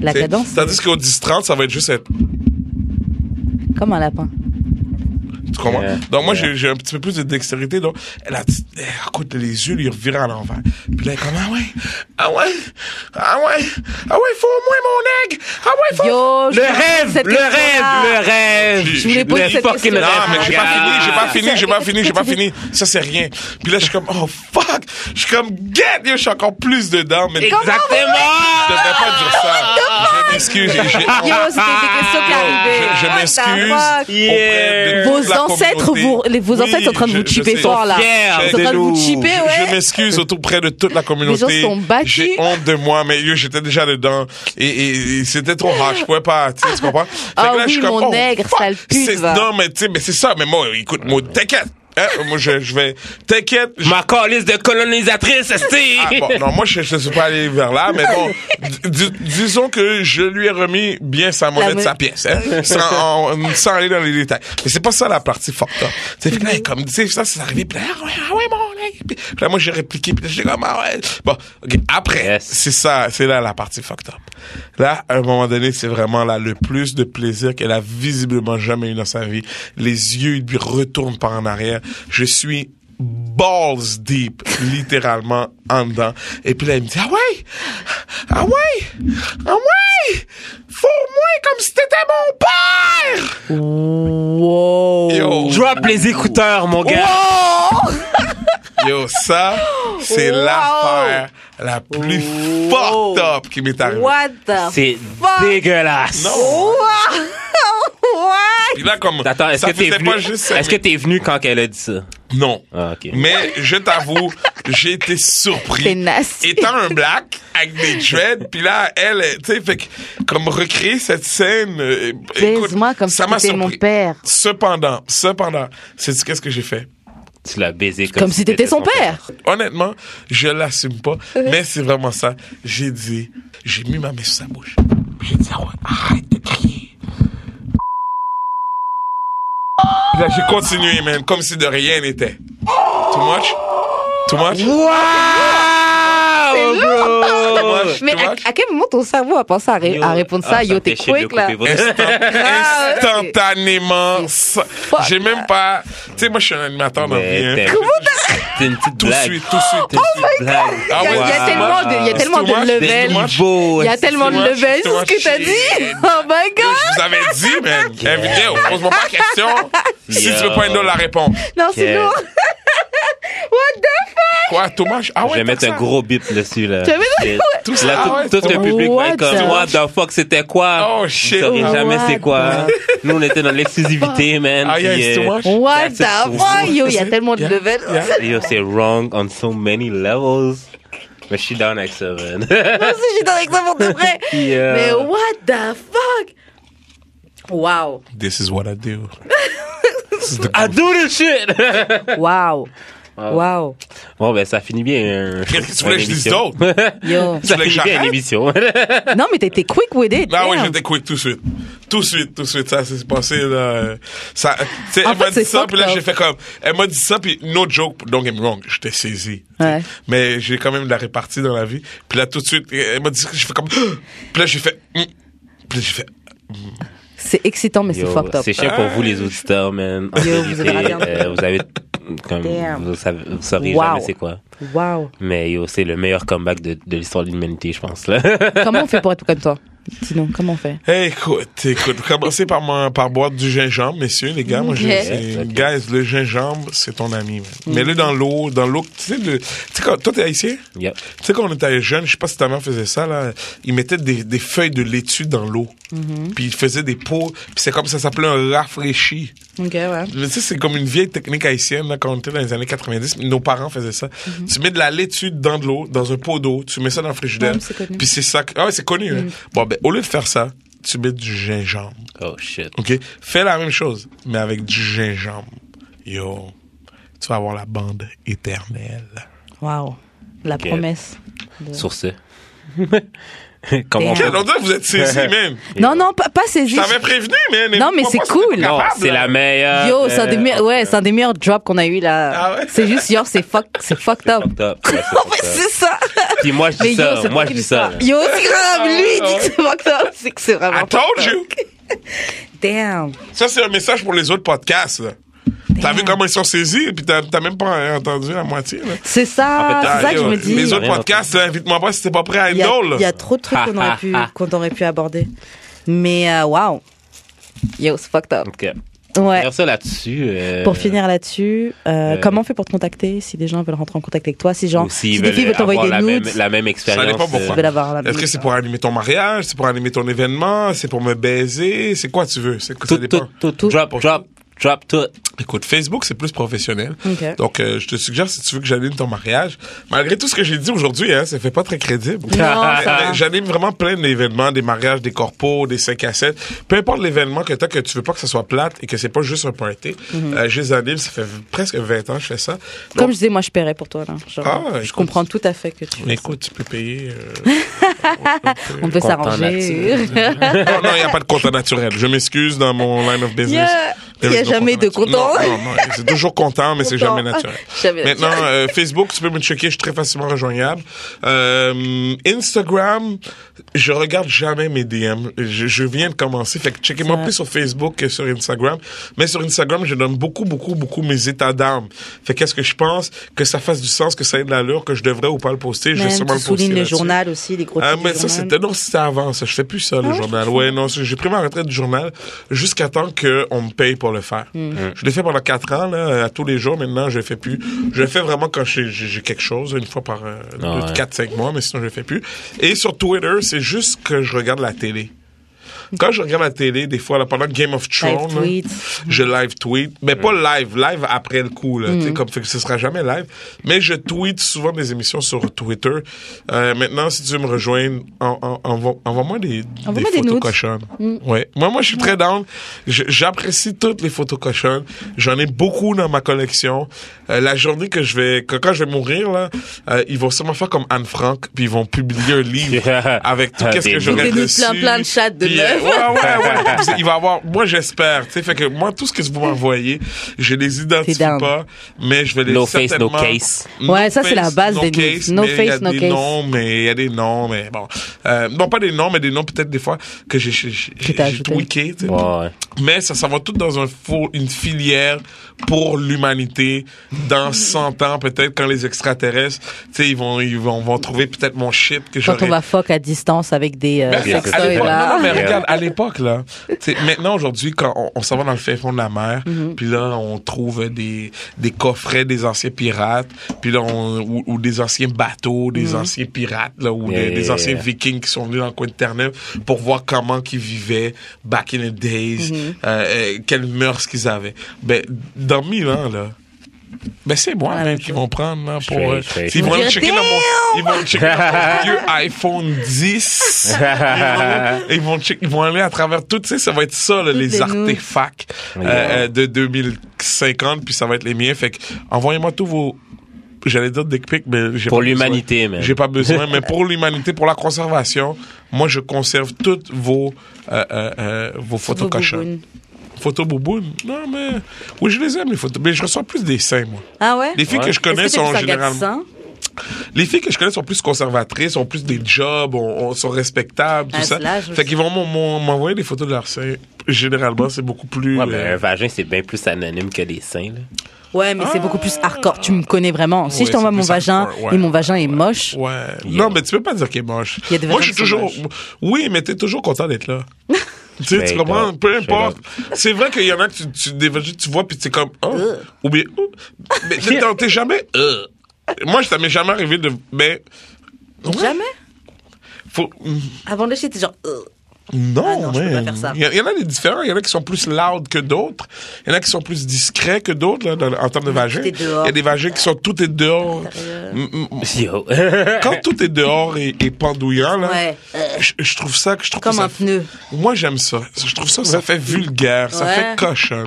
S1: La
S3: T'sais,
S1: cadence,
S3: Tandis qu'au 10-30, ça va être juste être.
S1: comme un lapin.
S3: Tu comprends?
S2: Yeah.
S3: Donc, moi,
S2: Yeah.
S3: j'ai- j'ai un petit peu plus de dextérité. Donc, elle a dit, eh, écoute, les yeux lui revirent à l'envers. Puis là, elle est comme, ah ouais, ah ouais, ah ouais, ah ouais, faut au moins mon egg, ah ouais, faut.
S1: Yo, je
S2: Le
S1: voulais poser
S2: rêve,
S1: cette
S2: le
S1: question-là.
S2: rêve, le rêve. Ah.
S3: Je voulais
S1: poser
S2: Le
S1: cette
S2: fucking
S1: question-là.
S3: Non,
S2: rêve,
S3: mais j'ai pas
S2: regarde.
S3: fini, j'ai pas fini, j'ai pas fini, j'ai pas
S1: Qu'est-ce que
S3: fini. Ça, c'est rien. Puis là, je suis comme, oh fuck, je suis comme, get, yo, je suis encore plus dedans, mais. Je
S2: Exactement.
S3: devrais pas dire ça. Je m'excuse. j'ai- j'ai-
S1: Yo, c'était des questions qui arrivaient.
S3: Je, je
S1: What the fuck?
S3: m'excuse.
S2: Yeah.
S3: auprès de
S1: Vos
S3: toute la
S1: ancêtres
S3: communauté.
S1: vous- les- vos ancêtres sont en train de
S3: je-
S1: vous
S3: je
S1: chipper
S3: sais.
S1: fort, là.
S2: Fiers
S1: Ils sont en train de vous
S2: nous.
S1: chipper,
S3: Je-
S1: Ben ouais.
S3: Je m'excuse auprès de toute la communauté.
S1: Les gens sont battus.
S3: J'ai honte de moi, mais yo, j'étais déjà dedans et, et- et c'était trop hard. Je pouvais pas, tu sais, tu comprends? Fait que
S1: Ah
S3: là,
S1: oui,
S3: je suis comme,
S1: mon
S3: oh,
S1: nègre,
S3: fuck.
S1: sale pute,
S3: C'est-
S1: va.
S3: Non, mais tu sais, mais c'est ça. Mais moi, écoute, moi, t'inquiète. Hein, moi, je, je vais. T'inquiète. je-
S2: Ma calice de colonisatrice, esti.
S3: Ah, bon, non, moi, je ne suis pas allé vers là, mais bon, dis- disons que je lui ai remis bien sa monnaie
S1: La
S3: de sa
S1: monnaie.
S3: pièce, hein, sans, en- sans aller dans les détails. Mais c'est pas ça la partie forte. Hein. Tu sais, puis là, comme, tu sais, ça, c'est arrivé, puis là, ah ouais, ah ouais, mon mec. Puis là, moi, j'ai répliqué, puis là, j'ai comme, ah ouais. Bon, ok, après,
S2: Yes.
S3: c'est ça, c'est là la partie fucked up. Là, à un moment donné, c'est vraiment là le plus de plaisir qu'elle a visiblement jamais eu dans sa vie. Les yeux lui retournent par en arrière. Je suis balls deep, littéralement en dedans. Et puis là, elle me dit, ah ouais, ah ouais, ah ouais, faut au moins comme si t'étais mon père!
S1: Wow.
S3: Yo.
S2: Drop les écouteurs, mon gars.
S3: Yo, ça, c'est
S1: Wow.
S3: l'affaire la plus
S1: Wow.
S3: fucked up qui m'est arrivée.
S1: What the
S2: C'est dégueulasse.
S3: Non.
S1: What?
S3: Puis là, comme,
S2: Attends, est-ce
S3: ça
S2: que t'es
S3: faisait
S2: venu?
S3: pas juste cinq
S2: Est-ce que t'es venu quand qu'elle a dit ça?
S3: Non.
S2: Ah, ok.
S3: Mais je t'avoue, j'ai été
S1: C'est
S3: surpris.
S1: nasty.
S3: Étant un black avec des dreads, puis là, elle, elle, tu sais, fait que, comme recréer cette scène. euh, écoute,
S1: Baise-moi comme si
S3: ça m'a
S1: t'étais mon
S3: surpris.
S1: père.
S3: Cependant, cependant, c'est qu'est-ce que j'ai fait?
S2: Tu l'as baisé comme,
S1: Comme si t'étais son père.
S3: Honnêtement, je l'assume pas, mais c'est vraiment ça. J'ai dit, j'ai mis ma main sur sa bouche. J'ai dit, ah ouais, arrête de crier. Puis Là, j'ai continué, man, comme si de rien n'était. Too much? Too much?
S2: Wow, bro!
S3: much,
S5: Oh, Mais
S3: too
S5: à,
S3: much.
S5: à quel moment ton cerveau a pensé à, ré- à répondre
S2: Ah,
S5: ça Yo, t'es quick là. Ah, ouais.
S3: Instantanément. ça- J'ai même pas. Tu sais, moi, je suis un animateur dans le vie, hein.
S2: C'est une petite
S3: Tout de
S2: blague.
S3: suite, tout de suite. tout de suite. Ah
S5: Oh Il y a- il y a
S3: ouais,
S5: tellement de- il y a
S3: c'est
S5: tellement
S3: too much,
S5: de
S3: c'est too
S5: levels.
S3: much.
S2: Beau.
S5: Il y a tellement de
S3: moi,
S5: levels,
S3: c'est
S5: c'est ce que
S3: moi,
S5: t'as
S3: shit.
S5: dit. Oh my god.
S3: Je vous avais dit, man.
S2: Yeah.
S3: La vidéo, pose-moi pas la question. Si
S2: Yo.
S3: tu veux pas donne la réponse.
S5: Non, c'est
S2: Yeah.
S5: lourd.
S3: Quoi, Thomas? Ah ouais,
S2: Je vais
S3: t'as
S2: mettre
S3: ça.
S2: un gros bip dessus, là.
S5: Tu vas mettre un
S2: Shit.
S3: Tout ça,
S2: Là,
S3: ah
S2: tout,
S3: ouais,
S2: tout le
S3: Thomas.
S2: public va être comme,
S4: What
S2: what the fuck, c'était quoi?
S3: Oh,
S2: Je
S3: shit.
S2: saurais
S3: Ah,
S2: jamais
S4: What
S2: c'est quoi. Nous, on était dans l'exclusivité, man.
S3: Ah, yeah,
S2: puis,
S3: it's
S2: euh,
S3: too much.
S5: What
S2: That's it,
S5: the
S2: c'est
S5: fuck?
S2: fou.
S5: Yo, il y a tellement de
S3: Yeah,
S5: levels.
S3: yeah.
S2: Yo, c'est wrong on so many levels. Mais je suis down avec ça, man.
S5: Moi aussi, j'étais avec ça pour de vrai.
S2: Yeah.
S5: Mais what the fuck? Wow.
S3: This is what I do.
S2: I do this shit!
S1: Waouh. Waouh.
S2: bon, ben, ça finit bien. euh,
S3: Qu'est-ce que tu voulais que je dise
S2: une émission.
S3: d'autre?
S1: Yo.
S2: Ça
S3: voulais
S2: finit bien
S3: que j'arrête?
S2: une émission.
S1: Non, mais t'étais quick with it.
S3: Ah ouais,
S1: damn.
S3: j'étais quick tout de suite. Tout de suite, tout de suite. Ça s'est passé, là. euh, Ça, tu sais,
S1: En
S3: elle m'a
S1: fait,
S3: dit
S1: c'est
S3: ça,
S1: fucked
S3: puis là,
S1: up.
S3: j'ai fait comme. Elle m'a dit ça, puis no joke, don't get me wrong, j'étais saisi. tu sais.
S1: Ouais.
S3: Mais j'ai quand même de la répartie dans la vie. Puis là, tout de suite, elle m'a dit ça, j'ai fait comme. Puis là, j'ai fait. hmm. Puis là, j'ai fait.
S1: C'est excitant, mais c'est
S2: Yo,
S1: fucked up.
S2: C'est chiant pour vous,
S3: Ah.
S2: les auditeurs, man. En
S1: Yo, vous
S2: vérité,
S1: avez rien.
S2: euh, vous avez, comme,
S1: Damn.
S2: vous, savez, vous saurez
S1: Wow.
S2: jamais c'est quoi.
S1: Waouh.
S2: Mais yo, c'est le meilleur comeback de, de l'histoire de l'humanité, je pense, là.
S1: Comment on fait pour être comme toi Sinon, comment on fait
S3: Écoute, écoute, commencez par, moi- par boire du gingembre, messieurs, les gars. Moi, je-
S5: Ok.
S3: c'est-
S2: Ok.
S3: Guys, le gingembre, c'est ton ami. man. Mets-le dans l'eau, dans l'eau. Tu sais, le- tu sais quand- toi, t'es haïtien?
S2: Yep.
S3: Tu sais, quand on était jeune, je sais pas si ta mère faisait ça, là, ils mettaient des, des feuilles de laitue dans l'eau. Puis ils faisaient des pots, puis c'est comme ça, ça s'appelait un rafraîchi.
S1: Ok, ouais.
S3: Mais tu sais, c'est comme une vieille technique haïtienne, là, quand on était dans les années 90, nos parents faisaient ça.
S1: Mhm.
S3: Tu mets de la laitue dans de l'eau, dans un pot d'eau, tu mets ça dans le frigidaire.
S1: Ouais, c'est connu. Mhm.
S3: puis c'est ça. que- Ah ouais, c'est connu. hein. Bon, ben, au lieu de faire ça, tu mets du gingembre.
S2: Oh shit.
S3: OK? Fais la même chose, mais avec du gingembre. Yo, tu vas avoir la bande éternelle.
S1: Waouh. La
S2: Ok.
S1: promesse.
S2: Sur ce.
S1: Damn.
S2: Comment
S3: OK, on dirait que vous êtes saisis, même.
S1: Non, non, pas, pas saisi.
S3: Je t'avais prévenu, man.
S1: Non, mais
S3: Moi,
S1: c'est
S3: moi,
S1: cool.
S3: pas
S2: Non,
S3: capable,
S2: Oh, c'est
S3: là.
S2: la meilleure.
S1: Yo, c'est un des
S2: euh,
S1: meilleurs, ouais, c'est un des meilleurs drops qu'on a eu là.
S3: Ah ouais?
S1: C'est juste, genre, c'est fuck, c'est fucked up.
S2: Oh, fucked up. Ouais, c'est fucked up.
S1: C'est ça.
S2: Puis moi, je
S1: Mais
S2: dis
S1: yo,
S2: ça.
S1: c'est
S2: Moi,
S1: fucking
S2: je dis ça. Oh, là.
S1: Yo, c'est grave. Lui, il dit
S3: ouais.
S1: que c'est fucked up. C'est que c'est vraiment.
S3: I told you.
S1: Damn.
S3: Ça, c'est un message pour les autres podcasts. là. T'as vu comment ils sont saisis, puis t'as t'as même pas entendu la moitié. là.
S1: C'est ça.
S2: En fait,
S3: Ah,
S1: C'est ça que je
S3: yo,
S1: me dis.
S3: Les
S2: Rien
S3: autres podcasts, là, invite-moi pas si t'es pas prêt à
S1: Il
S3: une
S1: y, a,
S3: dole.
S1: il y a trop de trucs qu'on aurait pu, qu'on aurait pu aborder. Mais euh, waouh. Yo, c'est fucked up.
S2: Ok.
S1: Ouais.
S2: Faire ça là-dessus. euh,
S1: Pour finir là-dessus, euh,
S2: euh,
S1: comment on fait pour te contacter si des gens veulent rentrer en contact avec toi, si genre
S2: ou s'ils
S1: si des filles
S2: veulent
S1: veulent t'envoyer
S2: avoir
S1: des
S2: la
S1: nudes,
S2: même, la même expérience.
S3: Ça dépend
S2: euh,
S3: pourquoi.
S1: veulent avoir la
S3: Est-ce que c'est pour animer ton mariage? C'est pour animer ton événement? C'est pour me baiser? C'est quoi tu veux? C'est que ça
S2: Tout,
S3: dépend.
S2: tout, tout, tout. Drop, drop, drop, tout.
S3: Écoute, Facebook, c'est plus professionnel.
S1: Ok.
S3: Donc, euh, je te suggère, si tu veux que j'anime ton mariage, malgré tout ce que j'ai dit aujourd'hui, hein, ça fait pas très crédible. Mais-
S1: ça va.
S3: mais J'anime vraiment plein d'événements, des mariages, des corpos, des 5 à 7. Peu importe l'événement que t'as, que tu veux pas que ça soit plate et que c'est pas juste un party. euh, je les anime, ça fait v- presque 20 ans que je fais ça. Donc,
S1: Mhm. Comme je disais, moi je paierais pour toi là. Genre,
S3: Ah,
S1: je
S3: écoute.
S1: comprends tout à fait que tu.
S3: mais écoute, tu peux payer. euh,
S1: On peut
S2: Content
S1: s'arranger.
S2: là-dessus.
S3: non, non, il n'y a pas de compte naturel. Je m'excuse dans mon line of business.
S1: Yeah.
S3: There
S1: Il y a
S3: is no
S1: jamais
S3: compte
S1: de
S3: naturel.
S1: content.
S3: Non, non, non. C'est toujours content, mais c'est
S1: Content.
S3: jamais naturel.
S1: Jamais
S3: Maintenant, euh, Facebook, tu peux me checker, je suis très facilement rejoignable. Euh, Instagram, je regarde jamais mes DM. Je, je viens de commencer, fait que checkez-moi plus sur Facebook que sur Instagram. Mais sur Instagram, je donne beaucoup, beaucoup, beaucoup mes états d'âme. Fait qu'est-ce que je pense, que ça fasse du sens, que ça ait de l'allure, que je devrais ou pas le poster, je vais
S1: Même
S3: sûrement
S1: tu
S3: le poster.
S1: soulignes le
S3: là-dessus.
S1: journal aussi, les gros.
S3: Ah,
S1: titres
S3: mais
S1: du
S3: ça,
S1: journal.
S3: c'était, non, c'était avant, ça. Je fais plus ça, le journal. Ouais, non, c'est- j'ai pris ma retraite du journal jusqu'à temps qu'on me paye pour le faire. Je l'ai fait pendant quatre ans, là, à tous les jours. Maintenant, je le fais plus. Je le fais vraiment quand j'ai, j'ai- j'ai quelque chose, une fois par euh,
S2: Ah,
S3: deux,
S2: ouais.
S3: quatre, cinq mois, mais sinon, je le fais plus. Et sur Twitter, c'est juste que je regarde la télé. Quand je regarde la télé, des fois, là, pendant Game of Thrones, là,
S1: tweet.
S3: Mm-hmm. je live tweet. Mais pas
S1: Mm-hmm.
S3: live, live après le coup. Là, tu sais, comme, fait que ce sera jamais live. Mais je tweet souvent des émissions sur Twitter. Euh, maintenant, si tu veux me rejoindre, en- en- envo- envoie-moi des, des
S1: Envoie-moi des
S3: photos
S1: nudes. Mm.
S3: cochonnes. Ouais. Moi, moi, je suis très down. Je- J'apprécie toutes les photos cochonnes. J'en ai beaucoup dans ma collection. Euh, la journée que je vais, que- quand je vais mourir, là, euh, ils vont sûrement faire comme Anne Frank, puis ils vont publier un livre avec tout
S2: Ah,
S3: qu'est-ce
S2: des
S3: que
S2: nudes.
S3: j'aurais
S1: Des nudes
S3: dessus.
S1: plein, plein de chats de
S3: Puis, euh, ouais, ouais, ouais. Puis Il va avoir, moi, j'espère, tu sais, fait que moi, tout ce que vous m'envoyez, je les identifie
S1: T'es down.
S3: pas, mais je vais les
S2: No face, no
S3: certainement-
S2: case.
S1: Ouais, ça, c'est la base des news. No
S3: mais il y a
S1: face, no
S3: des
S1: case.
S3: noms, mais il y a des noms, mais bon. Euh, non, pas des noms, mais des noms peut-être des fois que j'ai, j'ai, j'ai,
S1: t'as
S3: j'ai
S1: ajouté.
S3: tweaké, tu sais.
S2: Ouais.
S3: Mais ça, ça va tout dans un fo- une filière pour l'humanité. Dans 100 ans, peut-être, quand les extraterrestres, tu sais, ils vont, ils vont, vont trouver peut-être mon shit que
S1: Quand
S3: j'aurais
S1: on va fuck à distance avec des euh,
S3: mais à
S2: Bien
S3: l'époque-
S2: sûr.
S1: sextoys,
S2: Allez,
S1: là.
S3: non, non, mais
S2: Yeah.
S3: regarde, à l'époque, là, t'sais, maintenant, aujourd'hui, quand on, on s'en va dans le fin fond de la mer,
S2: Mm-hmm.
S3: puis là, on trouve des, des coffrets des anciens pirates, puis là, on, ou, ou des anciens bateaux, des anciens pirates, là, ou
S2: Mm-hmm. Yeah,
S3: des, des
S2: yeah,
S3: anciens
S2: yeah.
S3: vikings qui sont venus dans le coin de Terre-Neuve pour voir comment qu'ils vivaient back in the days,
S2: Mm-hmm.
S3: euh, euh, quelles mœurs qu'ils avaient. Ben, dans mille ans, là, ben c'est moi
S4: Ah,
S3: même
S4: c'est
S3: qui vont prendre là, pour
S2: Straight,
S3: euh,
S2: straight,
S3: ils vont
S1: straight.
S3: le checker dans mon ils vont le checker dans mon vieux iPhone 10 ils vont, check- ils vont aller à travers tout, tu sais, ça va être ça, là, les
S1: les
S3: artefacts euh, euh, de 2050, puis ça va être les miens. Fait que, envoyez-moi tous vos. J'allais dire dick pics, mais j'ai
S2: Pour
S3: pas besoin.
S2: l'humanité, man.
S3: J'ai pas besoin, mais pour l'humanité, pour la conservation, moi, je conserve toutes vos, euh, euh, euh, vos photos cochonnes.
S4: Bouboune.
S3: Photos boubounes? Non, mais. Oui, je les aime, les photos. Mais je reçois plus des seins, moi.
S4: Ah ouais
S3: Les filles
S2: Ouais.
S3: que je
S4: Est-ce
S3: connais
S4: que t'as du
S3: sont
S4: sargassin
S3: généralement. Les filles que je connais sont plus conservatrices, ont plus des jobs, ont- ont- sont respectables, tout
S4: Ah,
S3: ça.
S4: c'est l'âge
S3: Fait
S4: aussi.
S3: qu'ils vont m'en- m'en- m'envoyer des photos de leur sein. Généralement, c'est beaucoup plus.
S2: Ouais,
S3: euh,
S2: ben, un vagin, c'est bien plus anonyme que des seins, là.
S4: Ouais,
S1: Mais c'est beaucoup plus hardcore. Tu me connais vraiment. Si
S3: Ouais,
S1: je t'envoie
S3: c'est
S1: mon
S3: plus
S1: vagin
S3: hardcore, ouais.
S1: et mon vagin est moche,
S3: Ouais. Non, mais tu peux pas dire qu'il est moche.
S1: Il y a des
S3: Moi, je
S1: vagins
S3: suis
S1: qui sont
S3: toujours. Oui, mais t'es toujours content d'être là. tu sais, tu
S2: Straight
S3: comprends?
S2: up,
S3: Peu
S2: straight
S3: importe.
S2: up.
S3: C'est vrai qu'il y en a que tu, tu, des vagins que tu vois, puis t'es comme. Oh. Ou bien. oh. Mais t'es- t'es- t'es jamais. euh. Moi, je t'avais jamais arrivé de. Mais. Ouais,
S4: Jamais
S3: Faut...
S4: Avant de lâcher, t'es genre. euh.
S3: Non,
S4: Ah non, je peux
S3: man.
S4: pas faire ça.
S3: Il y, a- il y en a des différents. Il y en a qui sont plus loud que d'autres. Il y en a qui sont plus discrets que d'autres là, dans- en termes de vagin.
S4: Tout
S3: Il
S4: est dehors.
S3: y a des vagins qui sont tout est dehors. M- m-
S2: Yo.
S3: Quand tout est dehors et, et pendouillant, là,
S4: Ouais.
S3: je, je trouve ça que je trouve
S4: Comme
S3: que ça-
S4: un pneu.
S3: Moi, j'aime ça. Je trouve ça, ça fait vulgaire, ça
S4: Ouais.
S3: fait cochon.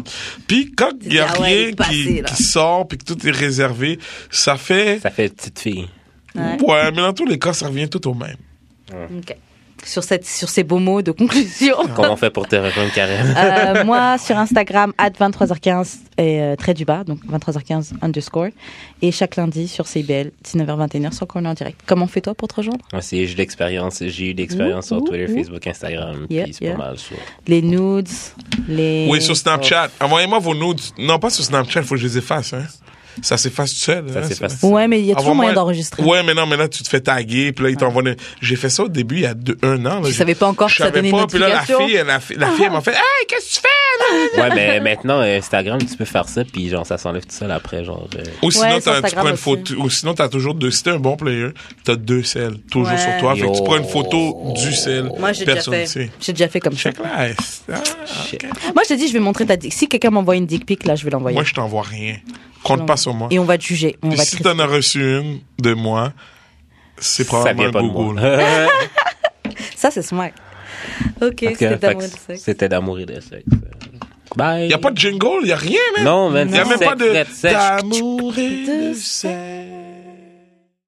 S3: Puis quand il y a
S4: Ah ouais, il
S3: rien
S4: est passé,
S3: qui,
S4: là.
S3: qui sort, puis que tout est réservé, ça fait.
S2: ça fait petite fille.
S4: Ouais.
S3: Ouais, mais dans tous les cas, ça revient tout au même.
S4: Ok.
S1: sur, cette, sur ces beaux mots de conclusion.
S3: Ah.
S2: Comment on fait pour te rejoindre, Karen?
S1: Euh, moi, sur Instagram, at 23h15 et euh, trait du bas, donc 23h15 underscore. Et chaque lundi sur CBL, 19h21h, sur Corner en direct. Comment fais-toi pour te rejoindre
S2: Moi, c'est j'ai de l'expérience. J'ai eu de l'expérience sur Twitter, Facebook, Instagram.
S1: Yeah,
S2: puis c'est
S1: yeah.
S2: pas mal, ça.
S1: Les nudes, les.
S3: Oui, sur Snapchat.
S2: Oh.
S3: Envoyez-moi vos nudes. Non, pas sur Snapchat, faut que je les efface. Hein. Ça s'efface tout seul.
S2: Ça
S3: hein,
S2: s'efface
S3: c'est-
S1: Ouais, mais il y a toujours
S3: Envoie-moi-
S1: moyen d'enregistrer.
S3: Ouais, mais non, mais là, tu te fais taguer, puis là, ils t'envoient. des- J'ai fait ça au début, il y a deux, un an. Là,
S1: Je
S3: Je-
S1: savais pas encore
S3: je
S1: que ça
S3: savais
S1: donnait une
S3: pas, puis là, la
S1: notification.
S3: fille, elle, a fait- la fille, elle m'a fait Hey, qu'est-ce que tu fais, là?
S2: Ouais, mais maintenant, euh, Instagram, tu peux faire ça, puis genre, ça s'enlève tout seul après, genre. euh,
S3: Ou sinon,
S1: Ouais, sur
S3: t'as- tu prends une
S1: Instagram
S3: photo. Ou sinon, t'as toujours deux. Si t'es un bon player, t'as deux selles, toujours
S4: Ouais.
S3: sur toi. Fait que tu
S2: Yo.
S3: prends une photo du sel.
S4: Moi, j'ai déjà fait.
S3: personnalisé.
S1: J'ai déjà fait comme ça.
S3: Check là. ah, ok.
S1: Moi, je t'ai dit, je vais montrer ta dick. Si quelqu'un m'envoie une dick pic, là, je vais l'envoyer.
S3: Moi, je t'envoie rien. Compte pas sur moi.
S1: Et on va te juger. On
S3: Puis
S1: va te
S3: si
S1: critiquer.
S3: t'en as reçu une de moi, c'est
S2: ça
S3: probablement
S2: vient pas de moi.
S3: Google.
S1: Ça, c'est smart.
S4: Ok,
S2: Fait
S4: c'est
S2: que, fait
S4: d'amour de
S2: que
S4: sexe.
S2: C'était d'amour et de sexe. Bye.
S3: Y a pas de jingle, y a rien, man.
S2: Non, man.
S3: Y a
S2: c'est
S3: même pas de
S2: secret, sexe.
S3: d'amour et de sexe.